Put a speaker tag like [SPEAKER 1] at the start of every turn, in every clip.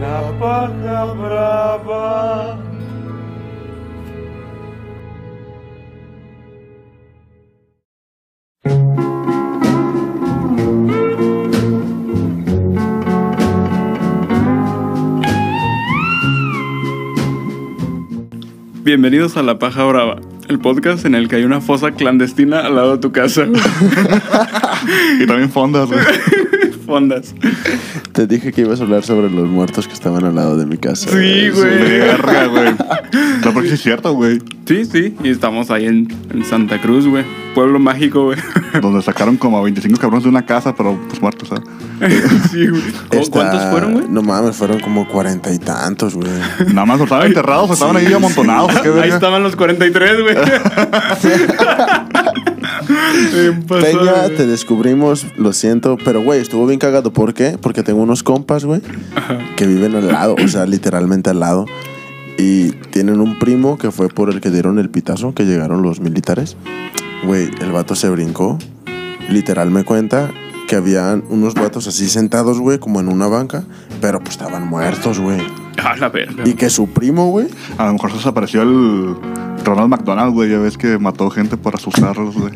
[SPEAKER 1] paja brava.
[SPEAKER 2] Bienvenidos a La Paja Brava, el podcast en el que hay una fosa clandestina al lado de tu casa.
[SPEAKER 3] Y también fondas, güey.
[SPEAKER 2] Fondas.
[SPEAKER 4] Te dije que ibas a hablar sobre los muertos que estaban al lado de mi casa.
[SPEAKER 2] Sí, güey.
[SPEAKER 3] Verga, güey. No, porque sí es cierto, güey.
[SPEAKER 2] Sí, sí. Y estamos ahí en, en Santa Cruz, güey. Pueblo mágico, güey.
[SPEAKER 3] Donde sacaron como a 25 cabrones de una casa, pero pues muertos, ¿sabes?
[SPEAKER 2] Sí, güey. ¿Cu-
[SPEAKER 4] Esta-
[SPEAKER 2] ¿Cuántos fueron, güey?
[SPEAKER 4] No mames, fueron como cuarenta y tantos, güey.
[SPEAKER 3] Nada más los estaban enterrados, estaban ahí amontonados. ¿Qué
[SPEAKER 2] Ahí
[SPEAKER 3] verga?
[SPEAKER 2] estaban los 43, güey. Bien pasado,
[SPEAKER 4] Peña,
[SPEAKER 2] güey.
[SPEAKER 4] te descubrimos, lo siento, pero güey, estuvo bien cagado. ¿Por qué? Porque tengo unos compas, güey, que viven al lado, o sea, literalmente al lado. Y tienen un primo que fue por el que dieron el pitazo, que llegaron los militares. Güey, el vato se brincó. Literal me cuenta que habían unos vatos así sentados, güey, como en una banca, pero pues estaban muertos, güey.
[SPEAKER 2] A la verga.
[SPEAKER 4] Y que su primo, güey,
[SPEAKER 3] A lo mejor se desapareció el Ronald McDonald, güey. Ya ves que mató gente por asustarlos, güey.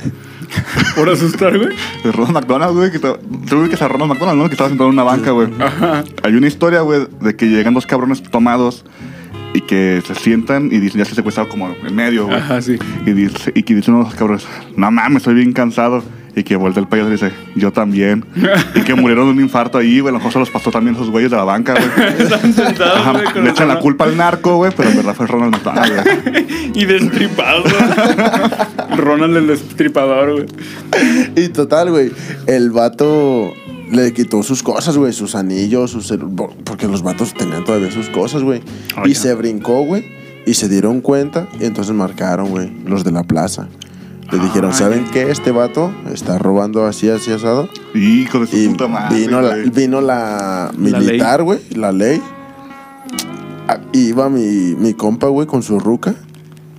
[SPEAKER 2] Por asustar, güey.
[SPEAKER 3] El Ronald McDonald, güey, que estaba... Tú que es Ronald McDonald, ¿no? Que estaba sentado en una banca, güey.
[SPEAKER 2] Ajá.
[SPEAKER 3] Hay una historia, güey, de que llegan dos cabrones tomados y que se sientan y dicen, ya se secuestrado como en medio, güey.
[SPEAKER 2] Ajá, sí.
[SPEAKER 3] Y, dice, y que dice uno de los cabrones, no mames, estoy bien cansado. Y que vuelta el payaso y dice, yo también. y que murieron de un infarto ahí, güey. A lo mejor se los pasó también esos güeyes de la banca, güey.
[SPEAKER 2] Estaban sentados,
[SPEAKER 3] Ajá,
[SPEAKER 2] güey. con
[SPEAKER 3] le
[SPEAKER 2] los
[SPEAKER 3] echan la
[SPEAKER 2] demás.
[SPEAKER 3] culpa al narco, güey, pero en verdad fue Ronald McDonald, güey.
[SPEAKER 2] Y destripados. güey. Ronald el destripador, güey.
[SPEAKER 4] Y total, güey, el vato le quitó sus cosas, güey, sus anillos, sus cel- bo- porque los vatos tenían todavía sus cosas, güey.
[SPEAKER 3] Ah,
[SPEAKER 4] y
[SPEAKER 3] ya.
[SPEAKER 4] se brincó, güey, y se dieron cuenta, y entonces marcaron, güey, los de la plaza. Le dijeron,
[SPEAKER 2] Ah,
[SPEAKER 4] ¿saben qué? Este vato está robando así, así asado.
[SPEAKER 3] Hijo de su
[SPEAKER 4] Y
[SPEAKER 3] puta madre.
[SPEAKER 4] vino, la,
[SPEAKER 3] güey.
[SPEAKER 4] vino la
[SPEAKER 2] La ley.
[SPEAKER 4] militar, güey, la ley. Ah, Iba mi, mi compa, güey, con su ruca.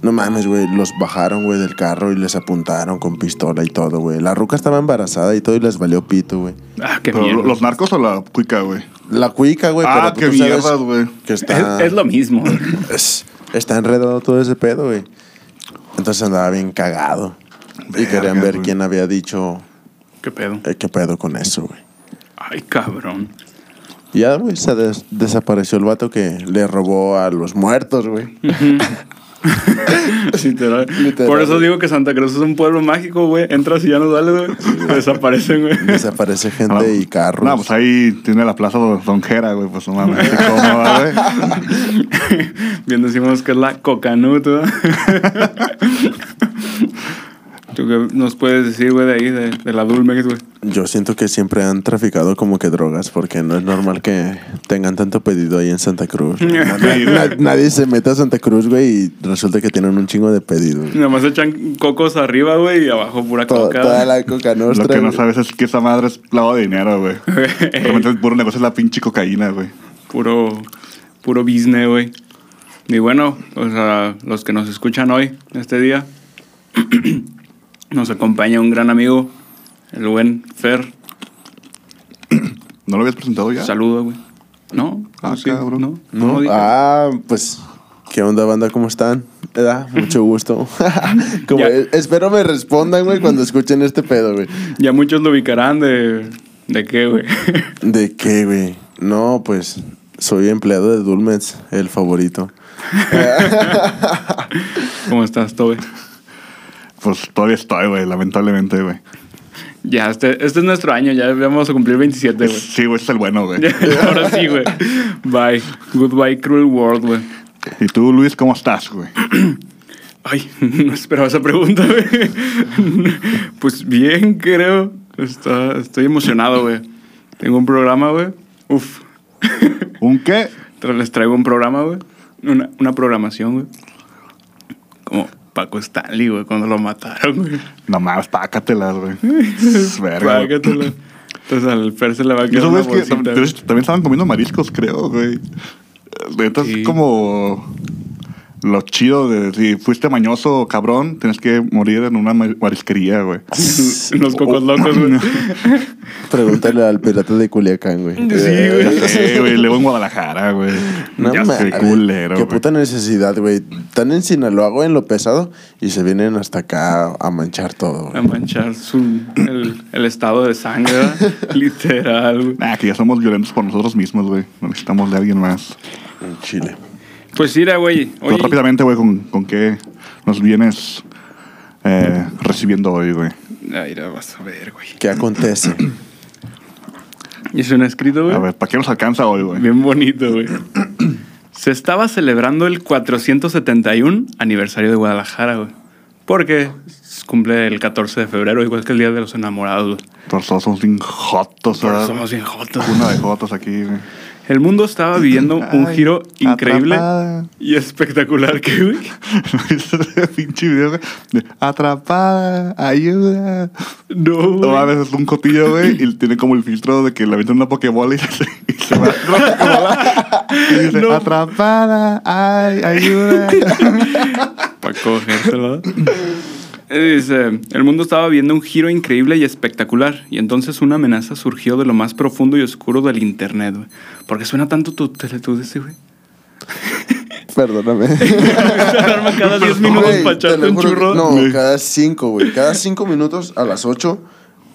[SPEAKER 4] No mames, güey, los bajaron, güey, del carro y les apuntaron con pistola y todo, güey. La ruca estaba embarazada y todo y les valió pito, güey.
[SPEAKER 2] Ah, qué
[SPEAKER 3] Pero,
[SPEAKER 2] mierda.
[SPEAKER 3] ¿Los narcos o la cuica, güey?
[SPEAKER 4] La cuica, güey,
[SPEAKER 3] Ah,
[SPEAKER 4] pero
[SPEAKER 3] qué
[SPEAKER 4] tú sabes
[SPEAKER 3] mierdas, güey.
[SPEAKER 4] que
[SPEAKER 2] Es,
[SPEAKER 4] está,
[SPEAKER 2] es lo mismo.
[SPEAKER 4] es- está enredado todo ese pedo, güey. Entonces andaba bien cagado. y
[SPEAKER 3] Verga,
[SPEAKER 4] querían ver
[SPEAKER 3] güey.
[SPEAKER 4] quién había dicho
[SPEAKER 2] ¿Qué pedo?
[SPEAKER 4] eh, qué pedo con eso, güey.
[SPEAKER 2] Ay, cabrón.
[SPEAKER 4] Y Ya, güey, se des- desapareció el vato que le robó a los muertos, güey.
[SPEAKER 2] Literal.
[SPEAKER 4] Literal.
[SPEAKER 2] Por eso digo que Santa Cruz es un pueblo mágico, güey. Entras y ya no sales, güey. Desaparecen, güey.
[SPEAKER 4] Desaparece gente y carros.
[SPEAKER 3] No, pues ahí tiene la plaza donjera, güey. Pues no mames, qué cómoda, güey.
[SPEAKER 2] Bien decimos que es la cocanuta. ¿Tú qué nos puedes decir, güey, de ahí, de, de la Dulmex, güey?
[SPEAKER 4] Yo siento que siempre han traficado como que drogas porque no es normal que tengan tanto pedido ahí en Santa Cruz.
[SPEAKER 3] Sí, güey.
[SPEAKER 4] Na- nadie se mete a Santa Cruz, güey, y resulta que tienen un chingo de pedido. güey.
[SPEAKER 2] Nada más echan cocos arriba, güey, y abajo pura
[SPEAKER 4] To-
[SPEAKER 2] coca.
[SPEAKER 4] toda la coca
[SPEAKER 3] Lo
[SPEAKER 4] nostra.
[SPEAKER 3] que no
[SPEAKER 4] güey.
[SPEAKER 3] sabes es que esa madre es lavado de dinero, güey. Realmente el puro negocio es la pinche cocaína, güey.
[SPEAKER 2] Puro, puro business, güey. Y bueno, o sea, los que nos escuchan hoy, este día, nos acompaña un gran amigo, el buen Fer.
[SPEAKER 3] ¿No lo habías presentado ya?
[SPEAKER 2] Saludo, güey. ¿No?
[SPEAKER 3] Ah,
[SPEAKER 2] sí,
[SPEAKER 3] cabrón.
[SPEAKER 2] ¿No?
[SPEAKER 4] ¿No?
[SPEAKER 2] dije.
[SPEAKER 4] ah, pues, ¿qué onda, banda? ¿Cómo están? ¿Edad? Mucho gusto. Como,
[SPEAKER 2] Ya.
[SPEAKER 4] eh, espero me respondan, güey, cuando escuchen este pedo, güey.
[SPEAKER 2] Ya muchos lo ubicarán de... ¿De qué, güey?
[SPEAKER 4] ¿De qué, güey? No, pues soy empleado de Dulmets, el favorito.
[SPEAKER 2] ¿Cómo estás, Tobe?
[SPEAKER 3] Pues todavía estoy, güey, lamentablemente, güey.
[SPEAKER 2] Ya, este, este es nuestro año, ya vamos a cumplir 27, güey.
[SPEAKER 3] Sí, güey, ese es el bueno, güey.
[SPEAKER 2] Ahora sí, güey. Bye. Goodbye, cruel world, güey.
[SPEAKER 3] ¿Y tú, Luis, cómo estás, güey?
[SPEAKER 2] Ay, no esperaba esa pregunta, güey. Pues bien, creo. Está- estoy emocionado, güey. Tengo un programa, güey. Uf.
[SPEAKER 3] ¿Un qué?
[SPEAKER 2] Tra- Les traigo un programa, güey. Una, una programación, güey. Como Paco Stanley, güey, cuando lo mataron, güey.
[SPEAKER 3] Nomás, pácatelas, güey. Es Verga. güey.
[SPEAKER 2] Págatelo. Entonces al Fer se le va a
[SPEAKER 3] Y
[SPEAKER 2] quedar
[SPEAKER 3] esos
[SPEAKER 2] una
[SPEAKER 3] güeyes que
[SPEAKER 2] bolsita,
[SPEAKER 3] tam-
[SPEAKER 2] güey.
[SPEAKER 3] también estaban comiendo mariscos, creo, güey. Neta, es
[SPEAKER 2] Sí.
[SPEAKER 3] como. lo chido de si fuiste mañoso o cabrón, tienes que morir en una ma- marisquería, güey.
[SPEAKER 2] Los
[SPEAKER 3] Oh,
[SPEAKER 2] cocos locos, güey.
[SPEAKER 4] Pregúntale al pirata de Culiacán, güey.
[SPEAKER 2] Sí, güey.
[SPEAKER 3] Eh, güey, luego en Guadalajara, güey.
[SPEAKER 4] No
[SPEAKER 3] ya
[SPEAKER 4] ma-
[SPEAKER 3] sé,
[SPEAKER 4] a ver,
[SPEAKER 3] culero,
[SPEAKER 4] Qué
[SPEAKER 3] güey.
[SPEAKER 4] puta necesidad, güey. Están en Sinaloa, güey, en lo pesado, y se vienen hasta acá a manchar todo,
[SPEAKER 2] A
[SPEAKER 4] güey.
[SPEAKER 2] manchar su, el, el estado de sangre, ¿verdad? literal, güey.
[SPEAKER 3] Nah, Ah, que ya somos violentos por nosotros mismos, güey. No necesitamos de alguien más.
[SPEAKER 4] En Chile.
[SPEAKER 2] Pues mira, güey.
[SPEAKER 3] Pero
[SPEAKER 2] oye,
[SPEAKER 3] rápidamente, güey, ¿con, con qué nos vienes eh, recibiendo hoy, güey?
[SPEAKER 2] Ay, la vas a ver, güey.
[SPEAKER 4] ¿Qué acontece?
[SPEAKER 2] Hice un escrito,
[SPEAKER 3] A
[SPEAKER 2] güey.
[SPEAKER 3] ver, ¿para qué nos alcanza hoy, güey?
[SPEAKER 2] Bien bonito, güey. Se estaba celebrando el 471 aniversario de Guadalajara, güey. Porque cumple el 14 de febrero, igual que el Día de los Enamorados, güey.
[SPEAKER 3] Todos todos somos bien jotos,
[SPEAKER 2] Por eso
[SPEAKER 3] ¿verdad?
[SPEAKER 2] Somos bien jotos.
[SPEAKER 3] Una de jotos aquí, güey.
[SPEAKER 2] El mundo estaba viviendo un
[SPEAKER 3] Ay,
[SPEAKER 2] giro increíble
[SPEAKER 3] atrapada.
[SPEAKER 2] y espectacular que, güey.
[SPEAKER 3] Ese pinche video, güey, de Atrapada, ayuda.
[SPEAKER 2] No,
[SPEAKER 3] No
[SPEAKER 2] güey.
[SPEAKER 3] mames, es un cotillo, güey, y tiene como el filtro de que le avientan una pokebola y se, y se va. y dice,
[SPEAKER 2] No.
[SPEAKER 3] atrapada, ay, ayuda.
[SPEAKER 2] Para cogérselo. Eh, Dice, el mundo estaba viendo un giro increíble y espectacular, y entonces una amenaza surgió de lo más profundo y oscuro del internet, güey. Porque suena tanto tu teletudes, ese, güey.
[SPEAKER 4] Perdóname.
[SPEAKER 2] Alarma cada 10
[SPEAKER 4] Güey,
[SPEAKER 2] minutos para
[SPEAKER 4] te
[SPEAKER 2] echarte
[SPEAKER 4] lo
[SPEAKER 2] un
[SPEAKER 4] juro que-
[SPEAKER 2] churro.
[SPEAKER 4] No, cada cinco, güey. Cada cinco minutos a las ocho.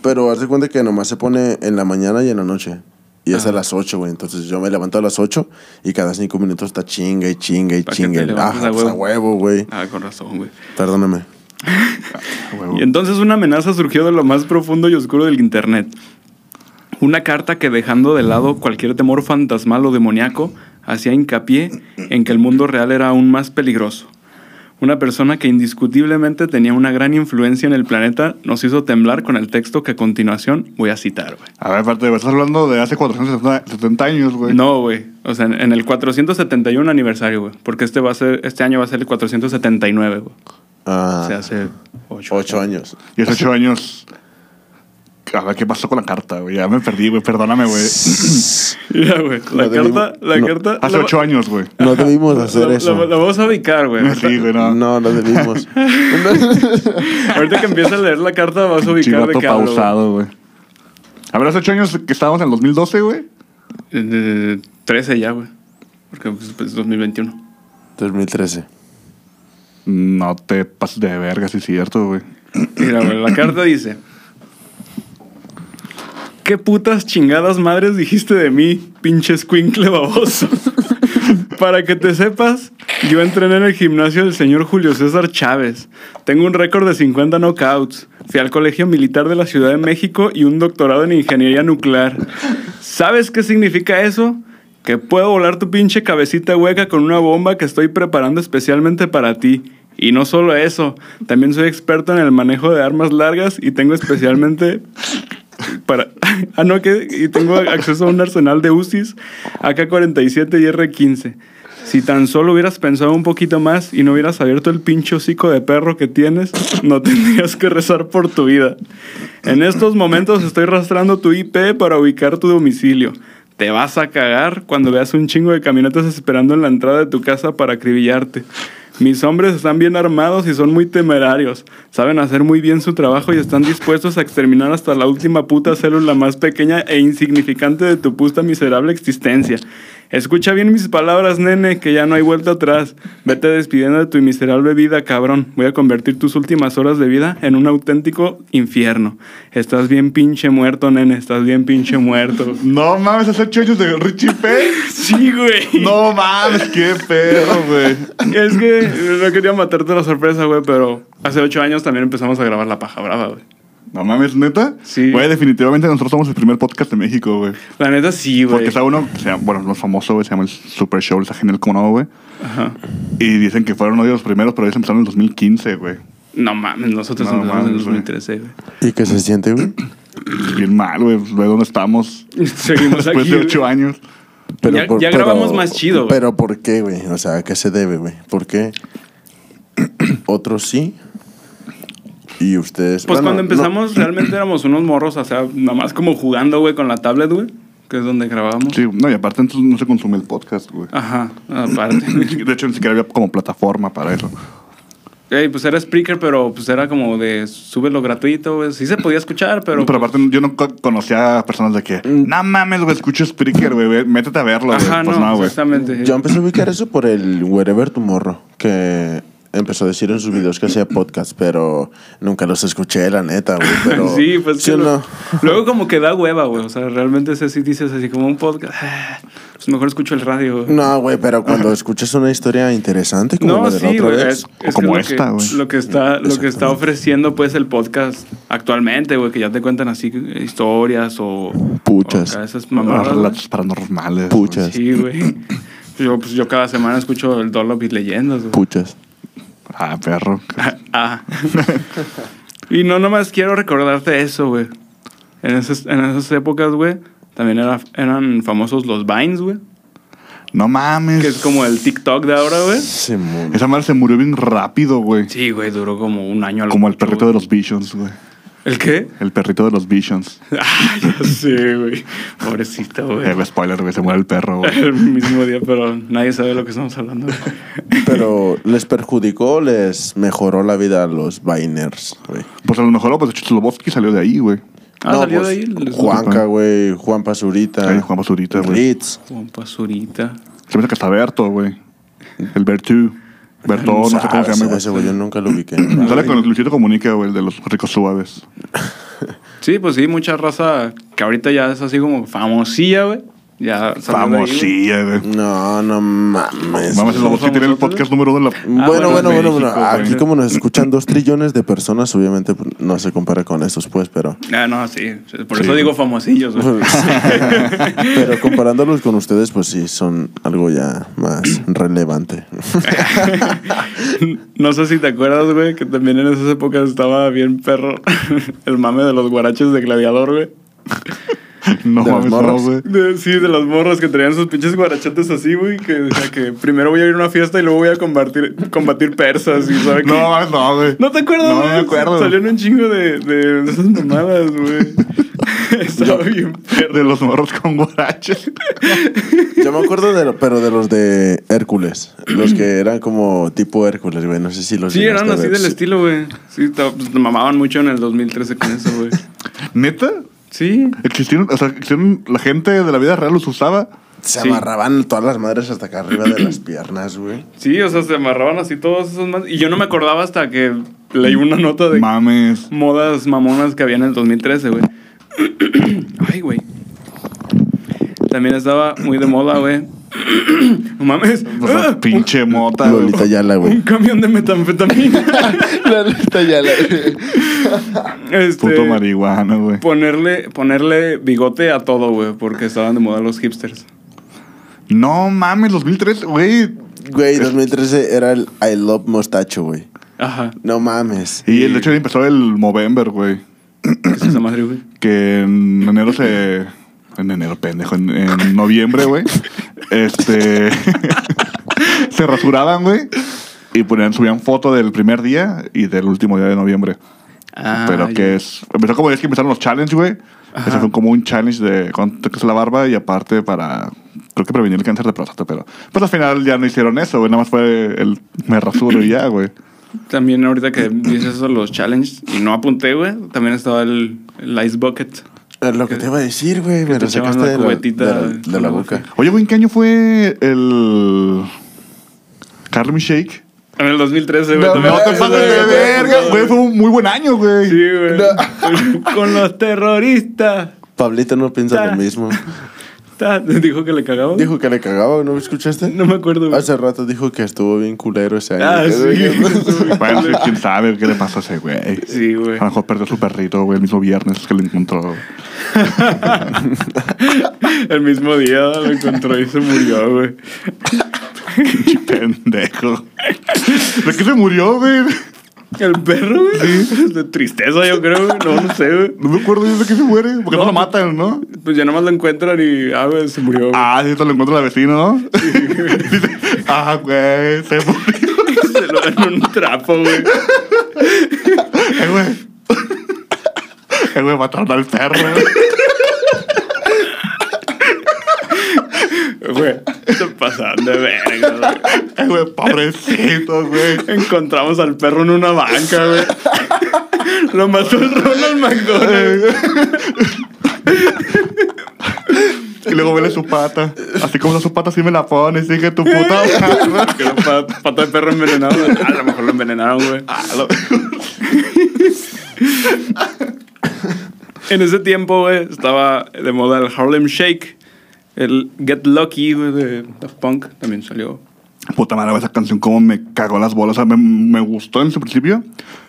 [SPEAKER 4] Pero haz de cuenta que nomás se pone en la mañana y en la noche. Y es a las ocho, güey. Entonces yo me levanto a las ocho y cada cinco minutos está chinga y chinga y
[SPEAKER 2] Pa' que te
[SPEAKER 4] chinga.
[SPEAKER 2] levantes
[SPEAKER 4] Ajá,
[SPEAKER 2] a
[SPEAKER 4] pues, a
[SPEAKER 2] huevo.
[SPEAKER 4] huevo, güey.
[SPEAKER 2] Ah, con razón, güey.
[SPEAKER 4] Perdóname.
[SPEAKER 3] Huevo.
[SPEAKER 2] Y entonces una amenaza surgió de lo más profundo y oscuro del Internet. Una carta que dejando de lado cualquier temor fantasmal o demoníaco, hacía hincapié en que el mundo real era aún más peligroso. Una persona que indiscutiblemente tenía una gran influencia en el planeta nos hizo temblar con el texto que a continuación voy a citar, güey.
[SPEAKER 3] A ver, aparte, estás hablando de hace 470 años, güey.
[SPEAKER 2] No, güey. O sea, en en el 471 aniversario, güey. Porque este, va a ser, este año va a ser el 479, güey.
[SPEAKER 4] Ah,
[SPEAKER 2] Se hace 8
[SPEAKER 4] ocho años.
[SPEAKER 3] Y hace 8 años. A ver, ¿qué pasó con la carta, güey? Ya me perdí, güey. Perdóname, güey.
[SPEAKER 2] Mira, güey. La
[SPEAKER 4] No debimos-
[SPEAKER 2] carta, la
[SPEAKER 4] no,
[SPEAKER 2] carta.
[SPEAKER 3] Hace
[SPEAKER 2] la-
[SPEAKER 3] 8 años, güey.
[SPEAKER 4] No debimos hacer
[SPEAKER 2] la,
[SPEAKER 4] eso.
[SPEAKER 2] la- la vamos a ubicar, güey.
[SPEAKER 3] Sí, güey, no.
[SPEAKER 4] no. no, debimos.
[SPEAKER 2] Ahorita que empieza a leer la carta, vas a ubicar de
[SPEAKER 3] Chivato
[SPEAKER 2] qué hablo, güey.
[SPEAKER 3] pausado, güey. A ver, hace 8 años que estábamos en el 2012, güey.
[SPEAKER 2] Eh, 13 ya, güey. Porque pues, pues, 2021.
[SPEAKER 4] 2013.
[SPEAKER 3] No te pases de verga, sí es cierto, güey.
[SPEAKER 2] Mira, güey, la carta dice: ¿Qué putas chingadas madres dijiste de mí, pinche escuincle baboso? Para que te sepas, yo entrené en el gimnasio del señor Julio César Chávez. Tengo un récord de 50 knockouts. Fui al Colegio Militar de la Ciudad de México y un doctorado en ingeniería nuclear. ¿Sabes qué significa eso? Que puedo volar tu pinche cabecita hueca con una bomba que estoy preparando especialmente para ti. Y no solo eso, también soy experto en el manejo de armas largas y tengo especialmente para. Ah, no, que. Y tengo acceso a un arsenal de UCIs, AK-47 y R-15. Si tan solo hubieras pensado un poquito más y no hubieras abierto el pinche hocico de perro que tienes, no tendrías que rezar por tu vida. En estos momentos estoy rastrando tu IP para ubicar tu domicilio. Te vas a cagar cuando veas un chingo de camionetas esperando en la entrada de tu casa para acribillarte. Mis hombres están bien armados y son muy temerarios. Saben hacer muy bien su trabajo y están dispuestos a exterminar hasta la última puta célula más pequeña e insignificante de tu puta miserable existencia. Escucha bien mis palabras, nene, que ya no hay vuelta atrás. Vete despidiendo de tu miserable vida, cabrón. Voy a convertir tus últimas horas de vida en un auténtico infierno. Estás bien pinche muerto, nene. Estás bien pinche muerto.
[SPEAKER 3] No mames, hace 8 años de Richie Pay.
[SPEAKER 2] Sí, güey.
[SPEAKER 3] No mames, qué pedo, güey.
[SPEAKER 2] Es que no quería matarte la sorpresa, güey, pero hace ocho años también empezamos a grabar La Paja Brava, güey.
[SPEAKER 3] No mames, neta.
[SPEAKER 2] Sí.
[SPEAKER 3] Güey, definitivamente nosotros somos el primer podcast de México, güey.
[SPEAKER 2] La neta sí, güey.
[SPEAKER 3] Porque está uno, que se llama- bueno, no es famoso, güey, se llama el Super Show, el Sajinel Cono, güey.
[SPEAKER 2] Ajá.
[SPEAKER 3] Y dicen que fueron uno de los primeros, pero ellos empezaron en el 2015, güey.
[SPEAKER 2] No mames, nosotros
[SPEAKER 3] No
[SPEAKER 2] empezamos en el
[SPEAKER 3] mames, güey.
[SPEAKER 2] 2013, güey.
[SPEAKER 4] ¿Y qué se siente, güey?
[SPEAKER 3] Bien mal, güey. Pues, Ve dónde estamos
[SPEAKER 2] Seguimos
[SPEAKER 3] después
[SPEAKER 2] aquí.
[SPEAKER 3] de
[SPEAKER 2] güey.
[SPEAKER 3] ocho años.
[SPEAKER 2] Ya- ya grabamos más chido, güey.
[SPEAKER 4] Pero ¿por qué, güey? O sea, ¿a qué se debe, güey? ¿Por qué otros sí y ustedes...
[SPEAKER 2] Pues
[SPEAKER 4] Bueno,
[SPEAKER 2] cuando
[SPEAKER 4] no.
[SPEAKER 2] empezamos realmente éramos unos morros, o sea, nada más como jugando, güey, con la tablet, güey. que es donde grabamos.
[SPEAKER 3] Sí, no, y aparte entonces no se consume el podcast, güey.
[SPEAKER 2] Ajá, aparte.
[SPEAKER 3] De hecho, ni siquiera había como plataforma para eso.
[SPEAKER 2] Ey, pues era Spreaker, pero pues era como de súbelo gratuito, güey. Sí se podía escuchar, pero...
[SPEAKER 3] Pero aparte, yo no co- conocía a personas de que, no mames, güey, escucho Spreaker, güey, ve- métete a verlo, güey.
[SPEAKER 2] Mm. Ajá,
[SPEAKER 3] Pues
[SPEAKER 2] no,
[SPEAKER 3] no, güey.
[SPEAKER 2] exactamente.
[SPEAKER 4] Yo em-, empecé a ubicar eso por el Wherever Tomorrow, que empezó a decir en sus videos que hacía podcast, pero nunca los escuché, la neta, güey. Pero,
[SPEAKER 2] sí, pues
[SPEAKER 4] ¿sí
[SPEAKER 2] que
[SPEAKER 4] o
[SPEAKER 2] lo-
[SPEAKER 4] no?
[SPEAKER 2] luego como que da hueva, güey. O sea, realmente es así, dices así como un podcast. ah, Pues mejor escucho el radio. güey.
[SPEAKER 4] No, güey, pero cuando escuchas una historia interesante como la de la otra
[SPEAKER 2] güey,
[SPEAKER 4] vez.
[SPEAKER 2] Es, es
[SPEAKER 3] O como
[SPEAKER 2] que es
[SPEAKER 3] esta,
[SPEAKER 2] lo,
[SPEAKER 3] güey.
[SPEAKER 2] que, lo que está, lo que está
[SPEAKER 4] Exactamente.
[SPEAKER 2] ofreciendo pues el podcast actualmente, güey, que ya te cuentan así eh, historias o
[SPEAKER 4] Puchas.
[SPEAKER 2] o acá esas
[SPEAKER 3] Los
[SPEAKER 2] mamadas. güey.
[SPEAKER 3] relatos paranormales.
[SPEAKER 4] Puchas.
[SPEAKER 2] Sí, güey. Yo, pues, yo cada semana escucho el Dolop y leyendas, güey.
[SPEAKER 4] Puchas.
[SPEAKER 3] güey. Ah, perro.
[SPEAKER 2] Ah. y no nomás quiero recordarte eso, güey. En esas, en esas épocas, güey, también era- eran famosos los Vines, güey.
[SPEAKER 3] No mames.
[SPEAKER 2] Que es como el TikTok de ahora, güey.
[SPEAKER 4] Sí, mon.
[SPEAKER 3] Esa madre se murió bien rápido, güey.
[SPEAKER 2] Sí, güey, duró como un año. a lo
[SPEAKER 3] Como el
[SPEAKER 2] mucho,
[SPEAKER 3] perrito de
[SPEAKER 2] güey.
[SPEAKER 3] los Visions, güey.
[SPEAKER 2] ¿El qué?
[SPEAKER 3] El perrito de los Visions.
[SPEAKER 2] Ah, ya sé, güey. Pobrecito, güey.
[SPEAKER 3] Eh, güey, spoiler, güey, se muere el perro, güey.
[SPEAKER 2] El mismo día, pero nadie sabe de lo que estamos hablando. güey.
[SPEAKER 4] Pero les perjudicó, o les mejoró la vida a los Biners, güey.
[SPEAKER 3] Pues a lo mejor pues, Chutlobotsky salió de ahí, güey.
[SPEAKER 2] Ah,
[SPEAKER 4] No,
[SPEAKER 2] salió
[SPEAKER 4] pues,
[SPEAKER 2] de ahí. el-
[SPEAKER 4] Juanca, güey. Juan Pasurita.
[SPEAKER 3] Ay, Juan Pazurita, güey.
[SPEAKER 4] Ritz.
[SPEAKER 2] Juan Pazurita.
[SPEAKER 3] Se me hace que hasta Berto, güey. El Bertu. Berto, no sé cómo se llama,
[SPEAKER 4] Ah, Ese
[SPEAKER 3] güey.
[SPEAKER 4] güey yo nunca lo ubiqué.
[SPEAKER 3] Sale con el Luchito Comunica, güey, el de los ricos suaves.
[SPEAKER 2] Sí, pues sí, mucha raza que ahorita ya es así como famosilla, güey. Ya salió de ahí, güey.
[SPEAKER 3] Famosilla, güey.
[SPEAKER 4] No, no mames.
[SPEAKER 3] Mames, es
[SPEAKER 2] ¿Somos
[SPEAKER 3] famoso que tiene el
[SPEAKER 2] famosos,
[SPEAKER 3] podcast número uno de la...
[SPEAKER 2] Ah,
[SPEAKER 4] bueno,
[SPEAKER 2] bueno,
[SPEAKER 4] bueno, bueno,
[SPEAKER 2] México,
[SPEAKER 4] bueno.
[SPEAKER 2] güey.
[SPEAKER 4] Aquí como nos escuchan dos trillones de personas, obviamente pues, no se compara con estos, pues, pero...
[SPEAKER 2] Ah, no, sí. Por
[SPEAKER 3] Sí.
[SPEAKER 2] eso digo famosillos, güey.
[SPEAKER 4] pero comparándolos con ustedes, pues sí, son algo ya más relevante.
[SPEAKER 2] No sé si te acuerdas, güey, que también en esas épocas estaba bien perro el mame de los guaraches de gladiador, güey.
[SPEAKER 3] No
[SPEAKER 4] de los
[SPEAKER 3] mames, no,
[SPEAKER 4] morros.
[SPEAKER 3] güey.
[SPEAKER 2] De- sí, de las morras que traían sus pinches guarachetes así, güey, que decía que primero voy a ir a una fiesta y luego voy a combatir, combatir persas y sabe qué?
[SPEAKER 3] No mames, no, güey.
[SPEAKER 2] ¿No te acuerdas,
[SPEAKER 3] No
[SPEAKER 2] güey?
[SPEAKER 3] me acuerdo.
[SPEAKER 2] Salieron un chingo de, de esas mamadas, güey. Estaba bien perro.
[SPEAKER 3] De los morros con guaraches.
[SPEAKER 4] Yo me acuerdo, de, lo- pero de los de Hércules. Los que eran como tipo Hércules, güey. No sé si los
[SPEAKER 2] Sí,
[SPEAKER 4] llegaste
[SPEAKER 2] eran
[SPEAKER 4] a
[SPEAKER 2] así
[SPEAKER 4] ver.
[SPEAKER 2] del
[SPEAKER 4] Sí.
[SPEAKER 2] estilo, güey. Sí, ta- pues, mamaban mucho en el 2013 con eso, güey.
[SPEAKER 3] ¿Neta?
[SPEAKER 2] Sí.
[SPEAKER 3] ¿Existieron? O sea, ¿existieron? ¿La gente de la vida real los usaba?
[SPEAKER 4] Se
[SPEAKER 2] Sí.
[SPEAKER 4] amarraban todas las madres hasta acá arriba de las piernas, güey.
[SPEAKER 2] Sí, o sea, se amarraban así todos esos más. Y yo no me acordaba hasta que leí una nota de
[SPEAKER 3] Mames.
[SPEAKER 2] modas mamonas que había en el 2013, güey. Ay, güey. También estaba muy de moda, güey. No mames.
[SPEAKER 3] O sea,
[SPEAKER 2] ¡Ah!
[SPEAKER 3] pinche mota, pues, güey.
[SPEAKER 4] Lolita Yala,
[SPEAKER 2] Un
[SPEAKER 4] güey.
[SPEAKER 2] camión de metanfetamina.
[SPEAKER 4] Lolita Yala, güey.
[SPEAKER 2] este,
[SPEAKER 3] Puto marihuana, güey.
[SPEAKER 2] ponerle, ponerle bigote a todo, güey, porque estaban de moda los hipsters.
[SPEAKER 3] No mames, 2003, güey.
[SPEAKER 4] Güey, 2013 era el I Love Mostacho, güey.
[SPEAKER 2] Ajá.
[SPEAKER 4] No mames.
[SPEAKER 3] Y el hecho de empezó el Movember, güey.
[SPEAKER 2] ¿Qué es esa madre, güey?
[SPEAKER 3] Que en enero se. En enero, pendejo. En, en noviembre, güey. este. se rasuraban, güey. Y ponían, subían foto del primer día y del último día de noviembre.
[SPEAKER 2] Ah,
[SPEAKER 3] Pero
[SPEAKER 2] ya.
[SPEAKER 3] que es. Empezó como es que empezaron los challenges, güey. Ese fue como un challenge de cuánto es la barba y aparte para. Creo que prevenir el cáncer de próstata, pero. Pues al final ya no hicieron eso, güey. Nada más fue el. Me rasuro y ya, güey.
[SPEAKER 2] También ahorita que dices eso, los challenges, y no apunté, güey, también estaba el, el Ice Bucket.
[SPEAKER 4] Eh, Lo que te iba a decir, güey.
[SPEAKER 2] que
[SPEAKER 4] Me
[SPEAKER 2] te
[SPEAKER 4] lo
[SPEAKER 2] echaban
[SPEAKER 4] sacaste
[SPEAKER 2] la
[SPEAKER 4] de la, de
[SPEAKER 2] cubetita
[SPEAKER 4] la- de la
[SPEAKER 2] con
[SPEAKER 4] boca.
[SPEAKER 3] Oye, güey, ¿en qué año fue el. Carmen Shake?
[SPEAKER 2] En el 2013, güey.
[SPEAKER 3] No,
[SPEAKER 2] también-
[SPEAKER 3] te pases de verga, güey. Fue un muy buen año, güey.
[SPEAKER 2] Sí, güey. Con los terroristas.
[SPEAKER 4] Pablito no piensa
[SPEAKER 2] Ta.
[SPEAKER 4] lo mismo.
[SPEAKER 2] Ta- Dijo que le cagaba.
[SPEAKER 4] Dijo Ah, que le cagaba, ¿no me escuchaste?
[SPEAKER 2] No me acuerdo, güey.
[SPEAKER 4] Hace rato dijo que estuvo bien culero ese año.
[SPEAKER 2] Ah, sí.
[SPEAKER 3] Bueno, sí, quién sabe qué le pasó a ese güey.
[SPEAKER 2] Sí, güey.
[SPEAKER 3] A lo mejor perdió su perrito, güey, el mismo viernes que lo encontró.
[SPEAKER 2] el mismo día lo encontró y se murió, güey.
[SPEAKER 3] Pinche pendejo. ¿De qué se murió, güey?
[SPEAKER 2] El perro, güey. De tristeza, yo creo, güey. No, no sé, güey.
[SPEAKER 3] No me acuerdo yo de qué se muere. Porque no,
[SPEAKER 2] No,
[SPEAKER 3] lo matan, ¿no?
[SPEAKER 2] Pues ya nomás lo encuentran y, ah, güey, se murió, güey.
[SPEAKER 3] Ah, sí, te lo encuentra la vecina, ¿no? Dice, ah, güey, se murió.
[SPEAKER 2] Se lo dan un trapo, güey.
[SPEAKER 3] Eh, güey. Eh, güey, mataron al perro.
[SPEAKER 2] Güey, se pasaron de verga, güey.
[SPEAKER 3] Ay, Eh, güey, pobrecitos, güey.
[SPEAKER 2] Encontramos al perro en una banca, güey. Lo mató el Ronald McDonald.
[SPEAKER 3] Y luego vele su pata. Así como está su pata, así me la pones. Dije, tu puta madre.
[SPEAKER 2] Que era pa- pata de perro envenenado. güey. A lo mejor lo envenenaron, güey.
[SPEAKER 3] A Ah, lo-
[SPEAKER 2] En ese tiempo, güey, estaba de moda el Harlem Shake. El Get Lucky, güey, de Daft Punk también salió.
[SPEAKER 3] Puta madre, güey, esa canción como me cagó las bolas. O sea, me, me gustó en su principio.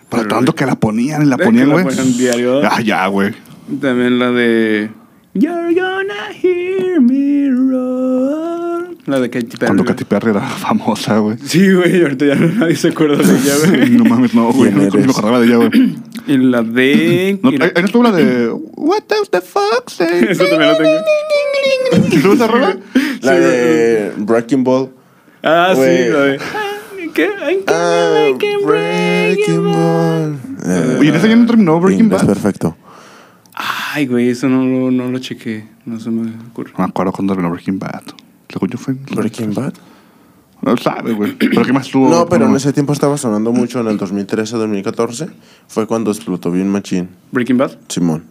[SPEAKER 3] Pero tanto que la ponían y la
[SPEAKER 2] eh, Que
[SPEAKER 3] ponían,
[SPEAKER 2] la
[SPEAKER 3] güey.
[SPEAKER 2] ponían diario.
[SPEAKER 3] Ah, ya, güey.
[SPEAKER 2] También la de. You're gonna hear me roar. La de Katy Perry.
[SPEAKER 3] Cuando
[SPEAKER 2] güey.
[SPEAKER 3] Katy Perry era famosa, güey.
[SPEAKER 2] Sí, güey, ahorita ya nadie se acuerda de ella, güey.
[SPEAKER 3] No mames, no, güey.
[SPEAKER 4] ¿Quién
[SPEAKER 3] No me
[SPEAKER 4] eres?
[SPEAKER 3] acordaba de ella, güey.
[SPEAKER 2] Y la de.
[SPEAKER 3] No, ahí- ahí no estuvo la de What does the fuck say?
[SPEAKER 2] Eso también lo tengo.
[SPEAKER 3] ¿Sí estuvo esa rola?
[SPEAKER 4] La de Breaking Ball.
[SPEAKER 2] Ah, sí,
[SPEAKER 4] Güey.
[SPEAKER 2] la de. ¿Qué? Ay, qué
[SPEAKER 4] Ah,
[SPEAKER 2] I can break it, man.
[SPEAKER 4] Eh,
[SPEAKER 3] Oye, en ese año no terminó Breaking
[SPEAKER 4] inglés
[SPEAKER 3] Bad.
[SPEAKER 4] perfecto.
[SPEAKER 2] Ay, güey, eso no, lo- no lo chequé. No se me ocurre.
[SPEAKER 3] No me acuerdo cuándo terminó Breaking Bad. Según yo fue. en-
[SPEAKER 4] Breaking Bad.
[SPEAKER 3] No sabe, güey. Pero ¿qué más estuvo?
[SPEAKER 4] No, pero en ese tiempo estaba sonando mucho en el 2013-2014. Fue cuando explotó bien Machín,
[SPEAKER 2] Breaking Bad.
[SPEAKER 4] Simón.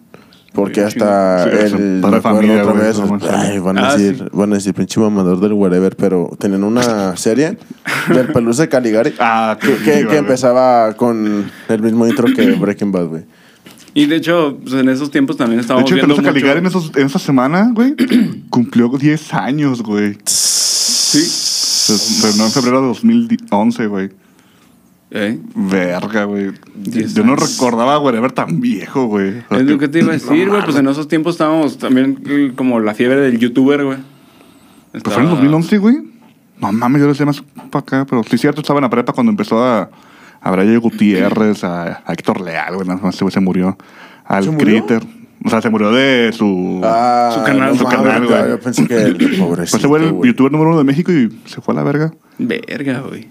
[SPEAKER 4] Porque
[SPEAKER 2] Bien
[SPEAKER 4] hasta
[SPEAKER 3] chingón. Sí,
[SPEAKER 4] el
[SPEAKER 3] para
[SPEAKER 4] recuerdo
[SPEAKER 3] familia,
[SPEAKER 4] otra
[SPEAKER 3] güey,
[SPEAKER 4] vez,
[SPEAKER 3] no más.
[SPEAKER 4] ay, van
[SPEAKER 2] Ah,
[SPEAKER 4] a decir,
[SPEAKER 2] sí.
[SPEAKER 4] van a decir pinche mamador del whatever, pero tenían una serie del Pelusa Caligari
[SPEAKER 3] Ah,
[SPEAKER 4] que,
[SPEAKER 3] qué
[SPEAKER 4] que-
[SPEAKER 3] chido,
[SPEAKER 4] que
[SPEAKER 3] güey.
[SPEAKER 4] empezaba con el mismo intro que Breaking Bad, güey.
[SPEAKER 2] Y de hecho, pues, en esos tiempos también
[SPEAKER 3] De
[SPEAKER 2] estábamos
[SPEAKER 3] hecho,
[SPEAKER 2] viendo
[SPEAKER 3] Pelusa
[SPEAKER 2] mucho.
[SPEAKER 3] Caligari en, esos, en esa semana, güey, cumplió 10 años, güey.
[SPEAKER 2] Sí.
[SPEAKER 3] Se terminó en febrero de 2011, güey.
[SPEAKER 2] Eh,
[SPEAKER 3] Verga, güey.
[SPEAKER 2] Diez
[SPEAKER 3] Yo no
[SPEAKER 2] años.
[SPEAKER 3] recordaba a Whatever tan viejo, güey.
[SPEAKER 2] Es lo que te iba a decir, güey. Pues en esos tiempos estábamos también eh, como la fiebre del youtuber, güey.
[SPEAKER 3] Pero Pues fue en el 2011, güey. No mames, yo lo sé más para acá, pero sí es cierto, estaba en la prepa cuando empezó a, a Brayo Gutiérrez, a, a Héctor Leal, güey, nada más ese güey se murió. Al
[SPEAKER 4] ¿Se murió?
[SPEAKER 3] Critter. O sea, se murió de su...
[SPEAKER 4] Ah,
[SPEAKER 2] Su canal, su
[SPEAKER 4] mames,
[SPEAKER 3] canal,
[SPEAKER 4] yo-
[SPEAKER 3] güey.
[SPEAKER 4] Yo pensé que el
[SPEAKER 3] pues ese
[SPEAKER 4] pobrecito,
[SPEAKER 3] güey era el
[SPEAKER 4] güey.
[SPEAKER 3] youtuber número uno de México y se fue a la verga.
[SPEAKER 2] Verga, güey.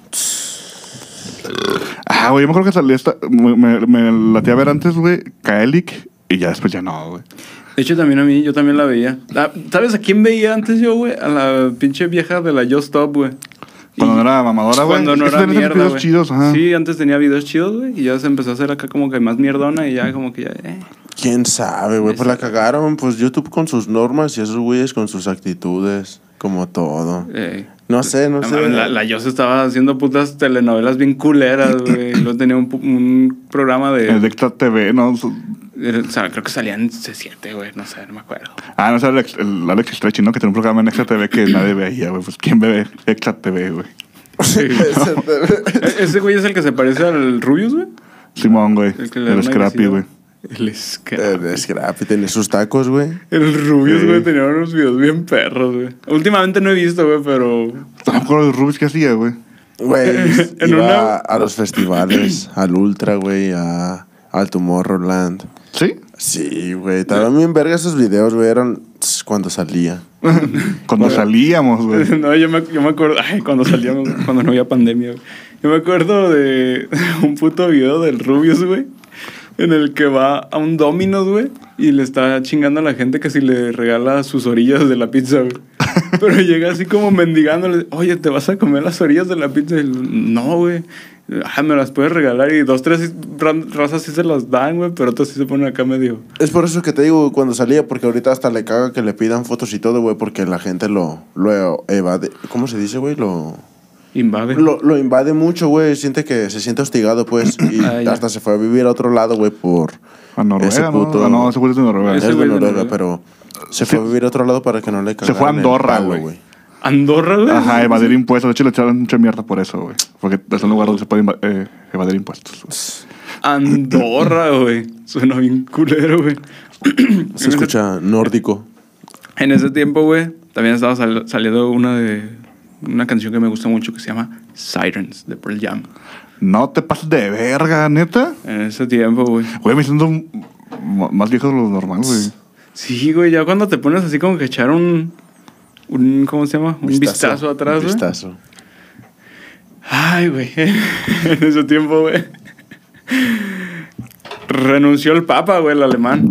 [SPEAKER 3] Ah, güey, yo me acuerdo que salí esta... Me, me, me laté a ver antes, güey, Kaelic, y ya después ya no, güey.
[SPEAKER 2] De hecho, también a mí, yo también la veía. Ah, ¿Sabes a quién veía antes yo, güey? A la pinche vieja de la Yo Stop, güey.
[SPEAKER 3] Cuando
[SPEAKER 2] Y-
[SPEAKER 3] no era mamadora, güey.
[SPEAKER 2] Cuando no
[SPEAKER 3] Es que
[SPEAKER 2] era
[SPEAKER 3] tenían esos
[SPEAKER 2] mierda,
[SPEAKER 3] videos
[SPEAKER 2] güey.
[SPEAKER 3] chidos, ajá.
[SPEAKER 2] Sí, antes tenía videos chidos, güey. Y ya se empezó a hacer acá como que más mierdona y ya como que ya... eh.
[SPEAKER 4] ¿Quién sabe, güey? Pues la cagaron, pues YouTube con sus normas y esos güeyes con sus actitudes, como todo.
[SPEAKER 2] Eh.
[SPEAKER 4] No sé, no
[SPEAKER 2] La-
[SPEAKER 4] sé.
[SPEAKER 2] La, la Yos estaba haciendo putas telenovelas bien culeras, güey. Luego tenía un, pu- un programa
[SPEAKER 3] El
[SPEAKER 2] de...
[SPEAKER 3] Dexta TV, ¿no? Su-
[SPEAKER 2] eh, o sea, creo que salían C7, güey. No sé, no me acuerdo.
[SPEAKER 3] Ah, no, ese era el, el Alex Stretchy, ¿no? Que tiene un programa en Extra TV que nadie veía, güey. Pues, ¿quién ve Extra TV, güey?
[SPEAKER 2] Sí. E- Ese güey es el que se parece al Rubius, güey.
[SPEAKER 3] Simón, güey.
[SPEAKER 2] El que le da
[SPEAKER 3] El
[SPEAKER 2] una
[SPEAKER 3] Scrappy,
[SPEAKER 2] agresiva.
[SPEAKER 3] güey. Eh,
[SPEAKER 2] El Scrappy.
[SPEAKER 4] El Scrappy tenía sus tacos, güey.
[SPEAKER 2] El Rubius,
[SPEAKER 3] Sí.
[SPEAKER 2] güey, tenía unos videos bien perros, güey. Últimamente no he visto, güey, pero...
[SPEAKER 3] No me acuerdo de Rubis que hacía, güey.
[SPEAKER 4] Güey,
[SPEAKER 2] En
[SPEAKER 4] iba
[SPEAKER 2] una-
[SPEAKER 4] a los festivales, al Ultra, güey, a, al Tomorrowland.
[SPEAKER 3] ¿Sí?
[SPEAKER 4] Sí, güey, estaban bien verga esos videos, güey, eran tss, cuando salía.
[SPEAKER 3] Cuando salíamos, güey.
[SPEAKER 2] No, yo me, yo me acuerdo, ay, cuando salíamos, cuando no había pandemia, güey. Yo me acuerdo de un puto video del Rubius, güey, en el que va a un Domino's, güey, y le está chingando a la gente que si le regala sus orillas de la pizza, güey. Pero llega así como mendigándole, oye, ¿te vas a comer las orillas de la pizza? Y él, no, güey. Ah, me las puedes regalar. Y dos, tres ran- razas sí se las dan, güey, pero otras sí se ponen acá medio.
[SPEAKER 4] Es por eso que te digo cuando salía, porque ahorita hasta le caga que le pidan fotos y todo, güey, porque la gente lo, lo evade. ¿Cómo se dice, güey? Lo,
[SPEAKER 2] Invade.
[SPEAKER 4] lo, lo invade mucho, güey. Siente que se siente hostigado, pues. Y
[SPEAKER 2] Ah, ya.
[SPEAKER 4] hasta se fue a vivir a otro lado, güey, por.
[SPEAKER 3] A Noruega,
[SPEAKER 4] Ese
[SPEAKER 3] ¿no?
[SPEAKER 4] puto-
[SPEAKER 3] Ah, no, ese güey es de Noruega.
[SPEAKER 4] Es
[SPEAKER 2] Ese
[SPEAKER 4] de
[SPEAKER 2] güey de
[SPEAKER 4] Noruega,
[SPEAKER 2] Noruega.
[SPEAKER 4] pero. Se fue a vivir a otro lado para que no le
[SPEAKER 3] fue a
[SPEAKER 4] cagaran el
[SPEAKER 3] Andorra,
[SPEAKER 4] palo,
[SPEAKER 3] güey.
[SPEAKER 2] Andorra, güey.
[SPEAKER 3] Ajá, evadir impuestos. De hecho, le echaron mucha mierda por eso, güey. Porque es un lugar donde se puede inva- eh, evadir impuestos. güey.
[SPEAKER 2] Andorra, güey. Suena bien culero, güey.
[SPEAKER 4] Se escucha nórdico.
[SPEAKER 2] En ese tiempo, güey, también estaba sal- saliendo una de una canción que me gusta mucho que se llama Sirens de Pearl Jam.
[SPEAKER 3] No te pases de verga, neta.
[SPEAKER 2] En ese tiempo, güey.
[SPEAKER 3] Güey, me siento m- m- más viejo de lo normal, güey.
[SPEAKER 2] Sí, güey, ya cuando te pones así como que echar un un ¿cómo se llama? Un vistazo, atrás,
[SPEAKER 4] un
[SPEAKER 2] güey.
[SPEAKER 4] Vistazo.
[SPEAKER 2] Ay, güey. en ese tiempo, güey. Renunció el Papa, güey, el alemán.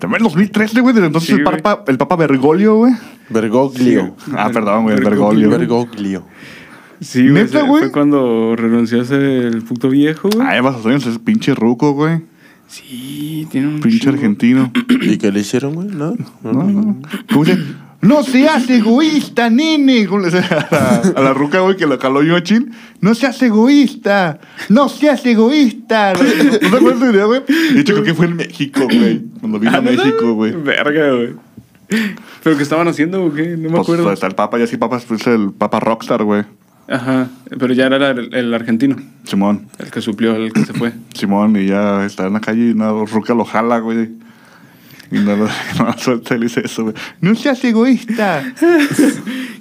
[SPEAKER 3] También en 2013, güey. Desde entonces
[SPEAKER 2] Sí,
[SPEAKER 3] el,
[SPEAKER 2] güey.
[SPEAKER 3] papa, el Papa Bergoglio, güey.
[SPEAKER 4] Bergoglio.
[SPEAKER 3] Ah, perdón, güey, el
[SPEAKER 2] Bergoglio.
[SPEAKER 3] Bergoglio.
[SPEAKER 4] Bergoglio.
[SPEAKER 2] Sí, güey.
[SPEAKER 3] ¿Neta,
[SPEAKER 2] ese
[SPEAKER 3] güey?
[SPEAKER 2] Fue cuando renunció ese el puto viejo, güey.
[SPEAKER 3] Ay, vas a soñar ese pinche ruco, güey.
[SPEAKER 2] Sí, tiene un.
[SPEAKER 3] Pinche
[SPEAKER 2] chingo.
[SPEAKER 3] argentino.
[SPEAKER 4] ¿Y qué le hicieron, güey? Nada. No,
[SPEAKER 3] No, no. ¿Cómo dice? No seas egoísta, nene. ¿Cómo le dice a la, a la ruca, güey, que lo caló yo chin? No seas egoísta. No seas egoísta. ¿No te acuerdas de idea, güey? De hecho, creo que fue en México, güey. Cuando vino
[SPEAKER 2] Ah,
[SPEAKER 3] a
[SPEAKER 2] ¿neta,
[SPEAKER 3] México, güey.
[SPEAKER 2] Verga, güey. ¿Pero qué estaban haciendo o qué? No me
[SPEAKER 3] Pues
[SPEAKER 2] acuerdo.
[SPEAKER 3] está el Papa, ya sí, Papa es el Papa Rockstar, güey.
[SPEAKER 2] Ajá. Pero ya era el, el argentino,
[SPEAKER 3] Simón.
[SPEAKER 2] el que suplió, el que se fue.
[SPEAKER 3] Simón, y ya está en la calle y una ruca lo jala, güey. Y no lo, no lo suelta y le dice eso, güey. No seas egoísta.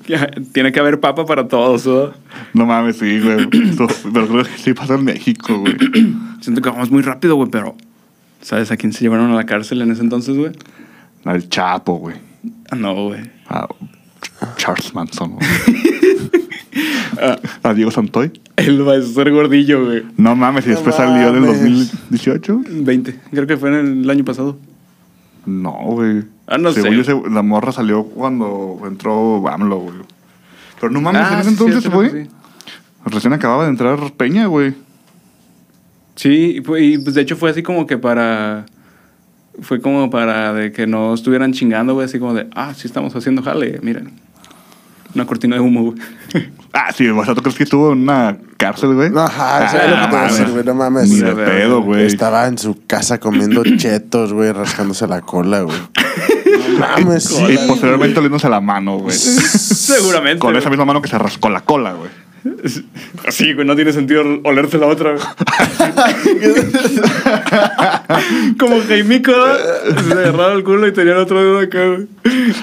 [SPEAKER 2] Ya, Tiene que haber papa para todos, ¿no?
[SPEAKER 3] No mames, sí, güey. Esto- Pero creo que sí pasa en México, güey.
[SPEAKER 2] Siento que vamos muy rápido, güey, pero. ¿Sabes a quién se llevaron a la cárcel en ese entonces, güey?
[SPEAKER 3] Al Chapo, güey.
[SPEAKER 2] Ah, no, güey.
[SPEAKER 3] A Charles Manson, güey. A Diego Santoy.
[SPEAKER 2] El maestro gordillo, güey.
[SPEAKER 3] No mames, y
[SPEAKER 4] No
[SPEAKER 3] después salió en el
[SPEAKER 4] mames.
[SPEAKER 3] 2018.
[SPEAKER 2] 20. Creo que fue en el año pasado.
[SPEAKER 3] No, güey.
[SPEAKER 2] Ah, no
[SPEAKER 3] Según
[SPEAKER 2] sé.
[SPEAKER 3] yo, se- la morra salió cuando entró AMLO, güey. Pero no mames, en
[SPEAKER 2] Ah,
[SPEAKER 3] ese
[SPEAKER 2] sí,
[SPEAKER 3] entonces,
[SPEAKER 2] cierto, creo
[SPEAKER 3] güey.
[SPEAKER 2] que sí.
[SPEAKER 3] Recién acababa de entrar Peña, güey.
[SPEAKER 2] Sí, y pu- y pues de hecho fue así como que para. Fue como para de que no estuvieran chingando, güey, así como de, ah, sí estamos haciendo jale, miren. Una cortina de humo, güey.
[SPEAKER 3] Ah, sí, el vasato crees que estuvo en una cárcel, güey. Ah,
[SPEAKER 4] Ajá,
[SPEAKER 2] Ah,
[SPEAKER 4] eso es ah, lo que te iba a
[SPEAKER 3] mames.
[SPEAKER 4] decir, güey, no mames.
[SPEAKER 3] Ni de
[SPEAKER 2] Mira,
[SPEAKER 3] pedo, güey.
[SPEAKER 4] Estaba en su casa comiendo chetos, güey, rascándose la cola, güey. No mames.
[SPEAKER 3] Y
[SPEAKER 4] sí,
[SPEAKER 3] posteriormente oliéndose la mano, güey.
[SPEAKER 2] Seguramente.
[SPEAKER 3] Con
[SPEAKER 2] güey.
[SPEAKER 3] esa misma mano que se rascó la cola, güey.
[SPEAKER 2] Sí, güey, no tiene sentido olerse la otra. güey. como Jaimico, ¿no? se agarraba el culo y tenía el otro dedo acá, güey.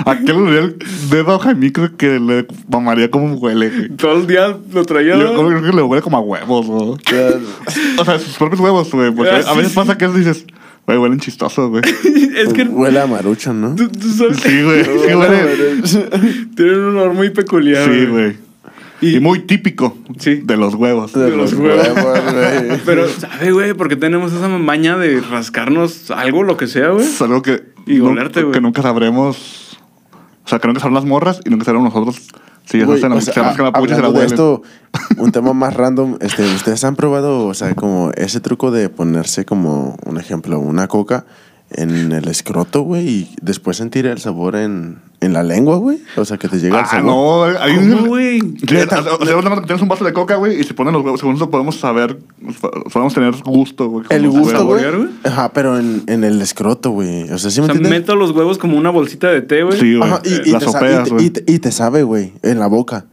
[SPEAKER 3] Aquel olía el dedo a Jaimico que le mamaría como huele, güey.
[SPEAKER 2] Todo el día lo traía.
[SPEAKER 3] Yo
[SPEAKER 2] ¿no?
[SPEAKER 3] creo que le huele como a huevos, güey. O sea, sus propios huevos, güey. Porque
[SPEAKER 2] Ah,
[SPEAKER 3] a
[SPEAKER 2] sí,
[SPEAKER 3] veces
[SPEAKER 2] sí.
[SPEAKER 3] pasa que dices, güey, huelen chistosos, güey.
[SPEAKER 2] es que
[SPEAKER 4] Huele a marucha, ¿no?
[SPEAKER 2] tú, tú sabes,
[SPEAKER 3] Sí, güey. Sí, huele.
[SPEAKER 2] tienen un olor muy peculiar.
[SPEAKER 3] Sí, güey.
[SPEAKER 2] Y-
[SPEAKER 3] Y muy típico
[SPEAKER 2] Sí.
[SPEAKER 3] de los huevos.
[SPEAKER 4] De
[SPEAKER 2] los
[SPEAKER 4] los
[SPEAKER 2] huevos.
[SPEAKER 4] huevos, güey.
[SPEAKER 2] Pero, ¿sabe, güey? Porque tenemos esa maña de rascarnos algo, lo que sea, güey.
[SPEAKER 3] Es algo que,
[SPEAKER 2] Y
[SPEAKER 3] nu-
[SPEAKER 2] olerte, güey.
[SPEAKER 3] que nunca sabremos. O sea, que nunca sabrán las morras y nunca sabremos nosotros si ellos
[SPEAKER 4] Güey,
[SPEAKER 3] hacen la,
[SPEAKER 4] o sea,
[SPEAKER 3] se rascan la
[SPEAKER 4] a-
[SPEAKER 3] pucha y se la
[SPEAKER 4] hablando de
[SPEAKER 3] huelen.
[SPEAKER 4] esto, un tema más random, este, ustedes han probado, o sea, como ese truco de ponerse como un ejemplo, una coca en el escroto, güey, y después sentir el sabor en, en la lengua, güey. O sea, que te llega el
[SPEAKER 3] Ah,
[SPEAKER 4] sabor.
[SPEAKER 3] no, hay
[SPEAKER 2] ¿Cómo, güey?
[SPEAKER 3] Sí, o sea, o sea, nada más tienes un vaso de coca, güey, y se ponen los huevos. Según eso podemos saber, podemos tener gusto, güey. con
[SPEAKER 4] El
[SPEAKER 3] los
[SPEAKER 4] gusto,
[SPEAKER 3] huevos.
[SPEAKER 4] güey.
[SPEAKER 2] saborear, güey?
[SPEAKER 4] Ajá, pero en, en el escroto, güey. O sea, ¿sí
[SPEAKER 2] O
[SPEAKER 4] me
[SPEAKER 2] sea,
[SPEAKER 4] entiendes?
[SPEAKER 2] meto los huevos como una bolsita de té, güey.
[SPEAKER 3] Sí, güey.
[SPEAKER 4] Ajá, y, y
[SPEAKER 3] eh, Las
[SPEAKER 4] te sa-
[SPEAKER 3] sopeas,
[SPEAKER 4] y te-
[SPEAKER 3] güey.
[SPEAKER 4] y te- y te sabe, güey, en la boca.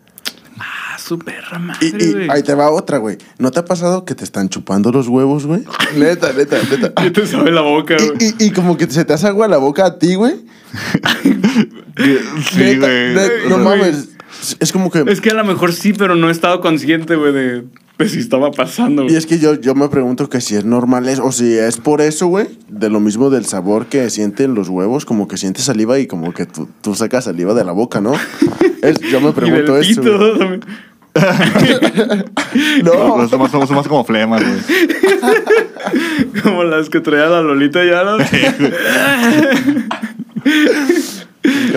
[SPEAKER 2] Ah, su perra
[SPEAKER 4] Y,
[SPEAKER 2] madre,
[SPEAKER 4] y
[SPEAKER 2] güey.
[SPEAKER 4] ahí te va otra, güey. ¿No te ha pasado que te están chupando los huevos, güey? Neta, neta, neta.
[SPEAKER 2] Ya te sabe la boca, güey.
[SPEAKER 4] Y, y- y como que se te hace agua la boca a ti, güey.
[SPEAKER 3] Sí,
[SPEAKER 4] Neta,
[SPEAKER 3] güey.
[SPEAKER 4] neta, No
[SPEAKER 3] O sea,
[SPEAKER 4] mames. Es como que.
[SPEAKER 2] Es que a lo mejor sí, pero no he estado consciente, güey, de, de si estaba pasando,
[SPEAKER 4] Y
[SPEAKER 2] güey.
[SPEAKER 4] es que yo, yo me pregunto que si es normal es, o si es por eso, güey, de lo mismo del sabor que sienten los huevos, como que sientes saliva y como que tú, tú sacas saliva de la boca, ¿no? Es- yo me
[SPEAKER 2] Y del
[SPEAKER 4] pregunto eso.
[SPEAKER 2] pito,
[SPEAKER 4] güey.
[SPEAKER 2] también.
[SPEAKER 4] No,
[SPEAKER 3] Son más, son más como flemas, güey.
[SPEAKER 2] Como las que traía la Lolita ya. ¿no?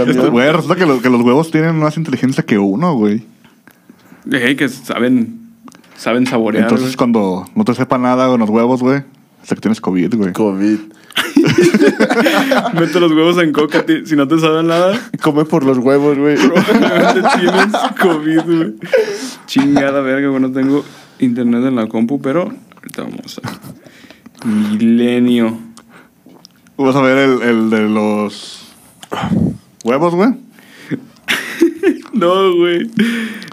[SPEAKER 3] Este, güey, resulta que, lo- que los huevos tienen más inteligencia que uno, güey.
[SPEAKER 2] Ey, que saben, saben saborear,
[SPEAKER 3] Entonces,
[SPEAKER 2] güey.
[SPEAKER 3] cuando no te sepa nada con los huevos, güey, hasta que tienes COVID, güey.
[SPEAKER 4] COVID.
[SPEAKER 2] Mete los huevos en coca, ti- si no te saben nada.
[SPEAKER 4] Come por los huevos, güey.
[SPEAKER 2] Probablemente tienes COVID, güey. Chingada verga, güey. No tengo internet en la compu, pero ahorita vamos a. Milenio.
[SPEAKER 3] Vas a ver el, el de los huevos, güey.
[SPEAKER 2] No, güey.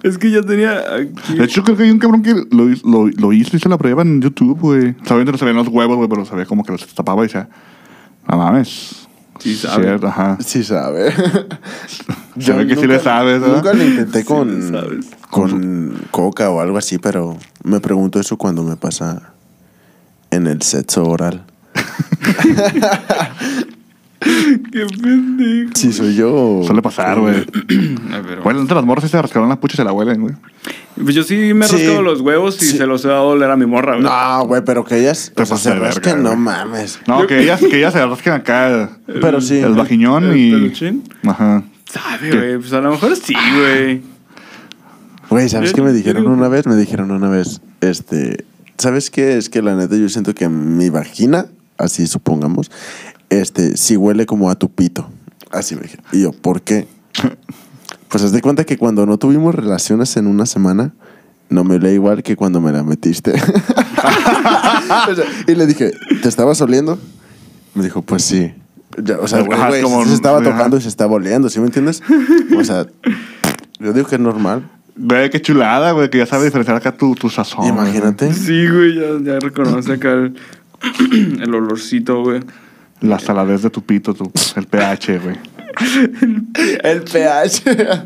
[SPEAKER 2] Es que yo tenía aquí.
[SPEAKER 3] De hecho, creo que hay un cabrón que lo, hiz- lo, lo hizo, hizo la prueba en YouTube, güey. Sabiendo no se veían los huevos, güey, pero sabía como que los tapaba y decía, no mames.
[SPEAKER 2] Sí sabe.
[SPEAKER 3] Cierto, ajá.
[SPEAKER 4] Sí sabe.
[SPEAKER 3] Se ve que sí le sabes, ¿verdad?
[SPEAKER 4] Nunca lo intenté con,
[SPEAKER 2] le sabes.
[SPEAKER 4] con coca o algo así, pero me pregunto eso cuando me pasa en el sexo oral.
[SPEAKER 2] Qué pendejo.
[SPEAKER 4] Si soy yo.
[SPEAKER 3] Suele pasar, güey.
[SPEAKER 2] Ay, pero-
[SPEAKER 3] Bueno, entre las morras sí se rascaron las puchas y se la huelen, güey.
[SPEAKER 2] Pues yo sí me he
[SPEAKER 4] Sí.
[SPEAKER 2] rascado los huevos y
[SPEAKER 4] Sí.
[SPEAKER 2] se los he dado a oler a mi morra, güey.
[SPEAKER 4] No, güey, pero que ellas
[SPEAKER 3] Te
[SPEAKER 4] o sea,
[SPEAKER 3] pasas
[SPEAKER 4] se
[SPEAKER 3] de verga,
[SPEAKER 4] rasquen, no
[SPEAKER 3] güey.
[SPEAKER 4] mames.
[SPEAKER 3] No, que ellas, que ellas se rasquen acá
[SPEAKER 4] Pero sí.
[SPEAKER 3] el vagiñón
[SPEAKER 2] el
[SPEAKER 3] y...
[SPEAKER 2] peluchín.
[SPEAKER 3] Ajá.
[SPEAKER 2] sabe, güey. Pues a lo mejor sí,
[SPEAKER 4] Ah.
[SPEAKER 2] güey.
[SPEAKER 4] Güey, ¿sabes
[SPEAKER 2] Yo-
[SPEAKER 4] qué me
[SPEAKER 2] yo
[SPEAKER 4] dijeron
[SPEAKER 2] digo-
[SPEAKER 4] una vez? Me dijeron una vez, este, ¿sabes qué? Es que la neta yo siento que mi vagina, así supongamos, este, sí huele como a tu pito. Así me dijeron. Y yo, ¿por qué? Pues haz de cuenta que cuando no tuvimos relaciones en una semana, no me olía igual que cuando me la metiste. O sea, y le dije, ¿te estabas oliendo? Me dijo, pues sí. Ya, o sea, güey,
[SPEAKER 3] Ajá,
[SPEAKER 4] güey,
[SPEAKER 3] Ah, como-
[SPEAKER 4] se estaba
[SPEAKER 3] ajá.
[SPEAKER 4] tocando y se estaba oliendo, ¿sí me entiendes? O sea, yo digo que es normal.
[SPEAKER 3] Güey, qué chulada, güey, que ya sabe diferenciar acá tu, tu
[SPEAKER 2] Oh,
[SPEAKER 3] sazón.
[SPEAKER 4] Imagínate.
[SPEAKER 2] Sí, güey, ya, ya reconoce acá el, el olorcito, güey.
[SPEAKER 3] güey. La saladez de tu pito, tu, el pH, güey.
[SPEAKER 4] El pH.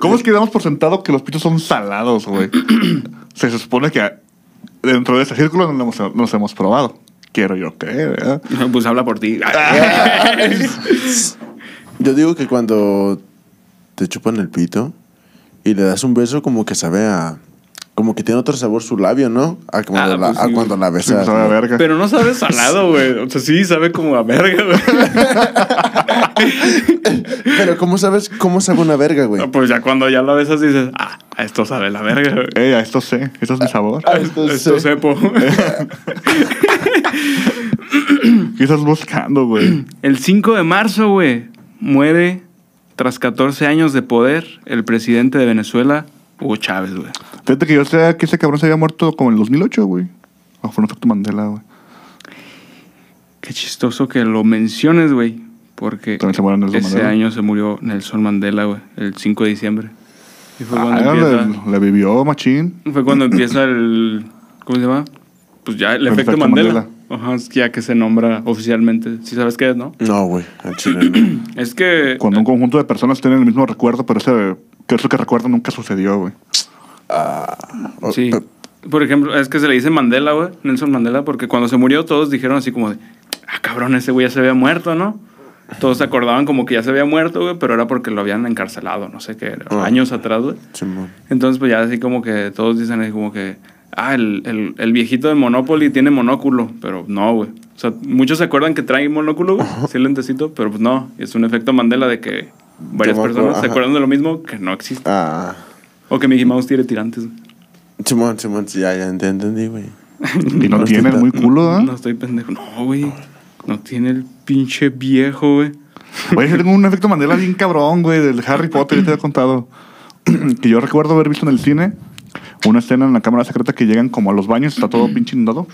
[SPEAKER 3] ¿Cómo es que damos por sentado que los pitos son salados, güey? Se supone que dentro de ese círculo no los hemos, no los hemos probado. Quiero yo creer, ¿verdad?
[SPEAKER 2] Pues habla por ti.
[SPEAKER 4] Yo digo que cuando te chupan el pito y le das un beso, como que sabe a. Como que tiene otro sabor su labio, ¿no? A cuando,
[SPEAKER 2] Ah,
[SPEAKER 4] la,
[SPEAKER 2] pues
[SPEAKER 4] a
[SPEAKER 2] sí.
[SPEAKER 4] cuando la
[SPEAKER 3] Sí,
[SPEAKER 4] besas.
[SPEAKER 3] sabe a
[SPEAKER 4] ¿no?
[SPEAKER 3] verga.
[SPEAKER 2] Pero no sabe salado, güey. O sea, sí, sabe como a verga, güey.
[SPEAKER 4] Pero ¿cómo sabes cómo sabe una verga, güey?
[SPEAKER 2] Pues ya cuando ya la besas dices, ah, a esto sabe la verga, güey.
[SPEAKER 3] Ey, a esto sé. Esto es mi sabor.
[SPEAKER 4] Ah,
[SPEAKER 2] Esto,
[SPEAKER 4] esto
[SPEAKER 2] esto
[SPEAKER 4] sé.
[SPEAKER 2] sepo. ah.
[SPEAKER 3] ¿Qué estás buscando, güey?
[SPEAKER 2] El 5 de marzo, güey, muere tras 14 años de poder el presidente de Venezuela, Hugo Chávez, güey.
[SPEAKER 3] Fíjate que yo sé que ese cabrón se había muerto como en el 2008, güey. O fue un efecto Mandela, güey.
[SPEAKER 2] Qué chistoso que lo menciones, güey. Porque
[SPEAKER 3] También se muere Nelson
[SPEAKER 2] ese
[SPEAKER 3] Mandela.
[SPEAKER 2] año se murió Nelson Mandela, güey, el 5 de diciembre. Y fue cuando,
[SPEAKER 3] Ah,
[SPEAKER 2] empieza,
[SPEAKER 3] le, le vivió, machín.
[SPEAKER 2] fue cuando empieza el. ¿Cómo se llama? Pues ya el, efecto,
[SPEAKER 3] efecto
[SPEAKER 2] Mandela.
[SPEAKER 3] Mandela.
[SPEAKER 2] Ajá, es que ya que se nombra oficialmente. Si sabes qué es, ¿no?
[SPEAKER 4] No, güey. al chile no.
[SPEAKER 2] Es que.
[SPEAKER 3] Cuando un conjunto de personas tienen el mismo recuerdo, pero ese, que eso que recuerdo nunca sucedió, güey. oh,
[SPEAKER 4] O-
[SPEAKER 2] Sí.
[SPEAKER 4] Oh,
[SPEAKER 3] eh.
[SPEAKER 4] pe-
[SPEAKER 2] Por ejemplo, es que se le dice Mandela, güey, Nelson Mandela, porque cuando se murió todos dijeron así como de, ah, cabrón, ese güey ya se había muerto, ¿no? Todos se acordaban como que ya se había muerto, güey, pero era porque lo habían encarcelado, no sé qué, era,
[SPEAKER 4] Ah.
[SPEAKER 2] años atrás, güey.
[SPEAKER 4] Simón.
[SPEAKER 2] Entonces, pues ya así como que todos dicen así como que, ah, el, el- el viejito de Monopoly tiene monóculo, pero no, güey. O sea, muchos se acuerdan que trae monóculo, güey, sí, lentecito, pero pues no, es un efecto Mandela de que varias
[SPEAKER 4] Que va-
[SPEAKER 2] personas se
[SPEAKER 4] ajá.
[SPEAKER 2] acuerdan de lo mismo que no existe.
[SPEAKER 4] Ah.
[SPEAKER 2] O que Mickey Mouse tiene tirantes, güey.
[SPEAKER 4] Simón, Simón, sí, ya, ya ent- entendí, güey.
[SPEAKER 3] Y no
[SPEAKER 4] No,
[SPEAKER 3] tiene
[SPEAKER 4] sí,
[SPEAKER 3] muy culo, ¿ah?
[SPEAKER 2] No estoy pendejo. No, güey. No tiene el pinche viejo, güey.
[SPEAKER 3] Oye, yo tengo un efecto Mandela bien cabrón, güey, del Harry Potter, ya te he contado. que yo recuerdo haber visto en el cine una escena en la cámara secreta que llegan como a los baños, está todo pinche inundado.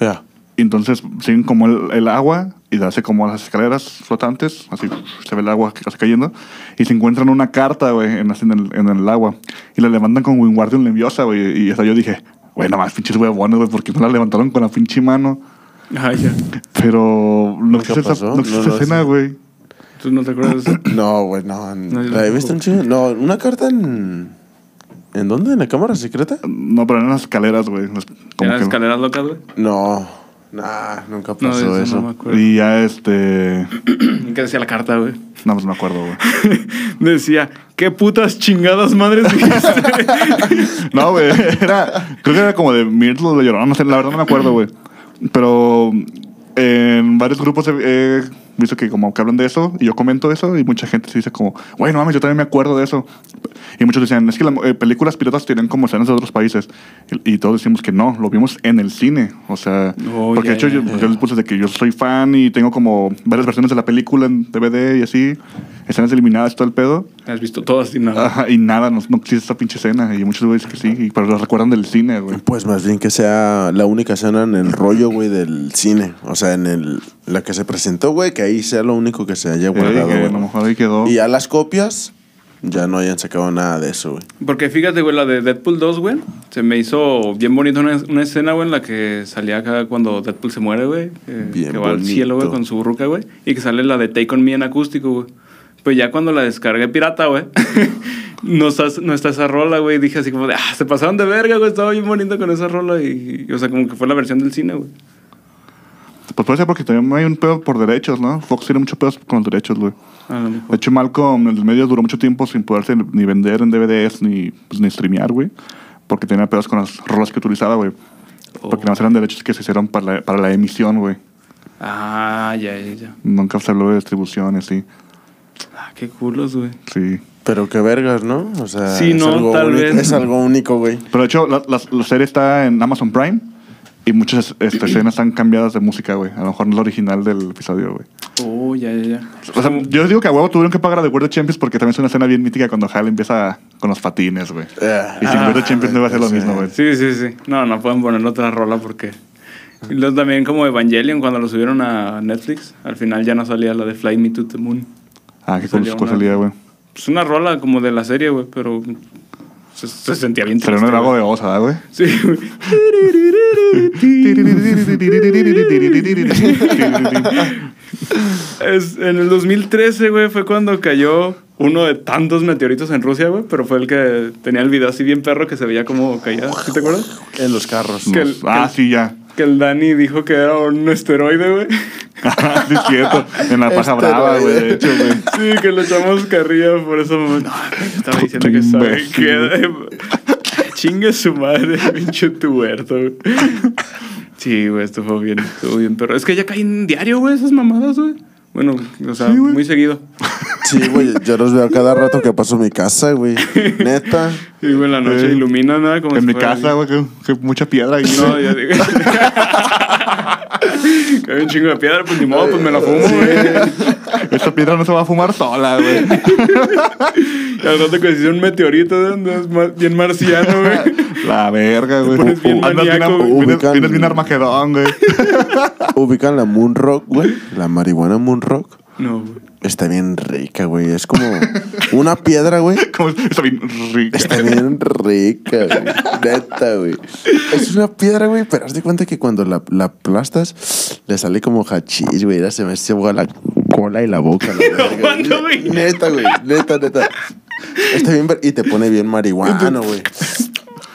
[SPEAKER 4] Ya.
[SPEAKER 3] Y entonces siguen como el, el agua y hace como las escaleras flotantes, así se ve el agua que está cayendo. Y se encuentran una carta, güey, en, así en, el, en el agua. Y la levantan con Wingardium Leviosa, güey. Y hasta yo dije, güey, nada más pinches huevones, güey, porque no la levantaron con la pinche mano.
[SPEAKER 2] Ay, Ah, ya.
[SPEAKER 3] Pero no
[SPEAKER 4] Nunca
[SPEAKER 3] existe esa,
[SPEAKER 4] pasó,
[SPEAKER 3] no existe
[SPEAKER 4] no
[SPEAKER 3] esa
[SPEAKER 4] lo
[SPEAKER 3] escena,
[SPEAKER 4] sé.
[SPEAKER 3] güey.
[SPEAKER 2] ¿Tú no te acuerdas de eso?
[SPEAKER 4] No, güey, no.
[SPEAKER 2] No, yo
[SPEAKER 4] ¿La he visto
[SPEAKER 2] tampoco.
[SPEAKER 4] en Chile? No, una carta en. ¿En dónde? ¿En la cámara secreta?
[SPEAKER 3] No, pero eran las escaleras, güey. las- como
[SPEAKER 2] ¿Eran
[SPEAKER 3] que-
[SPEAKER 2] escaleras locas, güey?
[SPEAKER 4] No. Nah, nunca
[SPEAKER 2] No,
[SPEAKER 4] pasó
[SPEAKER 2] de eso,
[SPEAKER 4] eso.
[SPEAKER 2] no me acuerdo.
[SPEAKER 3] Y ya este.
[SPEAKER 2] ¿Qué decía la carta, güey?
[SPEAKER 3] No, pues me acuerdo, güey.
[SPEAKER 2] Decía, ¿qué putas chingadas madres dijiste?
[SPEAKER 3] No, güey. Era, creo que era como de Myrtle de Llorón. No sé, la verdad no me acuerdo, güey. Pero en varios grupos he, he visto que como que hablan de eso y yo comento eso y mucha gente se dice como, güey, no mames, yo también me acuerdo de eso. Y muchos decían, es que las películas piratas tienen como escenas de otros países. Y, y todos decimos que no, lo vimos en el cine. O sea,
[SPEAKER 2] Oh,
[SPEAKER 3] porque
[SPEAKER 2] ya,
[SPEAKER 3] de hecho
[SPEAKER 2] ya,
[SPEAKER 3] yo,
[SPEAKER 2] ya.
[SPEAKER 3] yo les puse de que yo soy fan y tengo como varias versiones de la película en DVD y así, escenas eliminadas, todo el pedo.
[SPEAKER 2] Has visto todas y nada.
[SPEAKER 3] Ajá, y nada, no, no existe esa pinche escena. Y muchos güeyes que sí, y- pero lo recuerdan del cine, güey.
[SPEAKER 4] Pues más bien que sea la única escena en el rollo, güey, del cine. O sea, en el, la que se presentó, güey, que ahí sea lo único que se haya
[SPEAKER 3] Eh,
[SPEAKER 4] guardado,
[SPEAKER 3] que a
[SPEAKER 4] güey.
[SPEAKER 3] lo mejor ahí quedó.
[SPEAKER 4] Y ya las copias, ya no hayan sacado nada de eso, güey.
[SPEAKER 2] Porque fíjate, güey, la de Deadpool 2, güey, se me hizo bien bonita una, una escena, güey, en la que salía acá cuando Deadpool se muere, güey. eh,
[SPEAKER 4] Bien
[SPEAKER 2] que va al cielo, güey,
[SPEAKER 4] bonito.
[SPEAKER 2] con su ruca, güey. Y que sale la de Take On Me en acústico, güey. Pues ya cuando la descargué pirata, güey, no, está, no está esa rola, güey. Dije así como de, ah, se pasaron de verga, güey, estaba bien bonito con esa rola. Y, y, o sea, como que fue la versión del cine, güey.
[SPEAKER 3] Pues puede ser porque también hay un pedo por derechos, ¿no? Fox tiene muchos pedos con los derechos, güey.
[SPEAKER 2] A lo
[SPEAKER 3] De
[SPEAKER 2] mejor.
[SPEAKER 3] hecho, Malcolm en el medio duró mucho tiempo sin poderse ni vender en DVDs ni, pues, ni streamear, güey. Porque tenía pedos con las rolas que utilizaba, güey. Porque nada más eran derechos que se hicieron para la, para la emisión, güey.
[SPEAKER 2] Ah, ya, ya, ya.
[SPEAKER 3] Nunca se habló de distribución y así.
[SPEAKER 2] Ah, qué culos, güey.
[SPEAKER 3] Sí.
[SPEAKER 4] Pero qué vergas, ¿no? O sea,
[SPEAKER 2] Sí, no, tal
[SPEAKER 4] único-
[SPEAKER 2] vez.
[SPEAKER 4] Es algo único, güey.
[SPEAKER 3] Pero de hecho, la, la- la serie está en Amazon Prime y muchas este, escenas están cambiadas de música, güey. A lo mejor no es la original del episodio, güey.
[SPEAKER 2] Oh, ya, ya, ya.
[SPEAKER 3] O sea, yo digo que a huevo tuvieron que pagar a The World of Champions porque también es una escena bien mítica cuando Hal empieza con los patines, güey.
[SPEAKER 4] Ah,
[SPEAKER 3] Y sin World of Champions no iba a ser lo
[SPEAKER 4] sí.
[SPEAKER 3] mismo, güey.
[SPEAKER 2] Ah, Sí, sí, sí. No, no pueden poner otra rola porque. Y luego también como Evangelion, cuando lo subieron a Netflix, al final ya no salía la de Fly Me to the Moon.
[SPEAKER 3] Ah, qué
[SPEAKER 2] Salió
[SPEAKER 3] cosa
[SPEAKER 2] una-
[SPEAKER 3] salía, güey.
[SPEAKER 2] Es una rola como de la serie, güey, pero se, se sentía bien
[SPEAKER 3] Salió
[SPEAKER 2] triste.
[SPEAKER 3] un lago
[SPEAKER 2] güey.
[SPEAKER 3] de osa, ¿verdad, güey.
[SPEAKER 2] Sí, güey. Es- en el 2013, güey, fue cuando cayó uno de tantos meteoritos en Rusia, güey, pero fue el que tenía el video así bien perro que se veía como caía. ¿Sí te acuerdas?
[SPEAKER 4] En los carros.
[SPEAKER 2] Que-
[SPEAKER 3] Nos- ah, sí, ya.
[SPEAKER 2] Que el Dani dijo que era un esteroide, güey.
[SPEAKER 3] Ah, sí, es cierto. En la paja
[SPEAKER 2] Este,
[SPEAKER 4] Esteroide.
[SPEAKER 3] brava, güey. De hecho, güey.
[SPEAKER 2] Sí, que le echamos carrilla por eso. No, estaba diciendo que sabe
[SPEAKER 3] Imbécil.
[SPEAKER 2] que chingue su madre, pinche tuerto. güey. Sí, güey, esto fue bien, estuvo bien, pero es que ya caen diario, güey, esas mamadas, güey. Bueno, o sea,
[SPEAKER 3] Sí, güey.
[SPEAKER 2] muy seguido.
[SPEAKER 4] Sí, güey. Yo los veo cada rato que paso mi casa, güey. Neta.
[SPEAKER 2] Sí, güey, en la noche
[SPEAKER 3] Eh,
[SPEAKER 2] ilumina nada como
[SPEAKER 3] En
[SPEAKER 2] si
[SPEAKER 3] mi
[SPEAKER 2] fuera-
[SPEAKER 3] casa, güey, que, que mucha piedra ahí.
[SPEAKER 2] No, yo digo. que hay un chingo de piedra, pues ni modo, pues me la fumo, güey.
[SPEAKER 3] Esta piedra no se va a fumar sola, güey.
[SPEAKER 2] Y al rato que si es un meteorito, ¿de dónde es mar- bien marciano, güey.
[SPEAKER 3] La verga, güey.
[SPEAKER 2] pones bien
[SPEAKER 3] Andas bien,
[SPEAKER 2] maníaco,
[SPEAKER 4] güey.
[SPEAKER 3] vienes-
[SPEAKER 4] Ubican-
[SPEAKER 3] vienes bien armagedón, güey.
[SPEAKER 4] Ubican la Moon Rock, güey. La marihuana Moon Rock.
[SPEAKER 2] No, güey.
[SPEAKER 4] Está bien rica, güey. Es como una piedra, güey.
[SPEAKER 3] Como- Está bien rico.
[SPEAKER 4] Está bien rica, güey. Neta, güey. Es una piedra, güey, pero haz de cuenta que cuando la, la aplastas, le sale como hachís, güey. Ya Se me se ahoga la cola y la boca. la verga,
[SPEAKER 2] ¿Cuándo, güey?
[SPEAKER 4] Neta, güey. Neta, neta. Está bien. ver- Y te pone bien marihuano, güey.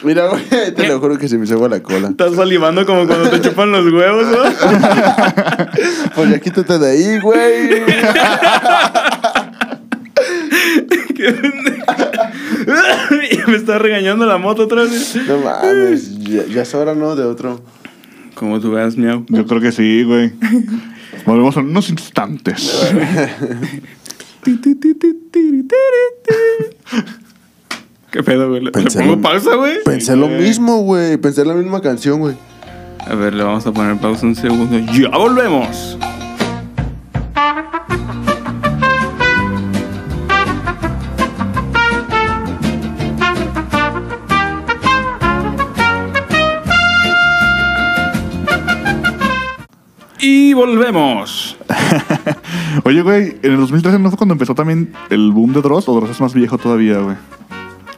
[SPEAKER 4] Mira, güey, te lo juro que se me hizo agua la cola.
[SPEAKER 2] Estás salivando como cuando te chupan los huevos, ¿no?
[SPEAKER 4] Pues ya quítate de ahí, güey.
[SPEAKER 2] Qué pendejo. Ya Me está regañando la moto otra vez.
[SPEAKER 4] No mames. Ya, ya es hora, ¿no? De otro.
[SPEAKER 2] Como tú veas, miau.
[SPEAKER 3] Yo creo que sí, güey. Volvemos en unos instantes.
[SPEAKER 2] ¿Qué pedo, güey? ¿Le le
[SPEAKER 4] Pensé
[SPEAKER 2] pongo
[SPEAKER 4] lo-
[SPEAKER 2] pausa, güey?
[SPEAKER 4] Pensé lo mismo, güey. Pensé la misma canción, güey.
[SPEAKER 2] A ver, le vamos a poner pausa un segundo. ¡Ya volvemos! Y volvemos.
[SPEAKER 3] Oye, güey, en el 2013 no fue cuando empezó también el boom de Dross, o Dross es más viejo todavía, güey.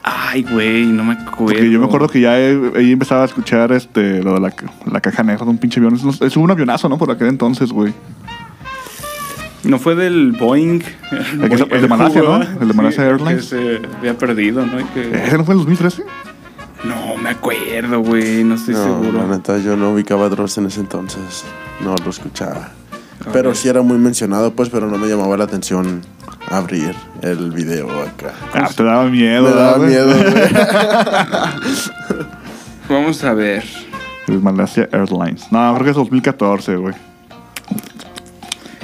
[SPEAKER 2] Ay, güey, no me acuerdo.
[SPEAKER 3] Porque yo me acuerdo que ya eh, ahí empezaba a escuchar este, lo de la, ca- la caja negra de un pinche avión. Es, es un avionazo, ¿no? Por aquel entonces, güey.
[SPEAKER 2] No fue del Boeing. El,
[SPEAKER 3] que es- el de Malasia,
[SPEAKER 2] jugo,
[SPEAKER 3] ¿no? El de Malasia Airlines. Eh.
[SPEAKER 2] Que se había perdido, ¿no? Y que-
[SPEAKER 3] ¿Ese no fue en el 2013?
[SPEAKER 2] No me acuerdo, güey. No estoy seguro.
[SPEAKER 4] la neta, yo no ubicaba a Dross en ese entonces. No lo escuchaba. Pero sí era muy mencionado, pues, pero no me llamaba la atención abrir el video acá.
[SPEAKER 3] Ah, te daba miedo,
[SPEAKER 4] Pues, me daba
[SPEAKER 3] güey?
[SPEAKER 4] miedo, güey.
[SPEAKER 2] Vamos a ver.
[SPEAKER 3] El Malasia Airlines. No, creo que es 2014, güey.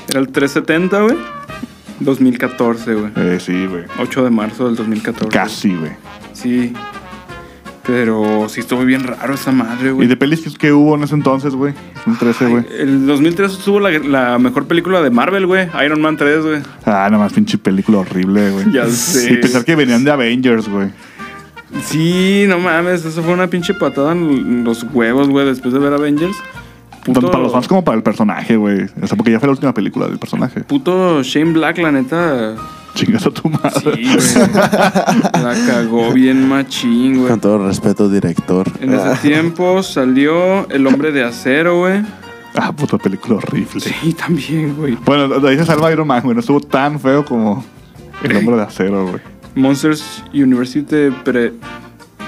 [SPEAKER 2] Era el 370, güey. 2014, güey.
[SPEAKER 3] Eh, sí, güey.
[SPEAKER 2] 8 de marzo del 2014.
[SPEAKER 3] Casi, güey.
[SPEAKER 2] Sí. Pero sí estuvo bien raro esa madre,
[SPEAKER 3] ¿Y
[SPEAKER 2] güey.
[SPEAKER 3] de pelis que- que hubo en ese entonces, güey? 2013, güey.
[SPEAKER 2] El 2003 estuvo la, la mejor película de Marvel, güey. Iron Man 3, güey.
[SPEAKER 3] Ah, nada más pinche película horrible, güey.
[SPEAKER 2] Ya sé.
[SPEAKER 3] Y pensar que venían de Avengers, güey.
[SPEAKER 2] Sí, no mames. Eso fue una pinche patada en los huevos, güey, después de ver Avengers.
[SPEAKER 3] Tanto para los fans como para el personaje, güey. O sea, porque ya fue la última película del personaje.
[SPEAKER 2] Puto Shane Black, la neta.
[SPEAKER 3] Chingas a tu madre.
[SPEAKER 2] Sí, güey. La cagó bien machín, güey.
[SPEAKER 4] Con todo respeto, director. Ah,
[SPEAKER 2] En ese tiempo salió El Hombre de Acero, güey.
[SPEAKER 3] Ah, puta película horrible.
[SPEAKER 2] Sí, también, güey.
[SPEAKER 3] Bueno, de ahí se salva Iron Man, güey. No estuvo tan feo como el hombre de acero, güey.
[SPEAKER 2] Monsters University Pre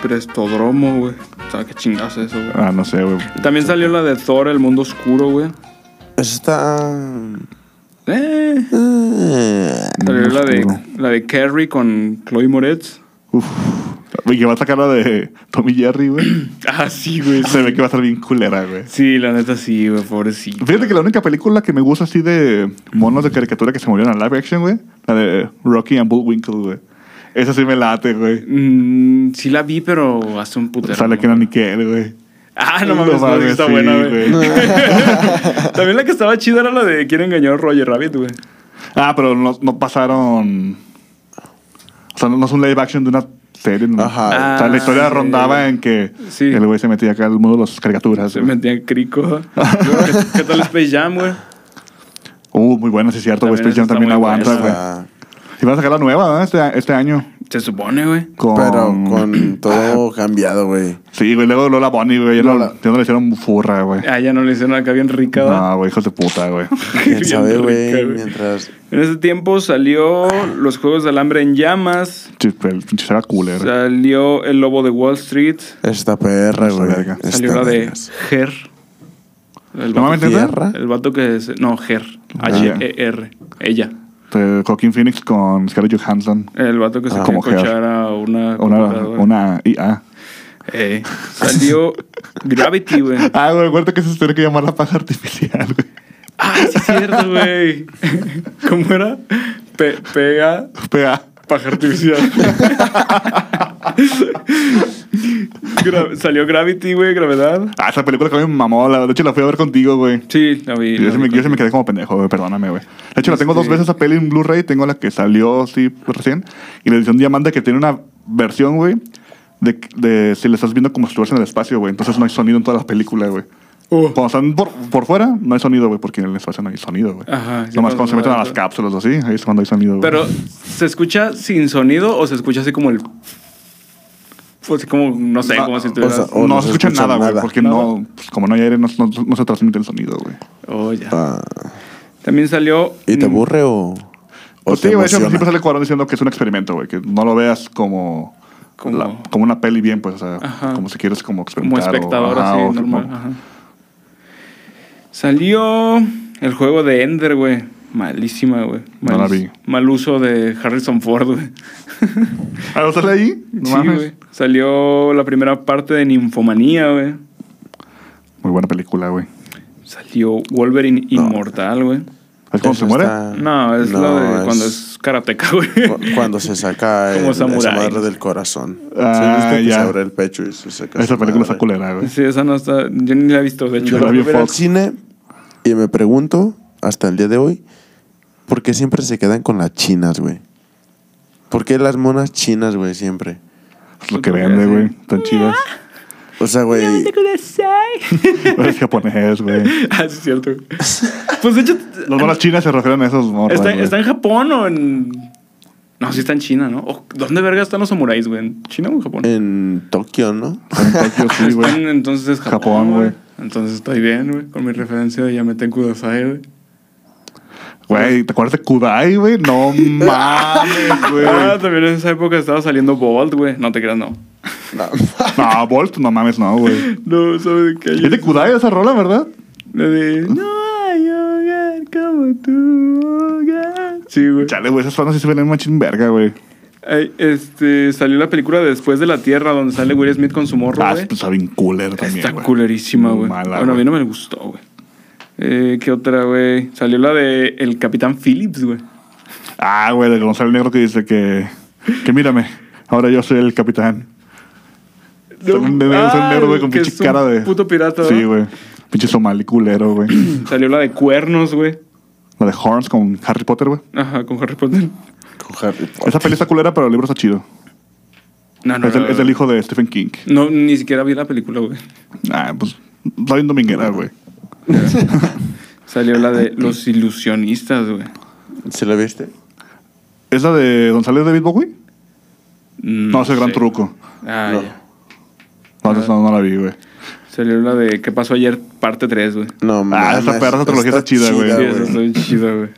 [SPEAKER 2] Prestodromo, güey. O sea, qué chingazo eso, güey.
[SPEAKER 3] Ah, no sé, güey.
[SPEAKER 2] También salió la de Thor, El Mundo Oscuro, güey.
[SPEAKER 4] Eso está.
[SPEAKER 2] Ah, Eh.
[SPEAKER 4] eh,
[SPEAKER 2] Salió la de,
[SPEAKER 3] Oscuro.
[SPEAKER 2] la de Carrie con Chloe Moretz.
[SPEAKER 3] Uf. Güey, que va a sacar la de Tommy Jerry, güey.
[SPEAKER 2] Ah, sí, güey.
[SPEAKER 3] Se ve que va a estar bien culera, güey.
[SPEAKER 2] Sí, la neta sí, güey, pobrecito.
[SPEAKER 3] Fíjate que la única película que me gusta así de monos de caricatura que se murieron a live action, güey, la de Rocky and Bullwinkle, güey. Esa sí me late, güey.
[SPEAKER 2] Mm, sí la vi, pero hace un putero.
[SPEAKER 3] Sale
[SPEAKER 2] ¿no?
[SPEAKER 3] que era Nickel, güey.
[SPEAKER 2] Ah, no mames, no, sí está
[SPEAKER 3] sí,
[SPEAKER 2] buena, güey. También la que estaba chida era la de Quién engañó a Roger Rabbit, güey.
[SPEAKER 3] Ah, pero no, no pasaron. O sea, no, no es un live action de una serie, ¿no?
[SPEAKER 4] Ajá.
[SPEAKER 3] o sea,
[SPEAKER 2] Ah,
[SPEAKER 3] la historia
[SPEAKER 2] sí.
[SPEAKER 3] rondaba en que
[SPEAKER 2] Sí.
[SPEAKER 3] el güey se metía acá al mundo de las caricaturas.
[SPEAKER 2] Se
[SPEAKER 3] güey.
[SPEAKER 2] metía crico. ¿Qué, qué tal Space Jam, güey?
[SPEAKER 3] Uh, muy buena, sí, es cierto, güey.
[SPEAKER 2] También
[SPEAKER 3] Space Jam
[SPEAKER 2] esa está
[SPEAKER 3] también
[SPEAKER 2] muy buena.
[SPEAKER 3] aguanta, güey.
[SPEAKER 4] Ah,
[SPEAKER 3] Y van a sacar la nueva, ¿no? Este, este año.
[SPEAKER 2] Se supone, güey.
[SPEAKER 3] Con...
[SPEAKER 4] pero con todo cambiado, güey.
[SPEAKER 3] Sí, güey, luego Lola Bonnie, güey. Ya no,
[SPEAKER 4] Lola.
[SPEAKER 3] ya no le hicieron furra, güey.
[SPEAKER 2] Ah, ya no le hicieron acá bien rica, ¿verdad?
[SPEAKER 3] No, güey, hijos de puta, güey.
[SPEAKER 4] Quién sabe,
[SPEAKER 2] Bien rica,
[SPEAKER 4] güey.
[SPEAKER 2] güey.
[SPEAKER 4] Mientras.
[SPEAKER 2] En ese tiempo salió Los Juegos del Hambre en Llamas.
[SPEAKER 3] Chis- El pinche será cooler.
[SPEAKER 2] Salió El Lobo de Wall Street.
[SPEAKER 4] Esta perra,
[SPEAKER 3] Esta
[SPEAKER 4] güey.
[SPEAKER 3] verga.
[SPEAKER 4] Esta
[SPEAKER 2] salió la de
[SPEAKER 4] vergas.
[SPEAKER 2] Her. El vato,
[SPEAKER 3] No mames,
[SPEAKER 2] que-
[SPEAKER 3] ¿neta?
[SPEAKER 4] Tierra.
[SPEAKER 2] el vato que es. No, Her.
[SPEAKER 3] Ah.
[SPEAKER 2] H-E-R. Ella.
[SPEAKER 3] Este, Joaquin Phoenix con Scarlett Johansson.
[SPEAKER 2] El vato que se
[SPEAKER 3] Ah,
[SPEAKER 2] quiere
[SPEAKER 3] como Her.
[SPEAKER 2] cochar a una.
[SPEAKER 3] Una,
[SPEAKER 2] computadora.
[SPEAKER 3] una IA.
[SPEAKER 2] Eh, salió Gravity, güey.
[SPEAKER 3] Ah, güey, acuérdate que se tiene que llamar la paz artificial, güey.
[SPEAKER 2] Ah, sí es cierto, güey. ¿Cómo era? Pe- pega
[SPEAKER 3] Pega.
[SPEAKER 2] paja artificial. Gra- salió Gravity, güey, gravedad.
[SPEAKER 3] Ah, esa película que me mamó. La, de hecho, la fui a ver contigo, güey.
[SPEAKER 2] Sí, la vi.
[SPEAKER 3] Yo
[SPEAKER 2] la
[SPEAKER 3] se,
[SPEAKER 2] vi
[SPEAKER 3] me, yo se me
[SPEAKER 2] contigo.
[SPEAKER 3] quedé como pendejo, güey, perdóname, güey. De hecho, la tengo dos
[SPEAKER 2] Este-
[SPEAKER 3] veces esa peli en Blu-ray. Tengo la que salió, sí, recién. Y la edición diamante que tiene una versión, güey, de, de si la estás viendo como si estuvieras en el espacio, güey. Entonces no hay sonido en todas las películas, güey.
[SPEAKER 2] Oh.
[SPEAKER 3] Cuando están por, por fuera, no hay sonido, güey, porque en el espacio no hay sonido, güey.
[SPEAKER 2] Ajá, sí,
[SPEAKER 3] Nomás
[SPEAKER 2] no,
[SPEAKER 3] cuando se
[SPEAKER 2] no,
[SPEAKER 3] meten a
[SPEAKER 2] no.
[SPEAKER 3] las cápsulas o así, ahí es cuando hay sonido, güey.
[SPEAKER 2] Pero, ¿se escucha sin sonido o se escucha así como el. Pues como, no sé,
[SPEAKER 3] No,
[SPEAKER 2] como si
[SPEAKER 3] Ah, o
[SPEAKER 2] estuvieras.
[SPEAKER 4] sea,
[SPEAKER 3] no, se escucha, nada, güey, porque
[SPEAKER 2] Nada.
[SPEAKER 3] no, pues, como no hay aire, no, no- no se transmite el sonido, güey.
[SPEAKER 2] Oh, ya.
[SPEAKER 4] Ah,
[SPEAKER 2] También salió.
[SPEAKER 4] ¿Y te
[SPEAKER 2] mm,
[SPEAKER 4] aburre o.? O
[SPEAKER 3] Pues sí,
[SPEAKER 4] te
[SPEAKER 3] güey, de hecho, al principio
[SPEAKER 4] emociona?
[SPEAKER 3] sale Cuarón diciendo que es un experimento, güey, que no lo veas como,
[SPEAKER 2] Como-
[SPEAKER 3] la- como una peli bien, pues, o sea,
[SPEAKER 2] Ajá.
[SPEAKER 3] como si quieres como
[SPEAKER 2] Como
[SPEAKER 3] experimentar. o-
[SPEAKER 2] espectador,
[SPEAKER 3] ajá,
[SPEAKER 2] así,
[SPEAKER 3] o-
[SPEAKER 2] normal.
[SPEAKER 3] o-
[SPEAKER 2] ajá. Salió el juego de Ender, güey. Malísima, güey.
[SPEAKER 3] No la
[SPEAKER 2] Malís-
[SPEAKER 3] vi.
[SPEAKER 2] Mal uso de Harrison Ford, güey.
[SPEAKER 3] Ah, ¿no sale ahí? No
[SPEAKER 2] Sí,
[SPEAKER 3] mames.
[SPEAKER 2] güey. Salió la primera parte de Ninfomanía, güey.
[SPEAKER 3] Muy buena película, güey.
[SPEAKER 2] Salió Wolverine Inmortal, güey.
[SPEAKER 3] ¿Sabes cómo
[SPEAKER 4] Eso
[SPEAKER 3] se muere?
[SPEAKER 4] está-
[SPEAKER 2] No, es la de
[SPEAKER 4] es
[SPEAKER 2] cuando es karateca, güey.
[SPEAKER 4] cu- Cuando se saca
[SPEAKER 2] Como
[SPEAKER 4] el, esa
[SPEAKER 2] samurái.
[SPEAKER 4] madre del corazón.
[SPEAKER 3] Ah,
[SPEAKER 4] sí, viste que
[SPEAKER 3] ya.
[SPEAKER 4] se abre el pecho y se saca
[SPEAKER 3] Esa
[SPEAKER 4] su
[SPEAKER 3] película
[SPEAKER 4] madre.
[SPEAKER 3] está culera, güey.
[SPEAKER 2] Sí, esa no está. Yo ni la he visto, de hecho.
[SPEAKER 4] Yo
[SPEAKER 3] la
[SPEAKER 4] la
[SPEAKER 3] vi
[SPEAKER 4] vi
[SPEAKER 3] en
[SPEAKER 4] ver al
[SPEAKER 3] Fox.
[SPEAKER 4] cine y me pregunto hasta el día de hoy por qué siempre se quedan con las chinas, güey. ¿Por qué las monas chinas, güey, siempre?
[SPEAKER 3] Es lo que vende, güey. Tan chidas.
[SPEAKER 4] O sea, güey,
[SPEAKER 3] Pero es japonés, güey.
[SPEAKER 2] Ah, sí, es cierto. güey. Pues de hecho.
[SPEAKER 3] Las bolas chinas se refieren a esos morros,
[SPEAKER 2] ¿Está,
[SPEAKER 3] güey.
[SPEAKER 2] está en Japón o en.? No, sí está en China, ¿no? O- ¿Dónde verga están los samuráis, güey? ¿En China o en
[SPEAKER 4] Eh,
[SPEAKER 2] Japón? Ah,
[SPEAKER 4] en Tokio, ¿no?
[SPEAKER 3] En Tokio, sí,
[SPEAKER 2] Están,
[SPEAKER 3] güey.
[SPEAKER 2] entonces es Japón,
[SPEAKER 3] Japón,
[SPEAKER 2] güey.
[SPEAKER 3] güey.
[SPEAKER 2] Entonces estoy bien, güey, con mi referencia de Yamete Kudasai, güey.
[SPEAKER 3] Güey, ¿te acuerdas de Kudai, güey? No mames, güey.
[SPEAKER 2] Ah, también en esa época estaba saliendo Bolt, güey. No te creas, no.
[SPEAKER 3] No, Bolt, no mames, no, güey.
[SPEAKER 2] No, ¿sabes de qué?
[SPEAKER 3] ¿Es de Kudai esa rola, verdad?
[SPEAKER 2] La de, No hay hogar como tu hogar. Sí, güey.
[SPEAKER 3] Chale, güey, esas zonas sí se ven en machín verga, güey.
[SPEAKER 2] Ay, este, salió la película de Después de la Tierra, donde sale Will Smith con su morro,
[SPEAKER 3] Ah,
[SPEAKER 2] güey.
[SPEAKER 3] está bien cooler también,
[SPEAKER 2] Está
[SPEAKER 3] güey.
[SPEAKER 2] culerísima,
[SPEAKER 3] Muy
[SPEAKER 2] güey.
[SPEAKER 3] mala,
[SPEAKER 2] Bueno, a mí
[SPEAKER 3] güey.
[SPEAKER 2] no me gustó, güey. Eh, ¿Qué otra, güey? Salió la de El Capitán Phillips, güey.
[SPEAKER 3] Ah, güey, de Gonzalo Negro que dice que... Que mírame, ahora yo soy el capitán. Sale un nene- sale un negro, güey, con
[SPEAKER 2] que
[SPEAKER 3] pinche
[SPEAKER 2] es un
[SPEAKER 3] cara de...
[SPEAKER 2] Puto pirata,
[SPEAKER 3] Sí,
[SPEAKER 2] ¿no?
[SPEAKER 3] güey. Pinche somalí culero, güey.
[SPEAKER 2] Salió la de Cuernos, güey.
[SPEAKER 3] La de Horns con Harry Potter, güey.
[SPEAKER 2] Ajá, con Harry Potter.
[SPEAKER 4] Con Harry Potter.
[SPEAKER 3] Esa peli está culera, pero el libro está chido.
[SPEAKER 2] No, Ah, no,
[SPEAKER 3] es, el,
[SPEAKER 2] no,
[SPEAKER 3] es el hijo de Stephen King.
[SPEAKER 2] No, ni siquiera vi la película, güey.
[SPEAKER 3] Ah, pues... Está bien dominguera, güey.
[SPEAKER 2] Salió la
[SPEAKER 3] Ah,
[SPEAKER 2] de Los Ilusionistas, güey.
[SPEAKER 4] ¿Sí la viste?
[SPEAKER 3] ¿Es la de González David Bowie?
[SPEAKER 2] Mm,
[SPEAKER 3] No, es el gran
[SPEAKER 2] sé.
[SPEAKER 3] truco.
[SPEAKER 2] Ah,
[SPEAKER 4] No.
[SPEAKER 2] ya. Ah.
[SPEAKER 3] No, entonces no, no la vi, güey.
[SPEAKER 2] Salió la de ¿Qué pasó ayer? Parte 3, güey.
[SPEAKER 4] No,
[SPEAKER 3] Ah, esa perra, esa trilogía está chida, güey.
[SPEAKER 2] Sí,
[SPEAKER 3] güey.
[SPEAKER 2] esa está bien chida, güey.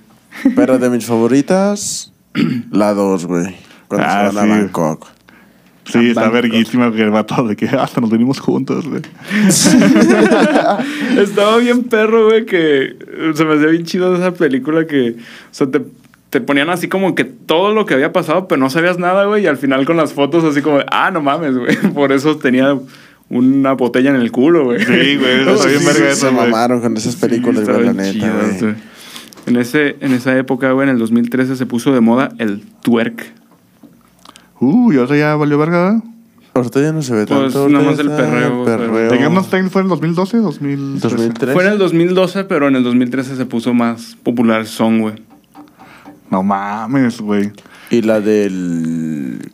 [SPEAKER 4] Pero de mis favoritas, la 2, güey. Cuando
[SPEAKER 3] Ah,
[SPEAKER 4] se van
[SPEAKER 3] sí.
[SPEAKER 4] a Bangkok.
[SPEAKER 3] Sí, está
[SPEAKER 2] Bangkok.
[SPEAKER 3] verguísima que el vato de que "Ah, hasta nos venimos juntos, güey.
[SPEAKER 2] Estaba bien perro, güey, que eh, se me hacía bien chido esa película que, o sea, te, te ponían así como que todo lo que había pasado, pero no sabías nada, güey. Y al final con las fotos así como, ah, no mames, güey. Por eso tenía una botella en el culo, güey.
[SPEAKER 3] Sí, güey, eso está bien
[SPEAKER 4] Sí,
[SPEAKER 3] verga
[SPEAKER 4] se
[SPEAKER 3] eso, güey.
[SPEAKER 4] mamaron con esas películas,
[SPEAKER 2] Sí,
[SPEAKER 4] güey, la
[SPEAKER 2] estaban
[SPEAKER 4] neta,
[SPEAKER 2] chidas,
[SPEAKER 4] güey.
[SPEAKER 2] güey. este. En, ese, en esa época, güey, en el 2013 se puso de moda el twerk.
[SPEAKER 3] Uh, y ahorita ya valió verga, ¿verdad?
[SPEAKER 4] Ahorita ya no se ve
[SPEAKER 2] Pues,
[SPEAKER 4] tanto.
[SPEAKER 2] nada
[SPEAKER 4] ahorita
[SPEAKER 2] más el
[SPEAKER 4] está
[SPEAKER 2] perreo, güey,
[SPEAKER 4] perreo.
[SPEAKER 2] pero-
[SPEAKER 3] ¿De Game of Thrones fue en 2012 2013?
[SPEAKER 4] 2003.
[SPEAKER 2] Fue en el 2012, pero en el 2013 se puso más popular el son, güey.
[SPEAKER 3] No mames, güey.
[SPEAKER 4] Y la del.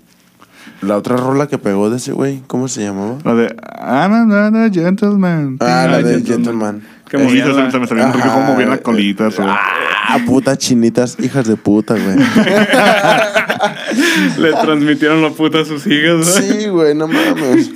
[SPEAKER 4] La otra rola que pegó de ese güey, ¿cómo se llamaba?
[SPEAKER 3] La de I'm another gentleman.
[SPEAKER 4] Ah, la
[SPEAKER 2] Ay,
[SPEAKER 4] de
[SPEAKER 2] Gentleman.
[SPEAKER 4] Gentleman.
[SPEAKER 2] Que
[SPEAKER 3] Sí,
[SPEAKER 2] movían
[SPEAKER 3] se,
[SPEAKER 2] la-
[SPEAKER 3] se me salió un truco
[SPEAKER 4] Ajá,
[SPEAKER 3] como bien la
[SPEAKER 4] eh,
[SPEAKER 3] colita. eso.
[SPEAKER 4] Ah, putas chinitas, hijas de puta, güey.
[SPEAKER 2] Le transmitieron la puta a sus hijas, güey.
[SPEAKER 4] Sí, güey, no mames.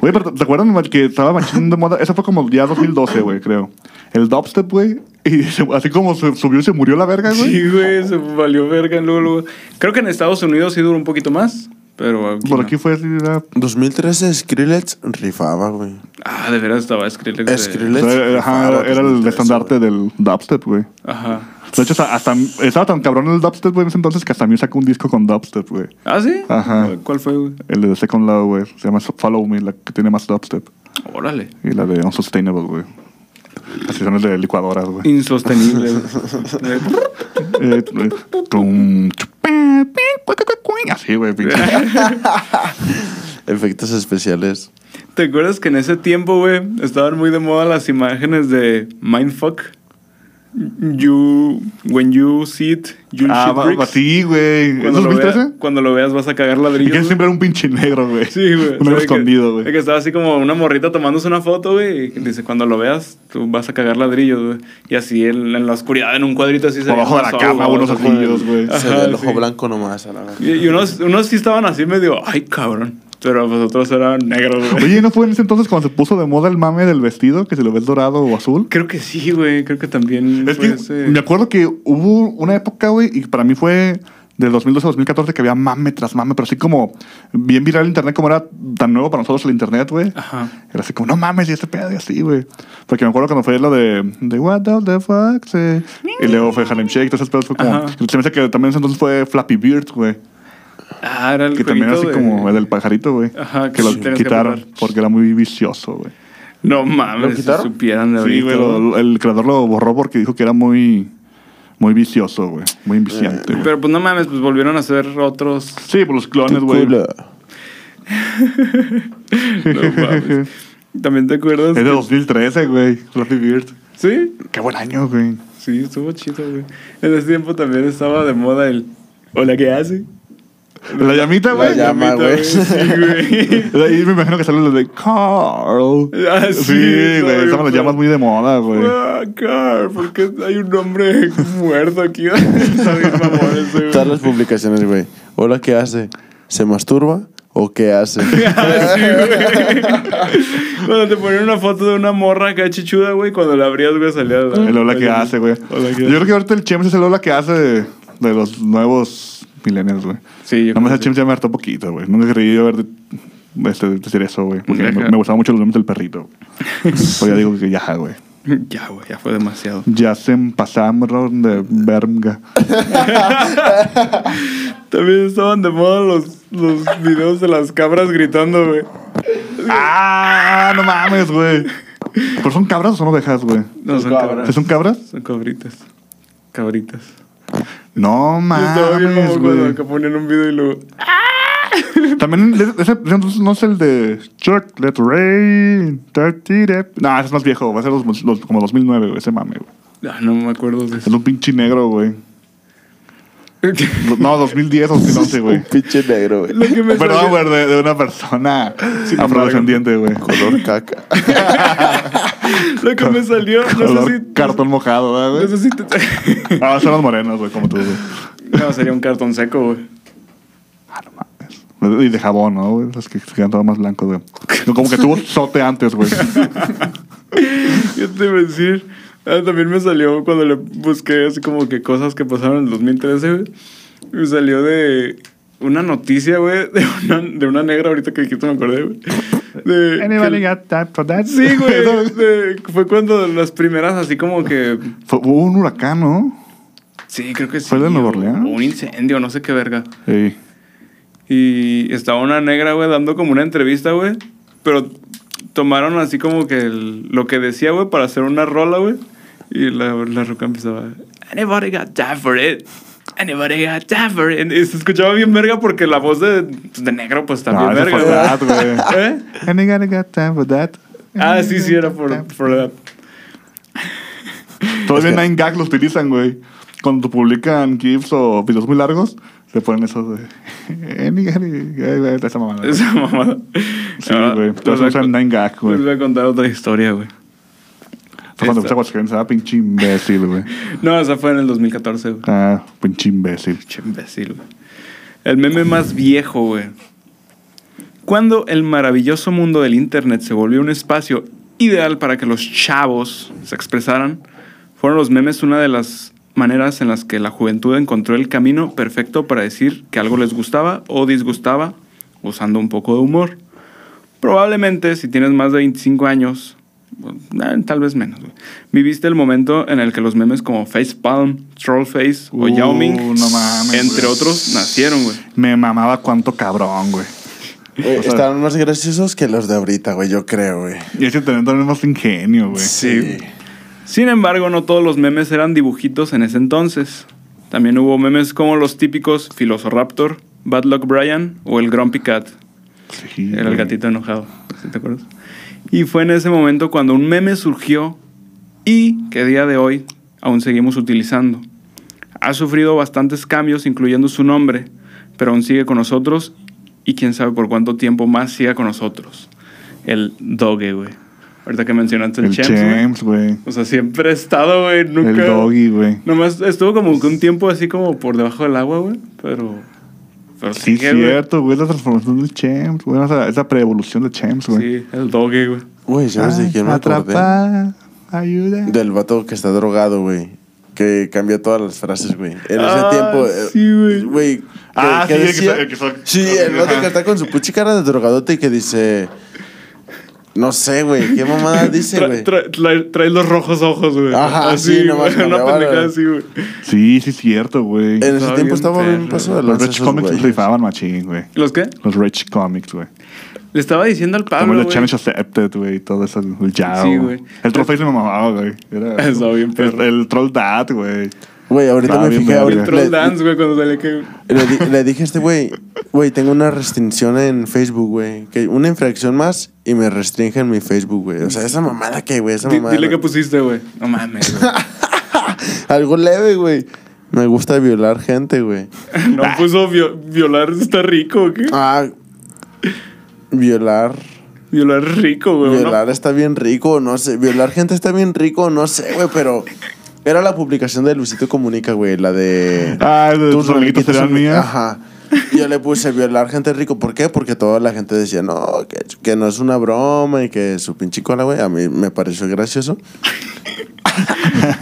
[SPEAKER 3] Güey, pero ¿te acuerdas man, que estaba machín de moda? Eso fue como ya 2012, güey, creo. El dubstep, güey. Y se- así como se subió y se murió la verga, güey.
[SPEAKER 2] Sí, güey, se valió verga. Luego, luego. Creo que en Estados Unidos sí duró un poquito más, pero aquí
[SPEAKER 3] Por
[SPEAKER 2] no.
[SPEAKER 3] aquí fue así, era,
[SPEAKER 4] 2013 Skrillex rifaba, güey.
[SPEAKER 2] Ah, de veras estaba Skrillex. de-
[SPEAKER 4] Skrillex.
[SPEAKER 3] Eh, era- ajá,
[SPEAKER 4] rifaba
[SPEAKER 3] era el
[SPEAKER 4] 2013,
[SPEAKER 3] estandarte
[SPEAKER 4] güey.
[SPEAKER 3] del dubstep, güey.
[SPEAKER 2] Ajá.
[SPEAKER 3] De hecho, hasta, hasta- estaba tan cabrón el dubstep, güey, en ese entonces que hasta mí sacó un disco con dubstep, güey.
[SPEAKER 2] ¿Ah, sí?
[SPEAKER 3] Ajá.
[SPEAKER 2] ¿Cuál fue, güey?
[SPEAKER 3] El de The Second Love, güey. Se llama Follow Me, la que tiene más dubstep.
[SPEAKER 2] Órale.
[SPEAKER 3] Y la de Unsustainable, güey. Así son las de licuadoras, güey.
[SPEAKER 2] Insostenible. güey.
[SPEAKER 3] Eh, eh, tum, chupa, pi, cua, cua, cua, cua. Así, güey, pinche.
[SPEAKER 4] Efectos especiales.
[SPEAKER 2] ¿Te acuerdas que en ese tiempo, güey, estaban muy de moda las imágenes de Mindfuck? You, when you see it, you
[SPEAKER 3] Ah,
[SPEAKER 2] shit
[SPEAKER 3] va-
[SPEAKER 2] bricks.
[SPEAKER 3] va- sí, güey. ¿Es
[SPEAKER 2] Cuando lo, vea-
[SPEAKER 3] 2013?
[SPEAKER 2] cuando lo veas vas a cagar
[SPEAKER 3] Y que
[SPEAKER 2] ladrillos. güey.
[SPEAKER 3] siempre era un pinche negro, güey.
[SPEAKER 2] Sí, güey. O
[SPEAKER 3] Un
[SPEAKER 2] sea,
[SPEAKER 3] negro
[SPEAKER 2] de que-
[SPEAKER 3] escondido, güey.
[SPEAKER 2] de que estaba así como una morrita tomándose una foto, güey. Y que dice, cuando lo veas, tú vas a cagar ladrillos, güey. Y así en, en la oscuridad, en un cuadrito así. se
[SPEAKER 3] Por abajo de
[SPEAKER 2] veía
[SPEAKER 3] la
[SPEAKER 2] un sol,
[SPEAKER 3] cama,
[SPEAKER 2] güey,
[SPEAKER 3] unos
[SPEAKER 2] así como-
[SPEAKER 3] ojillos, güey.
[SPEAKER 2] Ah.
[SPEAKER 4] Se
[SPEAKER 2] Ajá,
[SPEAKER 4] ve el ojo
[SPEAKER 2] sí.
[SPEAKER 4] blanco nomás a la verga.
[SPEAKER 2] Y, y unos, unos sí estaban así medio, ay, cabrón. Pero pues otros eran negros, güey.
[SPEAKER 3] Oye, ¿no fue en ese entonces cuando se puso de moda el mame del vestido? Que si lo ves dorado o azul.
[SPEAKER 2] Creo que sí, güey. Creo que también
[SPEAKER 3] Es
[SPEAKER 2] fue
[SPEAKER 3] que
[SPEAKER 2] ese-
[SPEAKER 3] me acuerdo que hubo una época, güey, y para mí fue del 2012 a 2014 que había mame tras mame, pero así como bien viral el internet, como era tan nuevo para nosotros el internet, güey.
[SPEAKER 2] Ajá.
[SPEAKER 3] Era así como, no mames, y este pedo, y así, güey. Porque me acuerdo cuando fue lo de, de What the fuck, sí. Y luego fue Harlem Shake, todas esas pedos fue como.
[SPEAKER 2] Mm. Ajá.
[SPEAKER 3] Se me hace que también ese entonces fue Flappy Bird, güey.
[SPEAKER 2] Ah, era el
[SPEAKER 3] Que también era así
[SPEAKER 2] jueguito de-
[SPEAKER 3] como el del pajarito, güey.
[SPEAKER 2] Ajá,
[SPEAKER 3] que lo
[SPEAKER 2] sí, tenías que
[SPEAKER 3] quitaron
[SPEAKER 2] apretar.
[SPEAKER 3] porque era muy vicioso, güey.
[SPEAKER 2] No mames,
[SPEAKER 4] ¿Lo
[SPEAKER 2] si
[SPEAKER 4] quitaron?
[SPEAKER 2] supieran de
[SPEAKER 3] Sí,
[SPEAKER 2] ahorita,
[SPEAKER 3] güey, lo- lo- el creador lo borró porque dijo que era muy, muy vicioso, güey. Muy inviciante, güey.
[SPEAKER 2] Pero pues no mames, pues volvieron a hacer otros.
[SPEAKER 3] Sí, por los clones,
[SPEAKER 4] Tu
[SPEAKER 3] güey.
[SPEAKER 4] culo.
[SPEAKER 2] No mames. También te acuerdas.
[SPEAKER 3] Es de
[SPEAKER 2] que-
[SPEAKER 3] 2013, güey. Flappy Bird.
[SPEAKER 2] Sí,
[SPEAKER 3] Qué buen año, güey.
[SPEAKER 2] sí, estuvo chido, güey. En ese tiempo también estaba de moda el. Hola, ¿qué hace?
[SPEAKER 3] La llamita,
[SPEAKER 4] La
[SPEAKER 3] Ah, güey.
[SPEAKER 4] llama.
[SPEAKER 2] Mamita,
[SPEAKER 4] güey.
[SPEAKER 2] Sí,
[SPEAKER 3] Ahí me imagino que sale lo de Carl.
[SPEAKER 2] Ah, sí,
[SPEAKER 3] sí,
[SPEAKER 2] no,
[SPEAKER 3] güey. Estaban las
[SPEAKER 2] pero-
[SPEAKER 3] llamas muy de moda, güey.
[SPEAKER 2] güey. ah, car, ¿por qué hay un hombre muerto aquí? Está bien mamón ese, güey.
[SPEAKER 4] Todas las publicaciones, güey. Hola, ¿qué hace? ¿Se masturba o qué hace?
[SPEAKER 2] Ah, sí, güey. Cuando te ponían una foto de una morra acá chichuda, güey, cuando la abrías, güey, salía la-
[SPEAKER 3] El hola
[SPEAKER 2] la
[SPEAKER 3] que
[SPEAKER 2] llama.
[SPEAKER 3] hace, güey.
[SPEAKER 2] Hola, ¿qué
[SPEAKER 3] Yo creo que ahorita el Chems es el hola que hace de, de los nuevos millennials, güey.
[SPEAKER 2] Sí, yo
[SPEAKER 3] Nada más
[SPEAKER 2] creo
[SPEAKER 3] el
[SPEAKER 2] que
[SPEAKER 3] Chems ya me hartó poquito, güey. Nunca creí yo haber de, este, decir eso, güey. Porque
[SPEAKER 2] Deja.
[SPEAKER 3] me, me gustaban mucho los nombres del perrito. Pero ya digo que ya, güey.
[SPEAKER 2] Ya, güey, ya fue demasiado.
[SPEAKER 3] Ya se pasaron de verga.
[SPEAKER 2] También estaban de moda los, los videos de las cabras gritando, güey.
[SPEAKER 3] ¡Ah! No mames, güey. ¿Pero son cabras o son ovejas, güey?
[SPEAKER 2] No, son
[SPEAKER 4] cabras.
[SPEAKER 2] cabras.
[SPEAKER 3] ¿Sí ¿Son cabras?
[SPEAKER 2] Son cabritas. Cabritas.
[SPEAKER 3] No
[SPEAKER 2] Yo estaba bien
[SPEAKER 3] mames,
[SPEAKER 2] mamón cuando
[SPEAKER 3] güey.
[SPEAKER 2] acá ponían un video y luego...
[SPEAKER 3] También ese, ese entonces no es el de Chuck Let Rain. No, ese es más viejo, va a ser los, los- como 2009, güey, ese mame, güey.
[SPEAKER 2] Ah, no me acuerdo de
[SPEAKER 3] Es un pinche negro, güey.
[SPEAKER 2] eso.
[SPEAKER 3] No, 2010, 2011, güey.
[SPEAKER 4] Un pinche negro, güey.
[SPEAKER 2] Lo que me
[SPEAKER 3] Perdón,
[SPEAKER 2] salió-
[SPEAKER 3] güey, de, de una persona afrodescendiente, güey.
[SPEAKER 4] Color caca.
[SPEAKER 2] Lo que me salió, no
[SPEAKER 3] Color
[SPEAKER 2] sé si...
[SPEAKER 3] cartón mojado,
[SPEAKER 2] No
[SPEAKER 3] ¿verdad,
[SPEAKER 2] sé
[SPEAKER 3] güey?
[SPEAKER 2] si te...
[SPEAKER 3] Ah, son los morenos, güey, como tú, güey.
[SPEAKER 2] no, sería un cartón seco, güey.
[SPEAKER 3] Ah, no mames. Y de jabón, ¿no, güey? Los que se quedan todos más blancos, güey. No, Como que tuvo sote antes, güey.
[SPEAKER 2] Yo te iba a decir. ah, también me salió cuando le busqué así como que cosas que pasaron en el 2013, güey. Me salió de una noticia, güey, de una, de una negra ahorita que dijiste, me acordé, güey. De,
[SPEAKER 3] Anybody
[SPEAKER 2] que-
[SPEAKER 3] got time for that?
[SPEAKER 2] Sí, güey. de- fue cuando las primeras así como que...
[SPEAKER 3] Fue- Hubo un huracán, ¿no?
[SPEAKER 2] Sí, creo que sí.
[SPEAKER 3] ¿Fue el de Nueva
[SPEAKER 2] o-
[SPEAKER 3] Orleans?
[SPEAKER 2] o Un incendio, no sé qué verga.
[SPEAKER 3] Sí.
[SPEAKER 2] Y estaba una negra, güey, dando como una entrevista, güey. Pero tomaron así como que el- lo que decía, güey, para hacer una rola, güey. Y la, la ruca empezaba, anybody got time for it? Anybody got time for it? Y se escuchaba bien verga porque la voz de, de negro, pues
[SPEAKER 3] No,
[SPEAKER 2] también
[SPEAKER 3] Ah, ese
[SPEAKER 2] verga,
[SPEAKER 3] fue Brad,
[SPEAKER 2] güey.
[SPEAKER 3] güey.
[SPEAKER 2] ¿Eh?
[SPEAKER 3] And I gotta got time for that.
[SPEAKER 2] Ah, sí, sí, era por, por la...
[SPEAKER 3] Todavía Nine Gag lo utilizan, güey. Cuando publican GIFs o videos muy largos, se ponen esos de. Any got it. Esa mamada. güey.
[SPEAKER 2] Esa mamada.
[SPEAKER 3] Sí,
[SPEAKER 2] Ahora,
[SPEAKER 3] güey.
[SPEAKER 2] les
[SPEAKER 3] Todos
[SPEAKER 2] voy a
[SPEAKER 3] usan
[SPEAKER 2] con-
[SPEAKER 3] Nine Gag, güey.
[SPEAKER 2] Les voy a contar otra historia, güey.
[SPEAKER 3] Cuando
[SPEAKER 2] Esta-
[SPEAKER 3] usa Guasquén, se pinche imbécil, güey.
[SPEAKER 2] No, esa fue en el 2014, güey.
[SPEAKER 3] Ah, pinche imbécil.
[SPEAKER 2] Pinche imbécil, güey. El meme más viejo, güey. Cuando el maravilloso mundo del internet se volvió un espacio ideal para que los chavos se expresaran, fueron los memes una de las maneras en las que la juventud encontró el camino perfecto para decir que algo les gustaba o disgustaba usando un poco de humor. Probablemente, si tienes más de 25 años, bueno, eh, tal vez menos, güey, viviste el momento en el que los memes como Facepalm, Trollface o
[SPEAKER 3] Uh,
[SPEAKER 2] Yao Ming,
[SPEAKER 3] no mames,
[SPEAKER 2] entre
[SPEAKER 3] güey.
[SPEAKER 2] otros, nacieron, güey.
[SPEAKER 3] Me mamaba cuánto cabrón, güey.
[SPEAKER 4] Güey,
[SPEAKER 3] O sea-
[SPEAKER 4] Están más graciosos que los de ahorita, güey, yo creo, güey.
[SPEAKER 3] Y ese también es más ingenio, güey.
[SPEAKER 2] Sí. Sin embargo, no todos los memes eran dibujitos en ese entonces. También hubo memes como los típicos Filosoraptor, Bad Luck Brian o el Grumpy Cat.
[SPEAKER 3] Sí,
[SPEAKER 2] Era el
[SPEAKER 3] güey.
[SPEAKER 2] gatito enojado, ¿sí ¿te acuerdas? Y fue en ese momento cuando un meme surgió y que a día de hoy aún seguimos utilizando. Ha sufrido bastantes cambios, incluyendo su nombre, pero aún sigue con nosotros y quién sabe por cuánto tiempo más siga con nosotros. El doge, güey. Ahorita que mencionaste el,
[SPEAKER 3] El
[SPEAKER 2] Champs, güey.
[SPEAKER 3] James, güey.
[SPEAKER 2] O sea, siempre he estado, güey. Nunca.
[SPEAKER 3] El doggy, güey.
[SPEAKER 2] Nomás estuvo como que un tiempo así como por debajo del agua, güey. Pero. Pero
[SPEAKER 3] Sí,
[SPEAKER 2] sigue, güey.
[SPEAKER 3] cierto, güey. La transformación del James, güey. Esa, esa preevolución del James, güey.
[SPEAKER 2] Sí, el doge, güey.
[SPEAKER 4] Güey, ¿sabes de
[SPEAKER 3] Ay,
[SPEAKER 4] quién me acordé?
[SPEAKER 3] atrapada, ayuda.
[SPEAKER 4] Del vato que está drogado, güey. Que cambió todas las frases, güey. En ese
[SPEAKER 2] Ah,
[SPEAKER 4] tiempo. eh,
[SPEAKER 2] sí, güey.
[SPEAKER 4] güey. que-
[SPEAKER 3] Ah,
[SPEAKER 4] que
[SPEAKER 3] sí, el que
[SPEAKER 4] decía-
[SPEAKER 3] está- el que está-
[SPEAKER 4] Sí, el vato
[SPEAKER 3] Ajá.
[SPEAKER 4] que está con su puchi cara de drogadote y que dice. No sé, güey. ¿Qué mamada dice,
[SPEAKER 2] Tra-
[SPEAKER 4] güey?
[SPEAKER 2] tra- tra- trae los rojos ojos, güey.
[SPEAKER 4] Ajá,
[SPEAKER 2] así,
[SPEAKER 4] sí, nomás
[SPEAKER 2] güey. Una
[SPEAKER 4] cambiaba la-
[SPEAKER 2] pendejada así, güey.
[SPEAKER 3] Sí, sí, cierto, güey.
[SPEAKER 4] En ese
[SPEAKER 2] estaba bien
[SPEAKER 4] tiempo estaba bien
[SPEAKER 2] perro,
[SPEAKER 4] paso de
[SPEAKER 3] Los
[SPEAKER 4] lanza
[SPEAKER 3] Rich
[SPEAKER 4] esos
[SPEAKER 3] Comics los
[SPEAKER 4] güeyes.
[SPEAKER 3] rifaban machín, güey.
[SPEAKER 2] ¿Los qué?
[SPEAKER 3] Los Rich Comics, güey.
[SPEAKER 2] Le estaba diciendo al
[SPEAKER 4] Ah,
[SPEAKER 3] Como
[SPEAKER 2] Pablo,
[SPEAKER 3] el
[SPEAKER 2] güey.
[SPEAKER 3] Challenge Accepted, güey. y Todo eso, el Yao.
[SPEAKER 2] Sí, güey.
[SPEAKER 3] El Trollface me mamaba, güey. Era-
[SPEAKER 2] Estaba bien
[SPEAKER 3] El,
[SPEAKER 2] perro.
[SPEAKER 3] el Troll Dad, güey.
[SPEAKER 4] Güey, ahorita
[SPEAKER 3] Estaba
[SPEAKER 4] me
[SPEAKER 3] bien
[SPEAKER 4] fijé.
[SPEAKER 3] verga.
[SPEAKER 4] ahorita
[SPEAKER 2] El troll
[SPEAKER 4] le-
[SPEAKER 2] dance, güey, cuando sale que...
[SPEAKER 4] Le, di- le dije a este güey, güey, tengo una restricción en Facebook, güey. Que una infracción más y me restringen mi Facebook, güey. O sea, esa mamada que, güey, esa
[SPEAKER 2] Di-
[SPEAKER 4] mamada.
[SPEAKER 2] Dile que pusiste, güey. No mames, güey.
[SPEAKER 4] Algo leve, güey. Me gusta violar gente, güey.
[SPEAKER 2] No
[SPEAKER 3] Ah.
[SPEAKER 2] puso vio- violar está rico, ¿o qué?
[SPEAKER 4] Ah, violar.
[SPEAKER 2] Violar rico, güey. ¿no?
[SPEAKER 4] Violar está bien rico, no sé. Violar gente está bien rico, no sé, güey, pero. Era la publicación de Luisito Comunica, güey, la de.
[SPEAKER 3] Ah, de tus
[SPEAKER 4] amiguitos
[SPEAKER 3] amiguitos serán
[SPEAKER 4] son-
[SPEAKER 3] mías.
[SPEAKER 4] Ajá. Yo le puse violar gente rico. ¿Por qué? Porque toda la gente decía, no, que, que no es una broma y que su pinche cola, güey. A mí me pareció gracioso.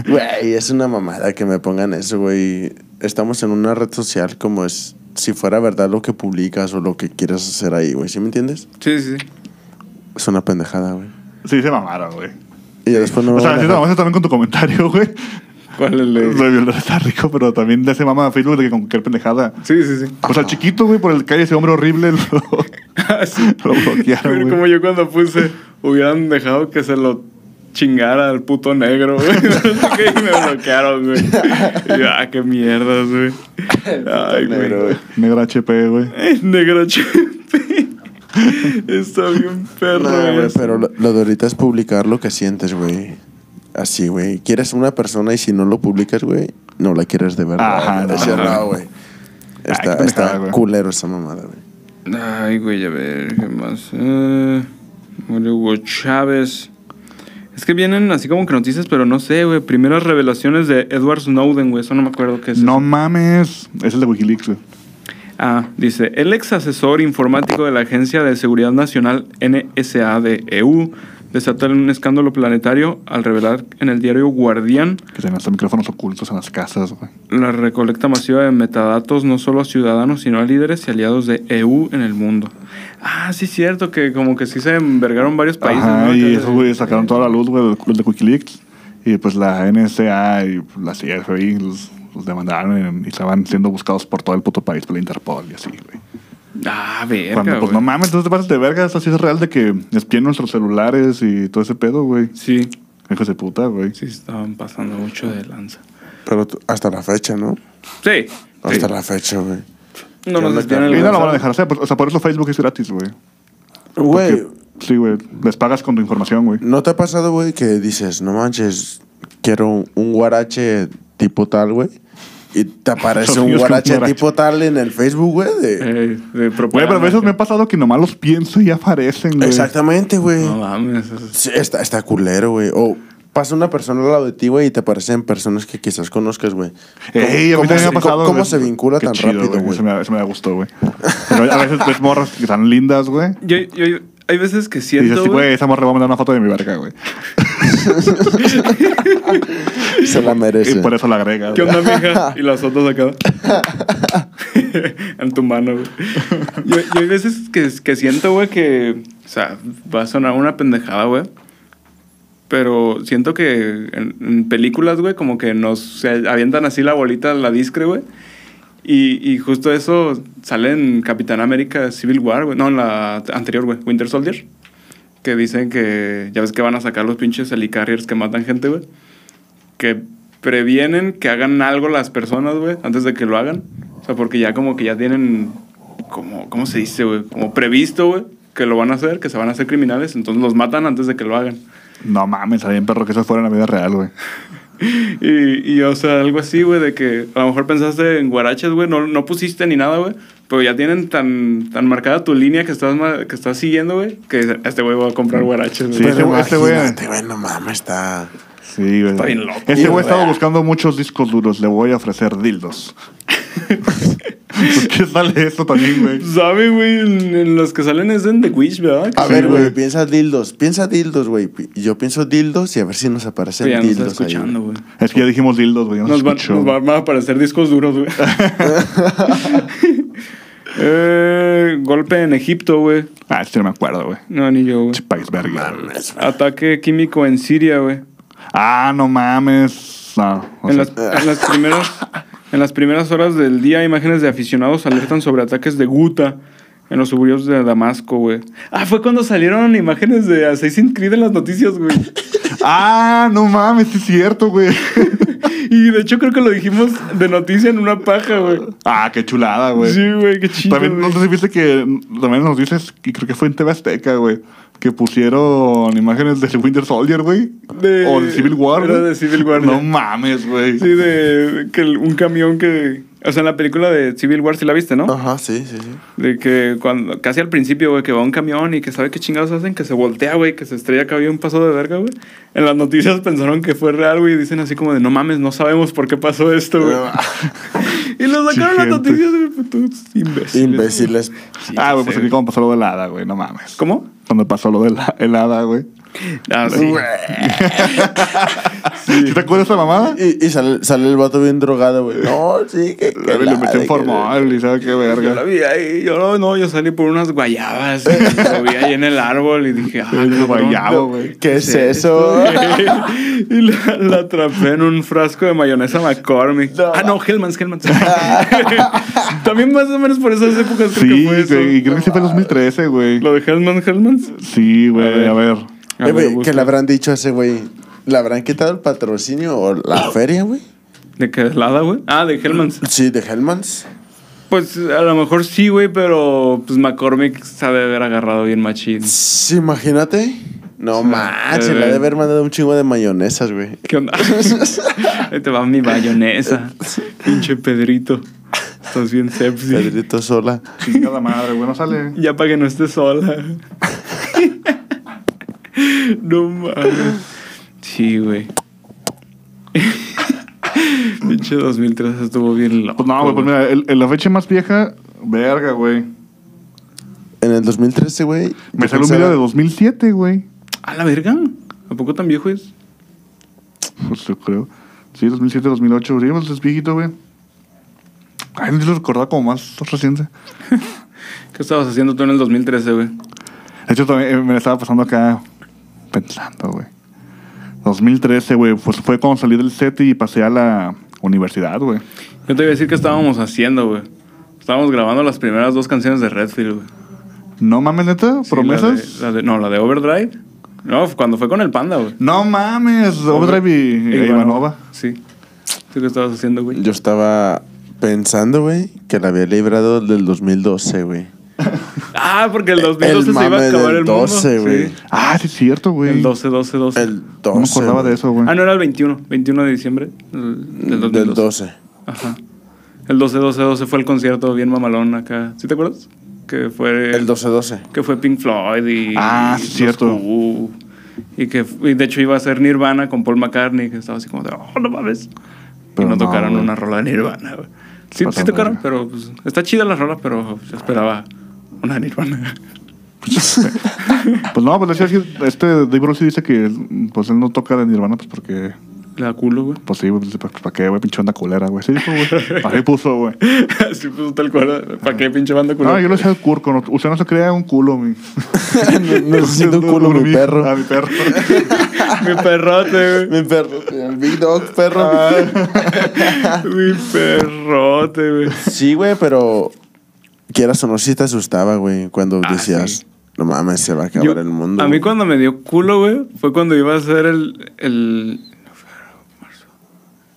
[SPEAKER 4] Güey, es una mamada que me pongan eso, güey. Estamos en una red social como es si fuera verdad lo que publicas o lo que quieres hacer ahí, güey. ¿Sí me entiendes?
[SPEAKER 2] Sí, sí. sí.
[SPEAKER 4] Es una pendejada, güey.
[SPEAKER 3] Sí, se mamaron, güey.
[SPEAKER 4] Y ya después no
[SPEAKER 3] o
[SPEAKER 4] me
[SPEAKER 3] sea,
[SPEAKER 4] van a
[SPEAKER 3] sí,
[SPEAKER 4] dejar-
[SPEAKER 3] vamos a también con tu comentario, güey.
[SPEAKER 2] ¿Cuál es el
[SPEAKER 3] Lo
[SPEAKER 2] de-
[SPEAKER 3] de violar está rico, pero también de ese mamá de Facebook de que con cualquier pendejada.
[SPEAKER 2] Sí, sí, sí.
[SPEAKER 3] O sea, chiquito, güey, por el calle ese hombre horrible. lo-
[SPEAKER 2] Ah, sí.
[SPEAKER 3] Lo bloquearon,
[SPEAKER 2] Pero
[SPEAKER 3] güey.
[SPEAKER 2] como yo cuando puse, hubieran dejado que se lo chingara al puto negro, güey. No sé qué, y me bloquearon, güey. Y yo, ah, qué mierdas, güey. Ay,
[SPEAKER 4] negro,
[SPEAKER 2] güey.
[SPEAKER 4] güey.
[SPEAKER 3] Negro HP, güey.
[SPEAKER 2] El negro chupe. Está bien perro,
[SPEAKER 4] Nah,
[SPEAKER 2] güey.
[SPEAKER 4] güey, pero lo, lo de ahorita es publicar lo que sientes, güey. Así, güey. Quieres una persona y si no lo publicas, güey, no la quieres de verdad.
[SPEAKER 3] Ajá,
[SPEAKER 4] güey.
[SPEAKER 3] no,
[SPEAKER 4] Así,
[SPEAKER 3] no, no.
[SPEAKER 4] no, güey. Está,
[SPEAKER 3] qué pendejada,
[SPEAKER 4] está
[SPEAKER 3] güey.
[SPEAKER 4] culero esa mamada, güey.
[SPEAKER 2] Ay, güey, a ver, ¿qué más? Eh, Hugo Chávez. Es que vienen así como que noticias, pero no sé, güey. Primeras revelaciones de Edward Snowden, güey. Eso no me acuerdo qué es.
[SPEAKER 3] No mames. Es el de Wikileaks, güey.
[SPEAKER 2] Ah, dice, el ex asesor informático de la Agencia de Seguridad Nacional NSA de EU E desató un escándalo planetario al revelar en el diario Guardián
[SPEAKER 3] Que tenían hasta micrófonos ocultos en las casas, güey.
[SPEAKER 2] la recolecta masiva de metadatos no solo a ciudadanos, sino a líderes y aliados de EU en el mundo. Ah, sí es cierto que como que sí se envergaron varios países,
[SPEAKER 3] Ajá,
[SPEAKER 2] ¿no?
[SPEAKER 3] y
[SPEAKER 2] Que-
[SPEAKER 3] esos güeyes pues, sacaron toda la luz, güey, del- los de Wikileaks. Y pues la NSA y la CIA, y los, los demandaron y estaban siendo buscados por todo el puto país por la Interpol y así, güey.
[SPEAKER 2] Ah, verga,
[SPEAKER 3] Cuando, pues
[SPEAKER 2] güey.
[SPEAKER 3] no mames, entonces te pasas de verga, eso sí es real de que espían nuestros celulares y todo ese pedo, güey.
[SPEAKER 2] Sí,
[SPEAKER 3] Hijos de puta, güey.
[SPEAKER 2] sí estaban pasando mucho de lanza.
[SPEAKER 4] Pero tú- hasta la fecha, ¿no?
[SPEAKER 2] Sí. sí.
[SPEAKER 4] Hasta la fecha, güey.
[SPEAKER 2] No nos
[SPEAKER 4] ¿Qué onda,
[SPEAKER 2] despidieron
[SPEAKER 3] Y
[SPEAKER 2] el
[SPEAKER 3] no lo van a
[SPEAKER 2] lanza.
[SPEAKER 3] dejar hacer, por- o sea, por eso Facebook es gratis, güey.
[SPEAKER 4] Güey,
[SPEAKER 3] Porque- Sí, güey. Les pagas con tu información, güey.
[SPEAKER 4] ¿no te ha pasado, güey, que dices, no manches, quiero un- un guarache tipo tal, güey? Y te aparece un
[SPEAKER 3] Dios,
[SPEAKER 4] guarache
[SPEAKER 3] un guarache.
[SPEAKER 4] tipo tal en el Facebook, güey. de-
[SPEAKER 2] Eh, de
[SPEAKER 3] Güey, pero a
[SPEAKER 2] propaganda.
[SPEAKER 3] veces me ha pasado que nomás los pienso y aparecen, güey.
[SPEAKER 4] Exactamente, güey.
[SPEAKER 2] No mames. eso es-
[SPEAKER 4] Sí, está, está culero, güey. O pasa una persona al lado de ti, güey, y te aparecen personas que quizás conozcas, güey.
[SPEAKER 3] Ey, a mí también
[SPEAKER 4] ¿Cómo-
[SPEAKER 3] me ha
[SPEAKER 4] cómo se-
[SPEAKER 3] pasado.
[SPEAKER 4] ¿Cómo,
[SPEAKER 3] güey.
[SPEAKER 4] se vincula
[SPEAKER 3] Qué
[SPEAKER 4] tan
[SPEAKER 3] chido,
[SPEAKER 4] rápido, güey?
[SPEAKER 3] Eso me, eso me gustó, güey. Pero a veces ves morras que están lindas, güey.
[SPEAKER 2] Yo, yo, hay veces que
[SPEAKER 3] Y
[SPEAKER 2] siento,
[SPEAKER 3] dices,
[SPEAKER 2] güey,
[SPEAKER 3] güey, esa morra va a mandar una foto de mi verga, güey.
[SPEAKER 4] Se la
[SPEAKER 3] Y
[SPEAKER 4] merece.
[SPEAKER 3] por eso la agrega.
[SPEAKER 2] ¿Qué
[SPEAKER 3] güey.
[SPEAKER 2] onda, mija? Y las otras acá. en tu mano, güey. Yo, yo hay veces que, que siento, güey, que. O sea, va a sonar una pendejada, güey. Pero siento que en, en películas, güey, como que nos se avientan así la bolita, la discre, güey. Y, y justo eso sale en Capitán América Civil War, güey. No, en la anterior, güey. Winter Soldier. Que dicen que ya ves que van a sacar los pinches helicarriers que matan gente, güey. Que previenen que hagan algo las personas, güey, antes de que lo hagan. O sea, porque ya como que ya tienen, como, ¿cómo se dice, güey? Como previsto, güey, que lo van a hacer, que se van a hacer criminales. Entonces los matan antes de que lo hagan.
[SPEAKER 3] No mames, está bien perro que eso fuera en la vida real, güey.
[SPEAKER 2] Y, y, o sea, algo así, güey, de que a lo mejor pensaste en guaraches, güey, no, no pusiste ni nada, güey. Pero ya tienen tan, tan marcada tu línea que estás, ma- que estás siguiendo, güey, que este güey va a comprar guaraches, güey.
[SPEAKER 3] Sí, ese güey- ese güey-
[SPEAKER 4] imagínate, güey, no mames, está...
[SPEAKER 3] Sí, güey.
[SPEAKER 2] Está bien loco,
[SPEAKER 3] Ese
[SPEAKER 4] güey.
[SPEAKER 3] güey estaba buscando muchos discos duros. Le voy a ofrecer dildos. ¿Por qué sale eso también, güey?
[SPEAKER 2] ¿Sabe, güey? En, en los que salen es en The Witch, ¿verdad? Que
[SPEAKER 4] A
[SPEAKER 2] sí,
[SPEAKER 4] ver, güey,
[SPEAKER 3] güey.
[SPEAKER 4] piensa dildos. Piensa dildos, güey. Pi- Yo pienso dildos y a ver si nos aparecen
[SPEAKER 2] que ya nos está
[SPEAKER 4] dildos
[SPEAKER 2] escuchando,
[SPEAKER 4] ahí.
[SPEAKER 2] güey.
[SPEAKER 3] Es que ya dijimos dildos, güey. ya
[SPEAKER 2] Nos, van-
[SPEAKER 3] escuchó.
[SPEAKER 2] nos van a aparecer discos duros, güey. Eh, golpe en Egipto, güey.
[SPEAKER 3] Ah, este no me acuerdo, güey.
[SPEAKER 2] No, ni yo, güey.
[SPEAKER 3] Che, país verga.
[SPEAKER 2] Ataque químico en Siria, güey.
[SPEAKER 3] Ah, no mames. No, o
[SPEAKER 2] En
[SPEAKER 3] sea,
[SPEAKER 2] las, en las primeras, en las primeras horas del día, imágenes de aficionados alertan sobre ataques de Guta en los suburbios de Damasco, güey. Ah, fue cuando salieron imágenes de Assassin's Creed en las noticias, güey.
[SPEAKER 3] Ah, no mames, sí es cierto, güey.
[SPEAKER 2] Y de hecho creo que lo dijimos de noticia en una paja, güey.
[SPEAKER 3] ah, qué chulada, güey.
[SPEAKER 2] Sí, güey, qué chido.
[SPEAKER 3] También, no
[SPEAKER 2] güey.
[SPEAKER 3] sé si viste que también nos dices, y creo que fue en TV Azteca, güey, que pusieron imágenes de Winter Soldier, güey.
[SPEAKER 2] De-
[SPEAKER 3] o de Civil War,
[SPEAKER 2] era
[SPEAKER 3] güey.
[SPEAKER 2] de Civil War,
[SPEAKER 3] No
[SPEAKER 2] güey.
[SPEAKER 3] mames, güey.
[SPEAKER 2] Sí, de que el- un camión que... O sea, en la película de Civil War sí la viste, ¿no?
[SPEAKER 4] Ajá, sí, sí, sí.
[SPEAKER 2] De que cuando, casi al principio, güey, que va un camión y que sabe qué chingados hacen, que se voltea, güey, que se estrella acá había un paso de verga, güey. En las noticias pensaron que fue real, güey, y dicen así como de, no mames, no sabemos por qué pasó esto, güey. y lo sacaron las
[SPEAKER 3] gente.
[SPEAKER 2] noticias, güey, pues, todos imbéciles.
[SPEAKER 4] Imbéciles.
[SPEAKER 3] ah, güey, pues
[SPEAKER 2] sí.
[SPEAKER 3] aquí cuando pasó lo del hada, güey, no mames.
[SPEAKER 2] ¿Cómo?
[SPEAKER 3] Cuando pasó lo del ha- el hada, güey.
[SPEAKER 2] Ah, sí.
[SPEAKER 3] ¿Sí te acuerdas de esa mamada?
[SPEAKER 4] Y, y sale, sale el vato bien drogado, güey. No, sí, que... que
[SPEAKER 3] Y le
[SPEAKER 4] la-
[SPEAKER 3] metió
[SPEAKER 4] que-
[SPEAKER 3] en ¿eh? formal y sabe qué
[SPEAKER 2] Yo la
[SPEAKER 3] verga.
[SPEAKER 2] vi ahí, yo no, no, yo salí por unas guayabas, y lo vi ahí en el árbol y dije, ah, cabrón,
[SPEAKER 3] guayabo, güey.
[SPEAKER 4] ¿Qué es eso?
[SPEAKER 2] y la, la atrapé en un frasco de mayonesa McCormick.
[SPEAKER 4] No.
[SPEAKER 2] Ah, no, Hellman's, Hellman's. También más o menos por esas épocas creo
[SPEAKER 3] Sí,
[SPEAKER 2] que fue eso.
[SPEAKER 3] güey, y creo que sí fue en 2013, güey.
[SPEAKER 2] ¿Lo de Ah, Hellman's, Hellman's?
[SPEAKER 3] Sí, güey, a ver.
[SPEAKER 2] A
[SPEAKER 4] Eh,
[SPEAKER 2] ver,
[SPEAKER 4] güey,
[SPEAKER 2] busca.
[SPEAKER 4] ¿Qué le habrán dicho a ese güey? ¿Le habrán quitado el patrocinio o la feria, güey?
[SPEAKER 2] ¿De qué helada, güey? Ah, de Hellman's.
[SPEAKER 4] Sí, de Hellmans.
[SPEAKER 2] Pues a lo mejor sí, güey, pero pues McCormick sabe haber agarrado bien machín.
[SPEAKER 4] Sí, imagínate. No manches,
[SPEAKER 2] eh,
[SPEAKER 4] le ha de haber mandado un chingo de mayonesas, güey.
[SPEAKER 2] ¿Qué onda? Ahí te va mi bayonesa. Pinche Pedrito. Estás bien sepsi.
[SPEAKER 4] Pedrito sola.
[SPEAKER 3] Chingada madre, güey, no sale.
[SPEAKER 2] Ya para que no estés sola. no mames. Sí, güey. Pinche 2003 estuvo bien loco.
[SPEAKER 3] Pues no, güey, pues mira, el- en la fecha más vieja, verga, güey.
[SPEAKER 4] En el 2013, güey.
[SPEAKER 3] Me
[SPEAKER 4] yo
[SPEAKER 3] salió un
[SPEAKER 4] pensaba-
[SPEAKER 3] video de 2007, güey.
[SPEAKER 2] ¿A la verga? ¿A poco tan viejo es?
[SPEAKER 3] Pues yo creo. Sí, 2007, 2008. Sí, pues es viejito, güey. Ay, no lo recordaba como más reciente.
[SPEAKER 2] ¿Qué estabas haciendo tú en el 2013, güey?
[SPEAKER 3] De hecho, también eh, me la estaba pasando acá E pensando, güey. 2013, güey, pues fue cuando salí del set y pasé a la universidad, güey.
[SPEAKER 2] Yo te iba a decir que estábamos haciendo, güey. Estábamos grabando las primeras dos canciones de Redfield, güey.
[SPEAKER 3] No mames, neta,
[SPEAKER 2] Sí,
[SPEAKER 3] promesas.
[SPEAKER 2] la de- la de- no, la de Overdrive. No, f- cuando fue con el Panda, güey.
[SPEAKER 3] No mames, Overdrive y, e Ivanova.
[SPEAKER 2] Sí. ¿Tú qué estabas haciendo, güey?
[SPEAKER 4] Yo estaba pensando, güey, que la había librado del 2012, güey.
[SPEAKER 2] Ah, porque el 2012 se iba a
[SPEAKER 4] mame
[SPEAKER 2] acabar
[SPEAKER 4] del
[SPEAKER 2] el mundo.
[SPEAKER 4] 12, güey.
[SPEAKER 2] Sí.
[SPEAKER 3] Ah, sí, es cierto, güey.
[SPEAKER 2] El 12, 12, 12.
[SPEAKER 4] El 12.
[SPEAKER 3] No me acordaba
[SPEAKER 4] güey.
[SPEAKER 3] de eso, güey.
[SPEAKER 2] Ah, no, era el 21. 21 de diciembre del del 2012.
[SPEAKER 4] Del 12.
[SPEAKER 2] Ajá. El 12, 12, 12 fue el concierto bien mamalón acá. ¿Sí te acuerdas? Que fue...
[SPEAKER 3] Eh.
[SPEAKER 4] El 12-12.
[SPEAKER 2] Que fue Pink Floyd y...
[SPEAKER 3] Ah,
[SPEAKER 2] y
[SPEAKER 3] sí,
[SPEAKER 2] los
[SPEAKER 3] cierto.
[SPEAKER 2] Who. y que y de hecho iba a ser Nirvana con Paul McCartney, que estaba así como de, oh, no mames.
[SPEAKER 3] Pero
[SPEAKER 2] y no,
[SPEAKER 3] no,
[SPEAKER 2] tocaron
[SPEAKER 3] güey.
[SPEAKER 2] una rola de Nirvana, güey. Sí, sí
[SPEAKER 3] Pasando
[SPEAKER 2] tocaron,
[SPEAKER 3] de-
[SPEAKER 2] pero pues, está chida la rola, pero yo esperaba una de Nirvana.
[SPEAKER 3] Pues no, pues decía que este Dave Rossi dice que pues él no toca de Nirvana, pues porque.
[SPEAKER 2] La culo, güey.
[SPEAKER 3] Pues sí, pues, ¿para qué, güey? Pinche onda culera, güey. Sí, dijo, güey. Así puso, güey.
[SPEAKER 2] Así puso pues, tal cual. ¿Para qué pinche banda culo?
[SPEAKER 3] No, yo lo decía al curco. No, usted no se crea un culo, mi.
[SPEAKER 4] No- Necesito Pues un culo, mi
[SPEAKER 3] A
[SPEAKER 4] perro.
[SPEAKER 3] mi perro.
[SPEAKER 2] Mi perrote, güey.
[SPEAKER 4] Mi perro. El Big Dog, perro.
[SPEAKER 3] Ah.
[SPEAKER 2] Mi perrote, güey.
[SPEAKER 4] Sí, güey, pero quieras o no, sí te asustaba, güey, cuando
[SPEAKER 2] Ah,
[SPEAKER 4] decías,
[SPEAKER 2] sí.
[SPEAKER 4] no mames, se va a acabar
[SPEAKER 2] Yo-
[SPEAKER 4] el mundo.
[SPEAKER 2] A mí
[SPEAKER 4] güey".
[SPEAKER 2] cuando me dio culo, güey, fue cuando iba a ser el... el marzo.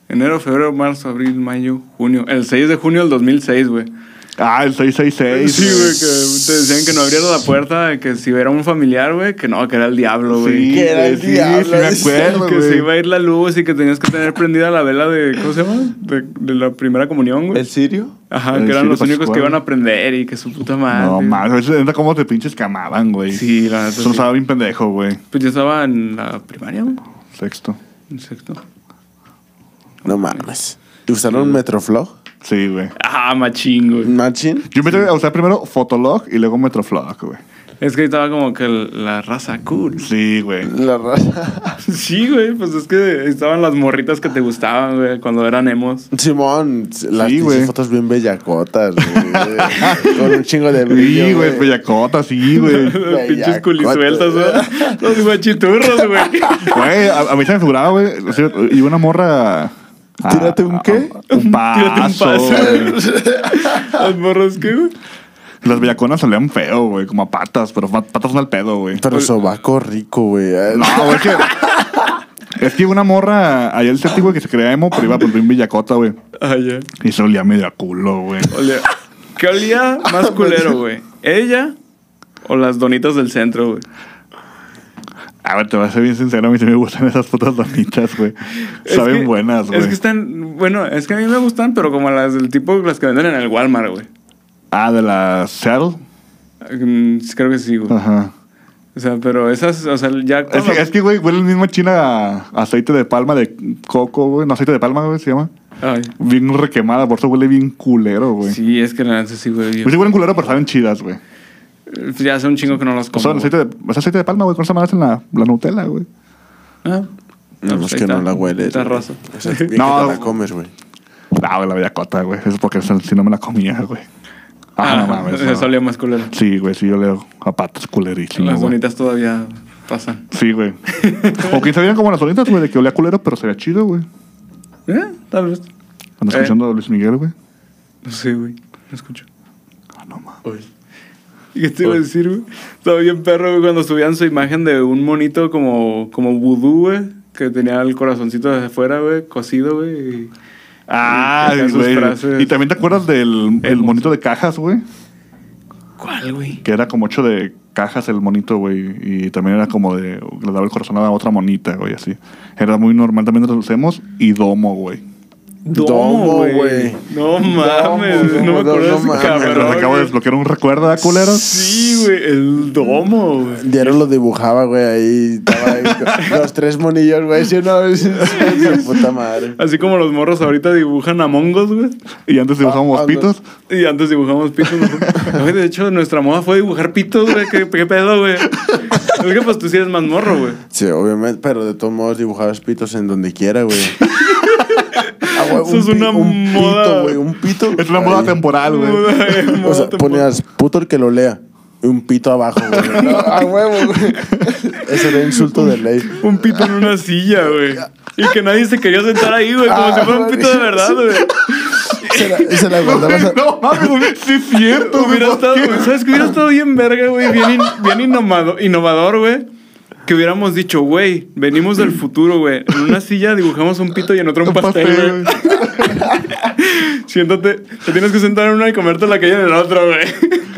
[SPEAKER 2] Enero, febrero, marzo, abril, mayo, junio. El 6 de junio del 2006, güey.
[SPEAKER 3] Ah, el 666.
[SPEAKER 2] Sí, güey, que te decían que no abrieras la puerta, que si era un familiar, güey, que no, que era el diablo, güey.
[SPEAKER 3] Sí,
[SPEAKER 4] Que era el
[SPEAKER 3] güey, sí,
[SPEAKER 4] diablo,
[SPEAKER 3] sí, me
[SPEAKER 4] dice.
[SPEAKER 3] acuerdo,
[SPEAKER 2] que
[SPEAKER 3] güey.
[SPEAKER 2] se iba a ir la luz y que tenías que tener prendida la vela de... ¿Cómo se llama? De, de la primera comunión, güey.
[SPEAKER 4] ¿El sirio?
[SPEAKER 2] Ajá,
[SPEAKER 3] el
[SPEAKER 2] que eran
[SPEAKER 3] Ciro
[SPEAKER 2] los únicos que
[SPEAKER 3] Pascual.
[SPEAKER 2] iban a aprender y que su puta madre.
[SPEAKER 3] No, mames, neta como te pinches camaban, güey.
[SPEAKER 2] Sí, la neta
[SPEAKER 3] Eso
[SPEAKER 2] sí.
[SPEAKER 3] estaba bien pendejo, güey.
[SPEAKER 2] Pues yo estaba en la primaria, güey.
[SPEAKER 3] Sexto.
[SPEAKER 2] En sexto.
[SPEAKER 4] No mames. ¿Y usaron Metroflog?
[SPEAKER 3] Sí, güey.
[SPEAKER 2] Ah, machín, güey.
[SPEAKER 4] ¿Machin?
[SPEAKER 3] Yo empecé a usar primero Fotolog y luego Metroflog, güey.
[SPEAKER 2] Es que estaba como que el- la raza cool.
[SPEAKER 3] Sí, güey.
[SPEAKER 4] La raza.
[SPEAKER 2] Sí, güey, pues es que estaban las morritas que te gustaban, güey, cuando eran emos.
[SPEAKER 4] Simón, las
[SPEAKER 3] Sí,
[SPEAKER 4] pinches
[SPEAKER 3] güey.
[SPEAKER 4] fotos bien bellacotas, güey. Con un chingo de brillo.
[SPEAKER 3] Sí, güey, pues bellacota, sí, güey.
[SPEAKER 2] Los pinches
[SPEAKER 4] Bellacote.
[SPEAKER 2] culisueltas, güey. Los guachiturros, güey.
[SPEAKER 3] Güey, a, a mí se me figuraba, güey. o sea, Y una morra. a-
[SPEAKER 4] Tírate un
[SPEAKER 3] a-
[SPEAKER 4] qué?
[SPEAKER 3] a-
[SPEAKER 2] Tírate
[SPEAKER 3] un
[SPEAKER 2] un
[SPEAKER 3] paso.
[SPEAKER 2] paso.
[SPEAKER 3] güey.
[SPEAKER 2] Las morras, ¿qué, güey?
[SPEAKER 3] Las bellaconas salían feo, güey. Como a patas, pero fa- patas no al pedo, güey.
[SPEAKER 4] Pero sobaco rico, güey.
[SPEAKER 3] No, güey, es que. Es que una morra, allá el séptimo que se creía emo, pero iba por bien bellacota, güey.
[SPEAKER 2] Ah, ya.
[SPEAKER 3] Y se olía medio a culo, güey.
[SPEAKER 2] Olía. ¿Qué olía más culero, güey? ¿Ella o las donitas del centro, güey?
[SPEAKER 3] A ver, te voy a ser bien sincero, a mí sí me gustan esas putas donitas, güey.
[SPEAKER 2] Es
[SPEAKER 3] Saben
[SPEAKER 2] que-
[SPEAKER 3] buenas, güey.
[SPEAKER 2] Es que están. Bueno, es que a mí me gustan, pero como las del tipo, las que venden en el Walmart, güey.
[SPEAKER 3] Ah, de la Seattle.
[SPEAKER 2] Mm, sí, Creo que sí, güey.
[SPEAKER 3] Ajá.
[SPEAKER 2] O sea, pero esas, o sea, ya.
[SPEAKER 3] Ah. Es
[SPEAKER 2] cuando-
[SPEAKER 3] que, es que, güey, huele el mismo en China a aceite de palma de coco, güey. No, aceite de palma, güey, se llama.
[SPEAKER 2] Ay,
[SPEAKER 3] Bien requemada, por eso huele bien culero, güey. Sí.
[SPEAKER 2] sí, es que la neta sí, güey. yo-
[SPEAKER 3] Pues sí huelen culero, pero saben chidas, güey.
[SPEAKER 2] Ya hace un chingo que no las
[SPEAKER 3] O
[SPEAKER 2] como.
[SPEAKER 3] sea, aceite de, es aceite de palma, güey, con esa madre en la, la Nutella, güey.
[SPEAKER 2] Ah.
[SPEAKER 4] No,
[SPEAKER 2] pues
[SPEAKER 4] es
[SPEAKER 2] ahí
[SPEAKER 4] que
[SPEAKER 2] está.
[SPEAKER 4] no la hueles.
[SPEAKER 2] Está
[SPEAKER 4] güey.
[SPEAKER 2] raza.
[SPEAKER 4] O sea, bien
[SPEAKER 3] No.
[SPEAKER 4] que te la comes, güey.
[SPEAKER 3] No, Ah, güey, la bellacota, güey. Eso es porque esa- si no me la comía, güey. Ah, no mames.
[SPEAKER 2] Eso
[SPEAKER 3] no.
[SPEAKER 2] olía más culero.
[SPEAKER 3] Sí, güey, sí, yo leo a patas culerísimo,
[SPEAKER 2] Las
[SPEAKER 3] güey.
[SPEAKER 2] bonitas todavía pasan.
[SPEAKER 3] Sí, güey. o quién sabían como las bonitas, güey, de que olía culero, pero sería chido, güey.
[SPEAKER 2] ¿Eh? Tal vez.
[SPEAKER 3] Andas
[SPEAKER 2] Eh.
[SPEAKER 3] escuchando a Luis Miguel, güey.
[SPEAKER 2] No sé, güey. No escucho.
[SPEAKER 3] Ah, no mames.
[SPEAKER 2] ¿Y qué te iba a decir, güey? Estaba bien perro, güey, cuando subían su imagen de un monito como, como vudú, güey, que tenía el corazoncito desde afuera, güey, cosido, güey. y-
[SPEAKER 3] Ah,
[SPEAKER 2] Y saca sus frases.
[SPEAKER 3] güey. Y también te acuerdas del el
[SPEAKER 2] Hermoso.
[SPEAKER 3] monito de cajas, güey.
[SPEAKER 2] ¿Cuál, güey?
[SPEAKER 3] Que era como hecho de cajas el monito, güey. Y también era como de. Le daba el corazón a la otra monita, güey, así. Era muy normal también de los hacemos y domo, güey.
[SPEAKER 4] Domo, güey.
[SPEAKER 2] No mames,
[SPEAKER 4] Domo,
[SPEAKER 2] no me acuerdo de
[SPEAKER 4] domo,
[SPEAKER 2] ese
[SPEAKER 4] mames.
[SPEAKER 2] cabrón.
[SPEAKER 3] Entonces acabo de
[SPEAKER 2] güey.
[SPEAKER 3] desbloquear un recuerdo, ¿eh, culero?
[SPEAKER 2] Sí, güey, el domo, güey.
[SPEAKER 4] Diario lo dibujaba, güey, ahí. Estaba ahí con los tres monillos, güey. Si no, es su puta madre.
[SPEAKER 2] Así como los morros ahorita dibujan a mongos, güey.
[SPEAKER 3] Y antes dibujábamos
[SPEAKER 4] Ah, ah,
[SPEAKER 3] pitos.
[SPEAKER 2] Y antes dibujamos pitos. ¿no? Güey, de hecho, nuestra moda fue dibujar pitos, güey. ¿Qué, qué pedo, güey? Es que pues tú sí eres más morro, güey.
[SPEAKER 4] Sí, obviamente, pero de todos modos dibujabas pitos en donde quiera, güey. Ah, güey,
[SPEAKER 2] Eso es
[SPEAKER 4] pi-
[SPEAKER 2] una moda.
[SPEAKER 4] pito, güey, un pito.
[SPEAKER 3] Es una moda
[SPEAKER 4] Ahí.
[SPEAKER 3] temporal, güey.
[SPEAKER 4] O sea, ponías puto el que lo lea y un pito abajo, güey. No, a huevo, güey. Ese era insulto de ley.
[SPEAKER 2] Un pito en una silla, güey. Y que nadie se quería sentar ahí, güey. Como
[SPEAKER 4] Ah,
[SPEAKER 2] si fuera un pito de verdad, güey.
[SPEAKER 4] Se la, se la guardabas a-
[SPEAKER 3] No mames, güey, sí es cierto, güey.
[SPEAKER 2] Hubiera
[SPEAKER 3] ¿por
[SPEAKER 2] estado,
[SPEAKER 3] qué?
[SPEAKER 2] güey, ¿sabes qué? Hubiera estado bien verga, güey. Bien, in- bien innomado- innovador, güey. Que hubiéramos dicho, güey, venimos del futuro, güey. En una silla dibujamos un pito y en otra un
[SPEAKER 3] Un
[SPEAKER 2] pastel,
[SPEAKER 3] pastel,
[SPEAKER 2] güey. Siéntate, te tienes que sentar en una y comerte la que hay en la otra, güey.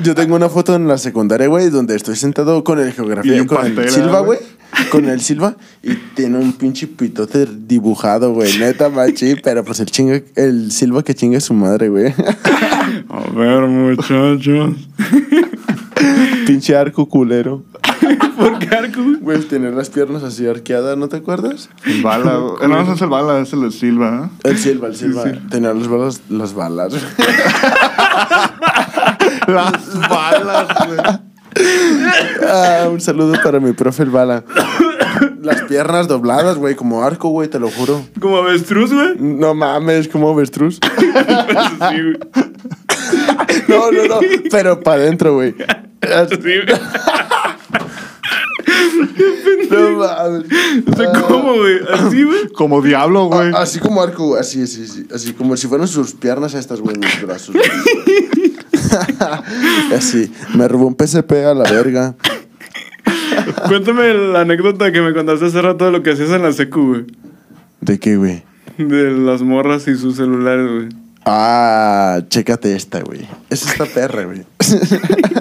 [SPEAKER 4] Yo tengo una foto en la secundaria, güey, donde estoy sentado con el
[SPEAKER 3] Y
[SPEAKER 4] geografía,
[SPEAKER 3] un
[SPEAKER 4] con el
[SPEAKER 3] pastel,
[SPEAKER 4] Silva,
[SPEAKER 3] ¿eh,
[SPEAKER 4] güey.
[SPEAKER 3] güey?
[SPEAKER 4] Con el Silva y tiene un pinche pitote dibujado, güey. Neta, machi. Pero pues el chinga, el Silva que chingue su madre, güey.
[SPEAKER 2] A ver, muchachos.
[SPEAKER 4] pinche arco culero.
[SPEAKER 2] ¿Por qué arco, güey?
[SPEAKER 4] Güey, tener las piernas así arqueadas, ¿no te acuerdas?
[SPEAKER 3] El bala, güey. Eh, No, no es el bala, es el de Silva. ¿eh?
[SPEAKER 4] El Silva, el Silva. Tener las balas, las balas.
[SPEAKER 3] Las balas, güey.
[SPEAKER 4] Ah, un saludo para mi profe el bala. Las piernas dobladas, güey, como arco, güey, te lo juro.
[SPEAKER 2] Como avestruz, güey.
[SPEAKER 4] No mames, como avestruz.
[SPEAKER 2] Sí, güey.
[SPEAKER 4] No, no, no. Pero para adentro, güey.
[SPEAKER 2] Sí, güey.
[SPEAKER 4] No mames.
[SPEAKER 2] O sea, ¿cómo, güey? Así, güey.
[SPEAKER 3] Como diablo, güey.
[SPEAKER 4] Ah, Así como arco, güey, así, así, así, así como si fueran sus piernas estas, güey, mis brazos. güey. así, me robó un PCP a la verga.
[SPEAKER 2] Cuéntame la anécdota que me contaste hace rato de lo que hacías en la secu, güey.
[SPEAKER 4] ¿De qué, güey?
[SPEAKER 2] De las morras y sus celulares, güey.
[SPEAKER 4] Ah, chécate esta, güey. Es esta perra, güey.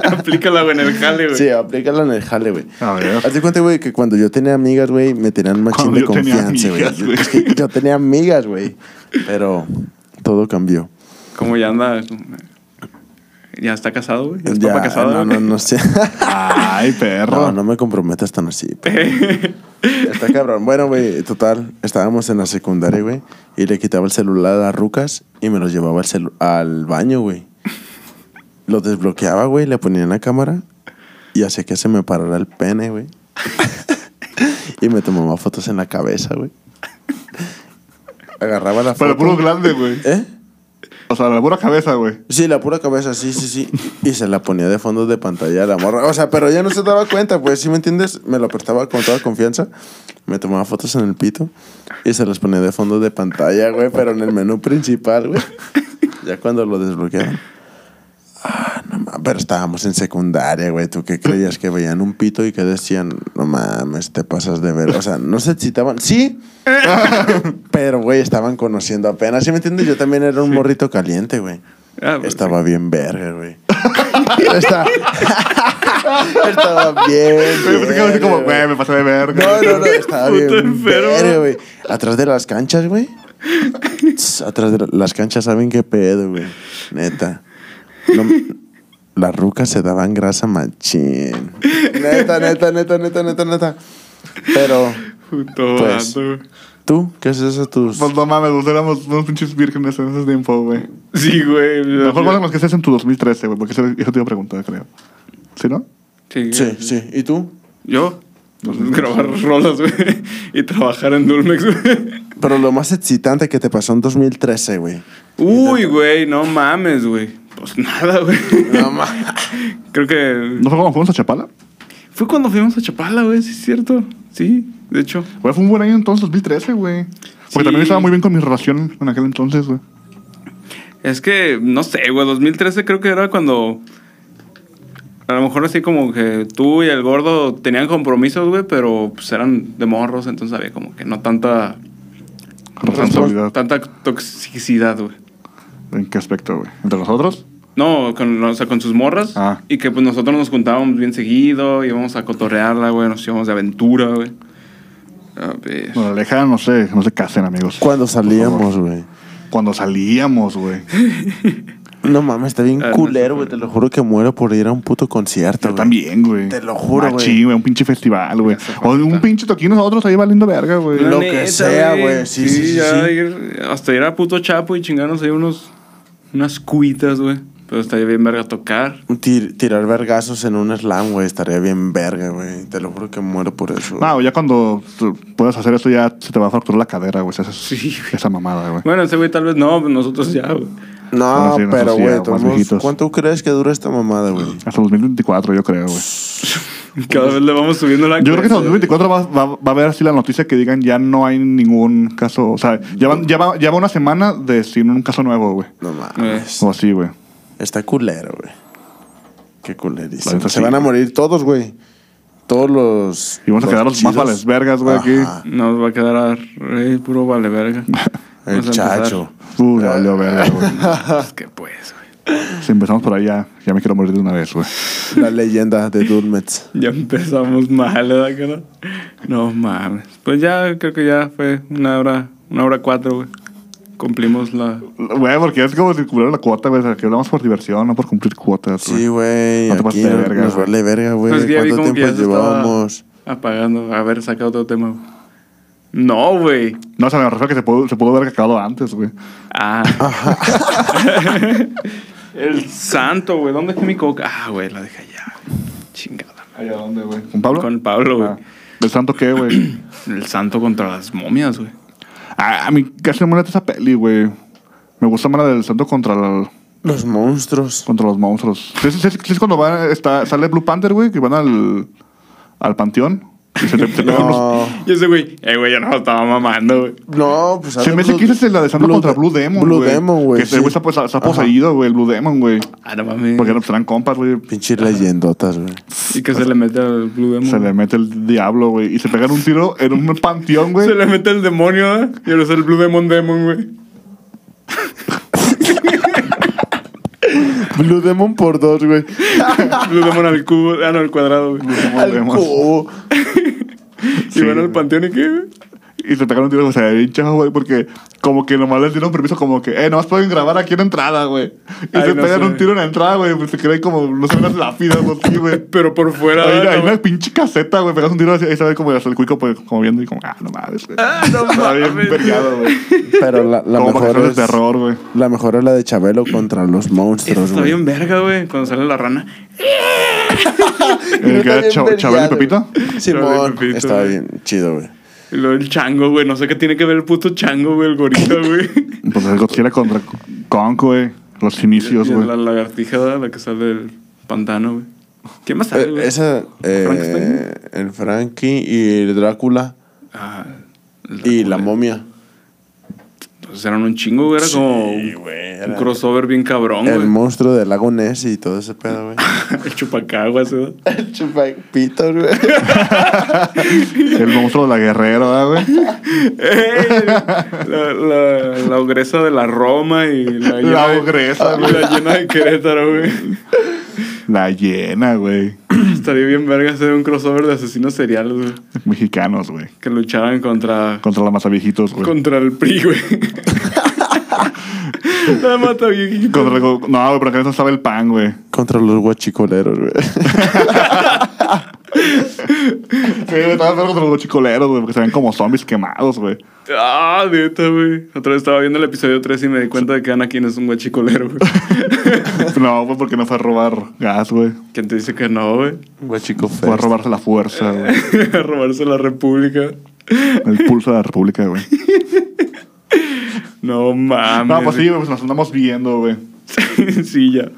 [SPEAKER 2] Aplícala, güey, en el jale, güey.
[SPEAKER 4] Sí, aplícala en el jale, güey.
[SPEAKER 3] A ver.
[SPEAKER 4] Hazte cuenta, güey, que cuando yo tenía amigas, güey, me tenían machín
[SPEAKER 3] Cuando
[SPEAKER 4] de
[SPEAKER 3] yo tenía
[SPEAKER 4] confianza, güey.
[SPEAKER 3] amigas, güey.
[SPEAKER 4] Es que yo tenía amigas, güey. Pero todo cambió.
[SPEAKER 2] Como ya anda. Ya está casado, güey. Ya es papá casado,
[SPEAKER 4] no, no,
[SPEAKER 2] güey.
[SPEAKER 4] no sé.
[SPEAKER 3] Ay, perro.
[SPEAKER 4] No, no me comprometas tan así. Está cabrón. Bueno, güey, total, estábamos en la secundaria, güey, y le quitaba el celular a Rucas y me lo llevaba al, celu- al baño, güey. Lo desbloqueaba, güey, le ponía en la cámara y hacía que se me parara el pene, güey. y me tomaba fotos en la cabeza, güey. Agarraba la
[SPEAKER 3] Pero
[SPEAKER 4] foto.
[SPEAKER 3] puro grande, güey.
[SPEAKER 4] ¿Eh?
[SPEAKER 3] O sea, la pura cabeza, güey.
[SPEAKER 4] Sí, la pura cabeza, sí, sí, sí. Y se la ponía de fondo de pantalla a la morra. O sea, pero ya no se daba cuenta, pues, ¿sí me entiendes? Me lo apretaba con toda confianza. Me tomaba fotos en el pito y se las ponía de fondo de pantalla, güey, pero en el menú principal, güey. Ya cuando lo desbloquearon. Ah, no mames. Pero estábamos en secundaria, güey. ¿Tú qué creías? Que veían un pito y que decían, no mames, te pasas de ver. O sea, no se excitaban. Sí, pero, güey, estaban conociendo apenas. ¿Sí me entiendes? Yo también era un morrito caliente, güey.
[SPEAKER 2] Ah, pues,
[SPEAKER 4] Estaba bien verga, güey. Está- Estaba bien.
[SPEAKER 3] Yo pensé que iba a decir pues como,
[SPEAKER 4] verga,
[SPEAKER 3] güey, me pasé de verga.
[SPEAKER 4] No, no, no, estaba
[SPEAKER 2] Puto
[SPEAKER 4] bien.
[SPEAKER 2] enfermo.
[SPEAKER 4] verga, güey. Atrás de las canchas, güey. Tss, Atrás de la- las canchas saben qué pedo, güey. Neta. No m- las rucas se daban grasa machín. Neta, neta, neta, neta, neta, neta. Pero,
[SPEAKER 2] Puto
[SPEAKER 4] Pues.
[SPEAKER 2] vato, güey.
[SPEAKER 4] ¿tú qué haces a tus...?
[SPEAKER 3] Pues no mames, nosotros éramos unos pinches vírgenes en ese tiempo, güey.
[SPEAKER 2] Sí, güey.
[SPEAKER 3] Mejor con los que seas en tu 2013, güey, porque eso, eso te iba a preguntar, creo. ¿Sí, no?
[SPEAKER 2] Sí,
[SPEAKER 4] Sí, sí. ¿Y tú?
[SPEAKER 2] Yo. Pues, grabar rolas, güey. Y trabajar en Dulmex, güey.
[SPEAKER 4] Pero lo más excitante que te pasó en 2013, güey.
[SPEAKER 2] Uy, güey, no mames, güey. Pues nada, güey.
[SPEAKER 4] No mames.
[SPEAKER 2] Creo que.
[SPEAKER 3] ¿No fue cuando fuimos a Chapala?
[SPEAKER 2] Fue cuando fuimos a Chapala, güey, sí es cierto. Sí, de hecho.
[SPEAKER 3] Güey, fue un buen año entonces, 2013, güey.
[SPEAKER 2] Sí.
[SPEAKER 3] Porque también estaba muy bien con mi relación en aquel entonces, güey.
[SPEAKER 2] Es que, no sé, güey, 2013 creo que era cuando... A lo mejor así como que tú y el gordo tenían compromisos, güey, pero pues eran de morros, entonces había como que no tanta...
[SPEAKER 3] Responsabilidad.
[SPEAKER 2] Tanta toxicidad, güey.
[SPEAKER 3] ¿En qué aspecto, güey? ¿Entre nosotros?
[SPEAKER 2] No, con, o sea, con sus morras.
[SPEAKER 3] Ah.
[SPEAKER 2] Y que pues nosotros nos juntábamos bien seguido, íbamos a cotorrearla, güey, nos íbamos de aventura, güey. A ver.
[SPEAKER 3] Bueno, Aleja, no sé, no se casen, amigos.
[SPEAKER 4] Cuando
[SPEAKER 3] Por favor.
[SPEAKER 4] salíamos, güey.
[SPEAKER 3] Cuando salíamos, güey.
[SPEAKER 4] No mames, está bien
[SPEAKER 2] Ah, no,
[SPEAKER 4] culero,
[SPEAKER 2] sí,
[SPEAKER 4] güey. Te lo juro que muero por ir a un puto concierto,
[SPEAKER 3] Yo
[SPEAKER 4] güey.
[SPEAKER 3] también, güey.
[SPEAKER 4] Te lo juro, güey.
[SPEAKER 3] Machín, güey, un pinche festival, güey. O un pinche toquín nosotros ahí valiendo verga, güey.
[SPEAKER 4] Lo que sea, güey. Sí, sí, sí,
[SPEAKER 2] ya
[SPEAKER 4] sí.
[SPEAKER 2] ir- hasta ir a puto Chapo y chingarnos ahí unos, unas cuitas, güey. Pero estaría bien verga tocar.
[SPEAKER 4] Un tir- tirar vergazos en un slam, güey. Estaría bien verga, güey. Te lo juro que muero por eso. güey.
[SPEAKER 3] No, ya cuando tú puedas hacer eso ya se te va a fracturar la cadera, güey. si haces
[SPEAKER 2] Sí, güey.
[SPEAKER 3] esa mamada, güey.
[SPEAKER 2] Bueno, ese güey tal vez no, pero nosotros ya, güey.
[SPEAKER 4] No,
[SPEAKER 3] Bueno, sí, nosotros
[SPEAKER 4] pero,
[SPEAKER 3] sí,
[SPEAKER 4] güey,
[SPEAKER 3] ya,
[SPEAKER 4] de todos
[SPEAKER 3] más
[SPEAKER 4] modos,
[SPEAKER 3] viejitos. Mm.
[SPEAKER 4] ¿cuánto crees que dura esta mamada, güey?
[SPEAKER 3] Hasta 2024, yo creo, güey.
[SPEAKER 2] Cada vez le vamos subiendo la
[SPEAKER 3] Yo creo que en 2024 va, va- va a haber así la noticia que digan ya no hay ningún caso. O sea, ya va, ya va- ya va una semana de sin un caso nuevo, güey.
[SPEAKER 4] No
[SPEAKER 2] Eh.
[SPEAKER 4] mames.
[SPEAKER 3] O así, güey.
[SPEAKER 4] Está culero, güey. Qué
[SPEAKER 3] La
[SPEAKER 4] culerísimo.
[SPEAKER 3] neta
[SPEAKER 4] Se
[SPEAKER 3] sí,
[SPEAKER 4] van a
[SPEAKER 3] güey.
[SPEAKER 4] morir todos, güey. Todos los.
[SPEAKER 3] Y vamos a quedar los más
[SPEAKER 4] chidos.
[SPEAKER 3] vales vergas, güey, aquí.
[SPEAKER 4] Ajá.
[SPEAKER 2] Nos va a quedar a re- puro vale verga.
[SPEAKER 4] El
[SPEAKER 2] Vamos a empezar.
[SPEAKER 4] chacho.
[SPEAKER 3] Uh, ya valió verga, güey.
[SPEAKER 2] Pues que pues, güey.
[SPEAKER 3] Si empezamos por ahí, ya, ya me quiero morir de una vez, güey.
[SPEAKER 4] La leyenda de Durmets.
[SPEAKER 2] Ya empezamos mal, ¿verdad, cara? No mames. Pues ya creo que ya fue una hora, una hora cuatro, güey. Cumplimos la.
[SPEAKER 3] Güey, porque es como si cubrieron la cuota, güey. O sea, que hablamos por diversión, no por cumplir cuotas, güey.
[SPEAKER 4] Sí, güey.
[SPEAKER 3] No te
[SPEAKER 4] Aquí
[SPEAKER 3] pases de
[SPEAKER 4] nos,
[SPEAKER 3] verga,
[SPEAKER 4] nos
[SPEAKER 3] güey.
[SPEAKER 4] vale verga, güey.
[SPEAKER 2] Pues que ya vi
[SPEAKER 4] ¿Cuánto
[SPEAKER 2] como que ya
[SPEAKER 4] tiempo
[SPEAKER 2] se estaba
[SPEAKER 4] llevábamos?
[SPEAKER 2] Apagando. A ver, saca otro tema, güey. No, güey.
[SPEAKER 3] No, o sea, me refiero a que se pudo, se pudo haber acabado antes, güey.
[SPEAKER 2] Ah. El santo, güey. ¿Dónde dejé mi coca? Ah, güey, la dejé allá. Chingada.
[SPEAKER 3] ¿Allá dónde, güey? ¿Con Pablo?
[SPEAKER 2] Con Pablo, güey.
[SPEAKER 3] Ah. ¿Del santo qué, güey?
[SPEAKER 2] El santo contra las momias, güey.
[SPEAKER 3] Ah, a mí casi no me late esa peli, güey. Me gusta más la del santo contra, la-
[SPEAKER 4] Los monstruos.
[SPEAKER 3] contra los monstruos. ¿Sí, sí, sí, sí es cuando va, está, sale Blue Panther, güey? Que van al, al panteón. Y se te, te pegan unos-
[SPEAKER 4] No.
[SPEAKER 2] Y ese güey, eh, güey, yo no estaba mamando, güey.
[SPEAKER 4] No, pues
[SPEAKER 3] Se me hace
[SPEAKER 4] hazlo
[SPEAKER 3] que
[SPEAKER 4] Blue-
[SPEAKER 3] esa es la de Santo contra Blue Demon,
[SPEAKER 4] Blue
[SPEAKER 3] güey.
[SPEAKER 4] Demon, güey.
[SPEAKER 3] Que ese güey
[SPEAKER 4] sí.
[SPEAKER 3] está, pues, está poseído, güey, el Blue Demon, güey.
[SPEAKER 2] Ah, no mames.
[SPEAKER 3] Porque no pues, eran compas, güey.
[SPEAKER 4] Pinche leyendotas, güey.
[SPEAKER 2] Y que se le mete al Blue Demon.
[SPEAKER 3] Se le mete el diablo, güey. Y se pegan un tiro en un panteón, güey.
[SPEAKER 2] Se le mete el demonio, ¿eh? Y ahora es el Blue Demon Demon, güey.
[SPEAKER 4] Blue Demon por dos, güey.
[SPEAKER 2] Blue Demon al cubo, ah, no, al cuadrado, güey.
[SPEAKER 3] Como
[SPEAKER 4] Al
[SPEAKER 3] vemos.
[SPEAKER 4] cubo.
[SPEAKER 2] Y van al panteón y qué, güey.
[SPEAKER 3] Y se pegaron un tiro, o sea, hinchas, güey, porque como que nomás les dieron permiso, como que, eh, nomás pueden grabar aquí en la entrada, güey. Y
[SPEAKER 2] Ay,
[SPEAKER 3] se
[SPEAKER 2] no
[SPEAKER 3] pegan
[SPEAKER 2] sé.
[SPEAKER 3] un tiro en la entrada, güey, pues se creen como, no sé, unas lápidas o así, güey.
[SPEAKER 2] Pero por fuera,
[SPEAKER 3] Hay,
[SPEAKER 2] ¿no?
[SPEAKER 3] hay una pinche caseta, güey, pegas un tiro así, ahí se ve como hasta el cuico, pues, como viendo y como, ah, no mames, güey. Ah, no Está bien
[SPEAKER 2] mames.
[SPEAKER 3] vergado, güey.
[SPEAKER 4] Pero la, la
[SPEAKER 3] Como para
[SPEAKER 4] mejor
[SPEAKER 3] que
[SPEAKER 4] es.
[SPEAKER 3] de terror, güey.
[SPEAKER 4] La mejor es la de Chabelo contra los
[SPEAKER 2] Eso
[SPEAKER 4] monstruos,
[SPEAKER 2] está
[SPEAKER 4] güey.
[SPEAKER 2] bien verga, güey. Cuando sale la rana.
[SPEAKER 3] El que era Cha- Chabelo y Pepito.
[SPEAKER 2] Chabelo y
[SPEAKER 4] Simón.
[SPEAKER 2] Pepito,
[SPEAKER 4] Está
[SPEAKER 2] güey.
[SPEAKER 4] bien chido, güey.
[SPEAKER 2] Y luego el chango, güey. No sé qué tiene que ver el puto chango, güey. El gorila, güey.
[SPEAKER 3] Pues el Godzilla contra Kong, güey. Los inicios,
[SPEAKER 2] Y
[SPEAKER 3] güey.
[SPEAKER 2] la lagartija, la que sale del pantano, güey. ¿Quién más sale,
[SPEAKER 4] Eh,
[SPEAKER 2] güey?
[SPEAKER 4] esa. eh,
[SPEAKER 2] ¿Frankenstein?
[SPEAKER 4] el Frankie y el Drácula.
[SPEAKER 2] Ah, el
[SPEAKER 4] Y
[SPEAKER 2] Drácula.
[SPEAKER 4] la momia.
[SPEAKER 2] Pues eran un chingo, güey. Era como un,
[SPEAKER 4] güey,
[SPEAKER 2] un
[SPEAKER 4] era-
[SPEAKER 2] crossover bien cabrón,
[SPEAKER 4] El
[SPEAKER 2] güey.
[SPEAKER 4] monstruo del lago Ness y todo ese pedo, güey.
[SPEAKER 2] El chupacaguas, güey.
[SPEAKER 4] el chupapito, güey.
[SPEAKER 3] El monstruo de la guerrera, güey.
[SPEAKER 2] ¡Ey! La, la, la ogresa de la Roma y la
[SPEAKER 3] La
[SPEAKER 2] de-
[SPEAKER 3] ogresa,
[SPEAKER 2] y la llena de Querétaro, güey.
[SPEAKER 3] La llena, güey.
[SPEAKER 2] Estaría bien verga hacer un crossover de asesinos seriales, güey.
[SPEAKER 3] Mexicanos, güey.
[SPEAKER 2] Que luchaban contra.
[SPEAKER 3] Contra la masa viejitos, güey.
[SPEAKER 2] contra el PRI, güey. la mata bien.
[SPEAKER 3] Contra el go- No, güey, pero acá no estaba el pan, güey.
[SPEAKER 4] Contra los guachicoleros, güey.
[SPEAKER 3] Sí, güey, estaba peor contra los chicoleros, güey, porque se ven como zombies quemados, güey.
[SPEAKER 2] Ah, neta, güey. Otra vez estaba viendo el episodio 3 y me di cuenta de que Anakin es un guachicolero, güey.
[SPEAKER 3] No, güey, porque no fue a robar gas, güey.
[SPEAKER 2] ¿Quién te dice que no, güey?
[SPEAKER 4] Guachico
[SPEAKER 3] Fue a robarse la fuerza, güey.
[SPEAKER 2] A robarse la república.
[SPEAKER 3] El pulso de la república, güey.
[SPEAKER 2] No mames.
[SPEAKER 3] No, pues sí, güey, pues nos andamos viendo, güey.
[SPEAKER 2] sí, ya.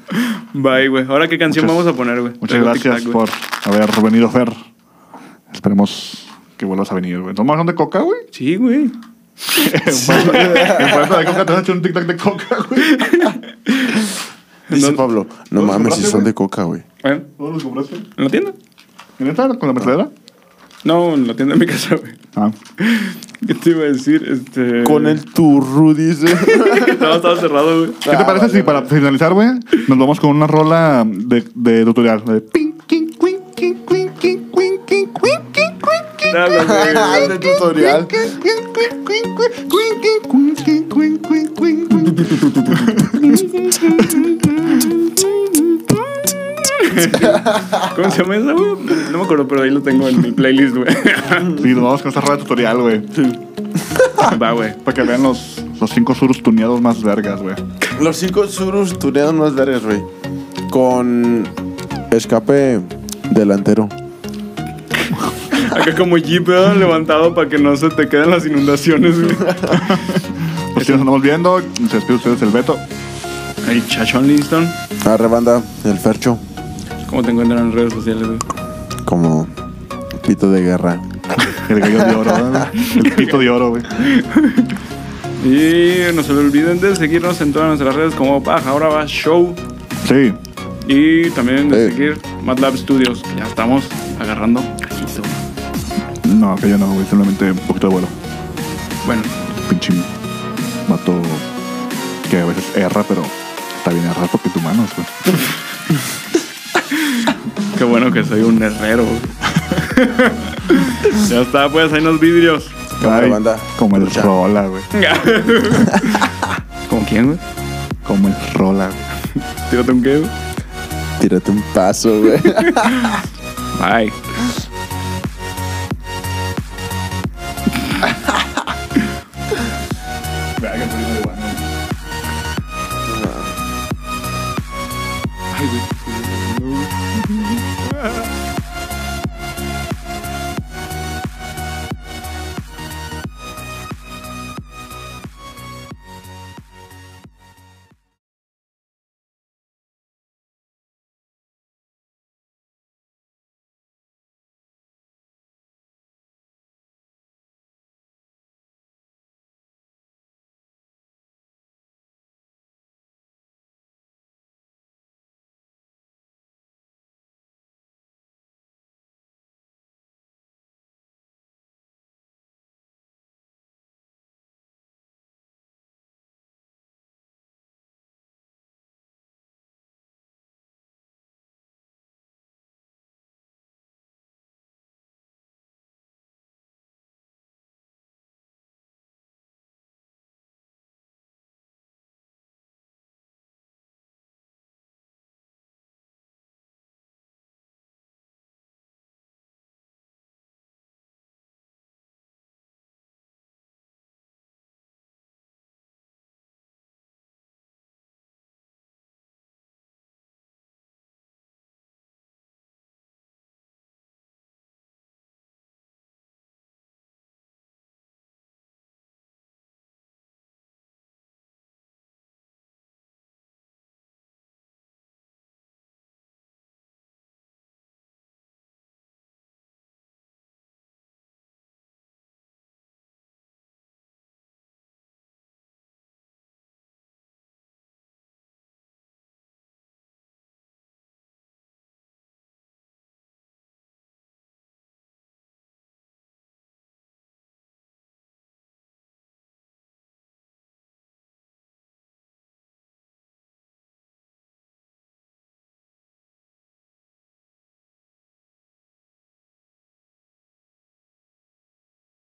[SPEAKER 2] Bye, güey. Ahora qué canción
[SPEAKER 3] Muchas-
[SPEAKER 2] vamos a poner, güey.
[SPEAKER 3] Muchas
[SPEAKER 2] Traigo
[SPEAKER 3] gracias
[SPEAKER 2] tic-tac, güey.
[SPEAKER 3] por haber venido, Fer. Esperemos que vuelvas a venir, güey. ¿Tomas un de coca, güey?
[SPEAKER 2] Sí, güey.
[SPEAKER 3] En falta de coca te has hecho un tic-tac de coca, güey.
[SPEAKER 4] Dice
[SPEAKER 2] ¿Dónde-
[SPEAKER 4] Pablo, no
[SPEAKER 3] ¿Dónde
[SPEAKER 4] mames, si
[SPEAKER 3] compraste,
[SPEAKER 4] son
[SPEAKER 3] güey?
[SPEAKER 4] de coca, güey.
[SPEAKER 2] ¿Eh?
[SPEAKER 3] ¿Dónde los compraste?
[SPEAKER 2] ¿En la tienda?
[SPEAKER 3] ¿En esta? ¿Con la mercedera?
[SPEAKER 2] No, en la tienda de mi casa, güey.
[SPEAKER 3] Ah.
[SPEAKER 2] ¿Qué te iba a decir? Este...
[SPEAKER 4] Con el turru, dice.
[SPEAKER 2] No, estaba cerrado, güey.
[SPEAKER 3] ¿Qué te parece si para finalizar, güey, nos vamos con una rola de, de tutorial? De ping, quin, quin, quin, quin, quin, quin, quin, quin, quin, quin, quin,
[SPEAKER 2] Dale, güey.
[SPEAKER 4] Hazle tutorial.
[SPEAKER 3] quin, quin, quin, quin, quin, quin, quin, quin, quin, quin, quin, quin.
[SPEAKER 2] ¿Cómo se llama esa, güey? No me acuerdo, pero ahí lo tengo en mi playlist, güey.
[SPEAKER 3] Sí, nos vamos con esta rola de tutorial, güey.
[SPEAKER 2] Va, güey.
[SPEAKER 3] Para que vean los, los cinco surus tuneados más vergas, güey.
[SPEAKER 4] Los cinco surus tuneados más vergas, güey. Con escape delantero.
[SPEAKER 2] Acá como Jeep ¿verdad? levantado para que no se te queden las inundaciones, güey. Este-
[SPEAKER 3] Pues sí, nos andamos viendo. Se despide ustedes el Beto.
[SPEAKER 2] El Chachón Linston.
[SPEAKER 4] Arrebanda, el fercho.
[SPEAKER 2] ¿Cómo te encuentran en redes sociales, güey?
[SPEAKER 4] como pito de guerra.
[SPEAKER 3] El gallo de oro, ¿verdad? El pito de oro, güey.
[SPEAKER 2] Y no se olviden de seguirnos en todas nuestras redes como Paja Ahora Va Show.
[SPEAKER 3] Sí.
[SPEAKER 2] Y también de
[SPEAKER 4] Sí.
[SPEAKER 2] seguir MATLAB Studios. Ya estamos agarrando cachito.
[SPEAKER 3] No, que yo no, güey. Simplemente un poquito de vuelo.
[SPEAKER 2] Bueno,
[SPEAKER 3] Pinche vato que a veces erra, pero está bien errar porque tu mano, güey.
[SPEAKER 2] qué bueno que soy un herrero. ya está, pues, ahí nos vidrios.
[SPEAKER 4] Cámara,
[SPEAKER 3] Ay,
[SPEAKER 4] banda.
[SPEAKER 3] Como el
[SPEAKER 4] Lucha.
[SPEAKER 3] rola, güey.
[SPEAKER 2] ¿Con quién, güey?
[SPEAKER 3] Como el rola, güey.
[SPEAKER 2] Tírate un qué, güey.
[SPEAKER 4] Tírate un paso, güey.
[SPEAKER 2] Bye.
[SPEAKER 3] Verga, estoy muy bueno, güey.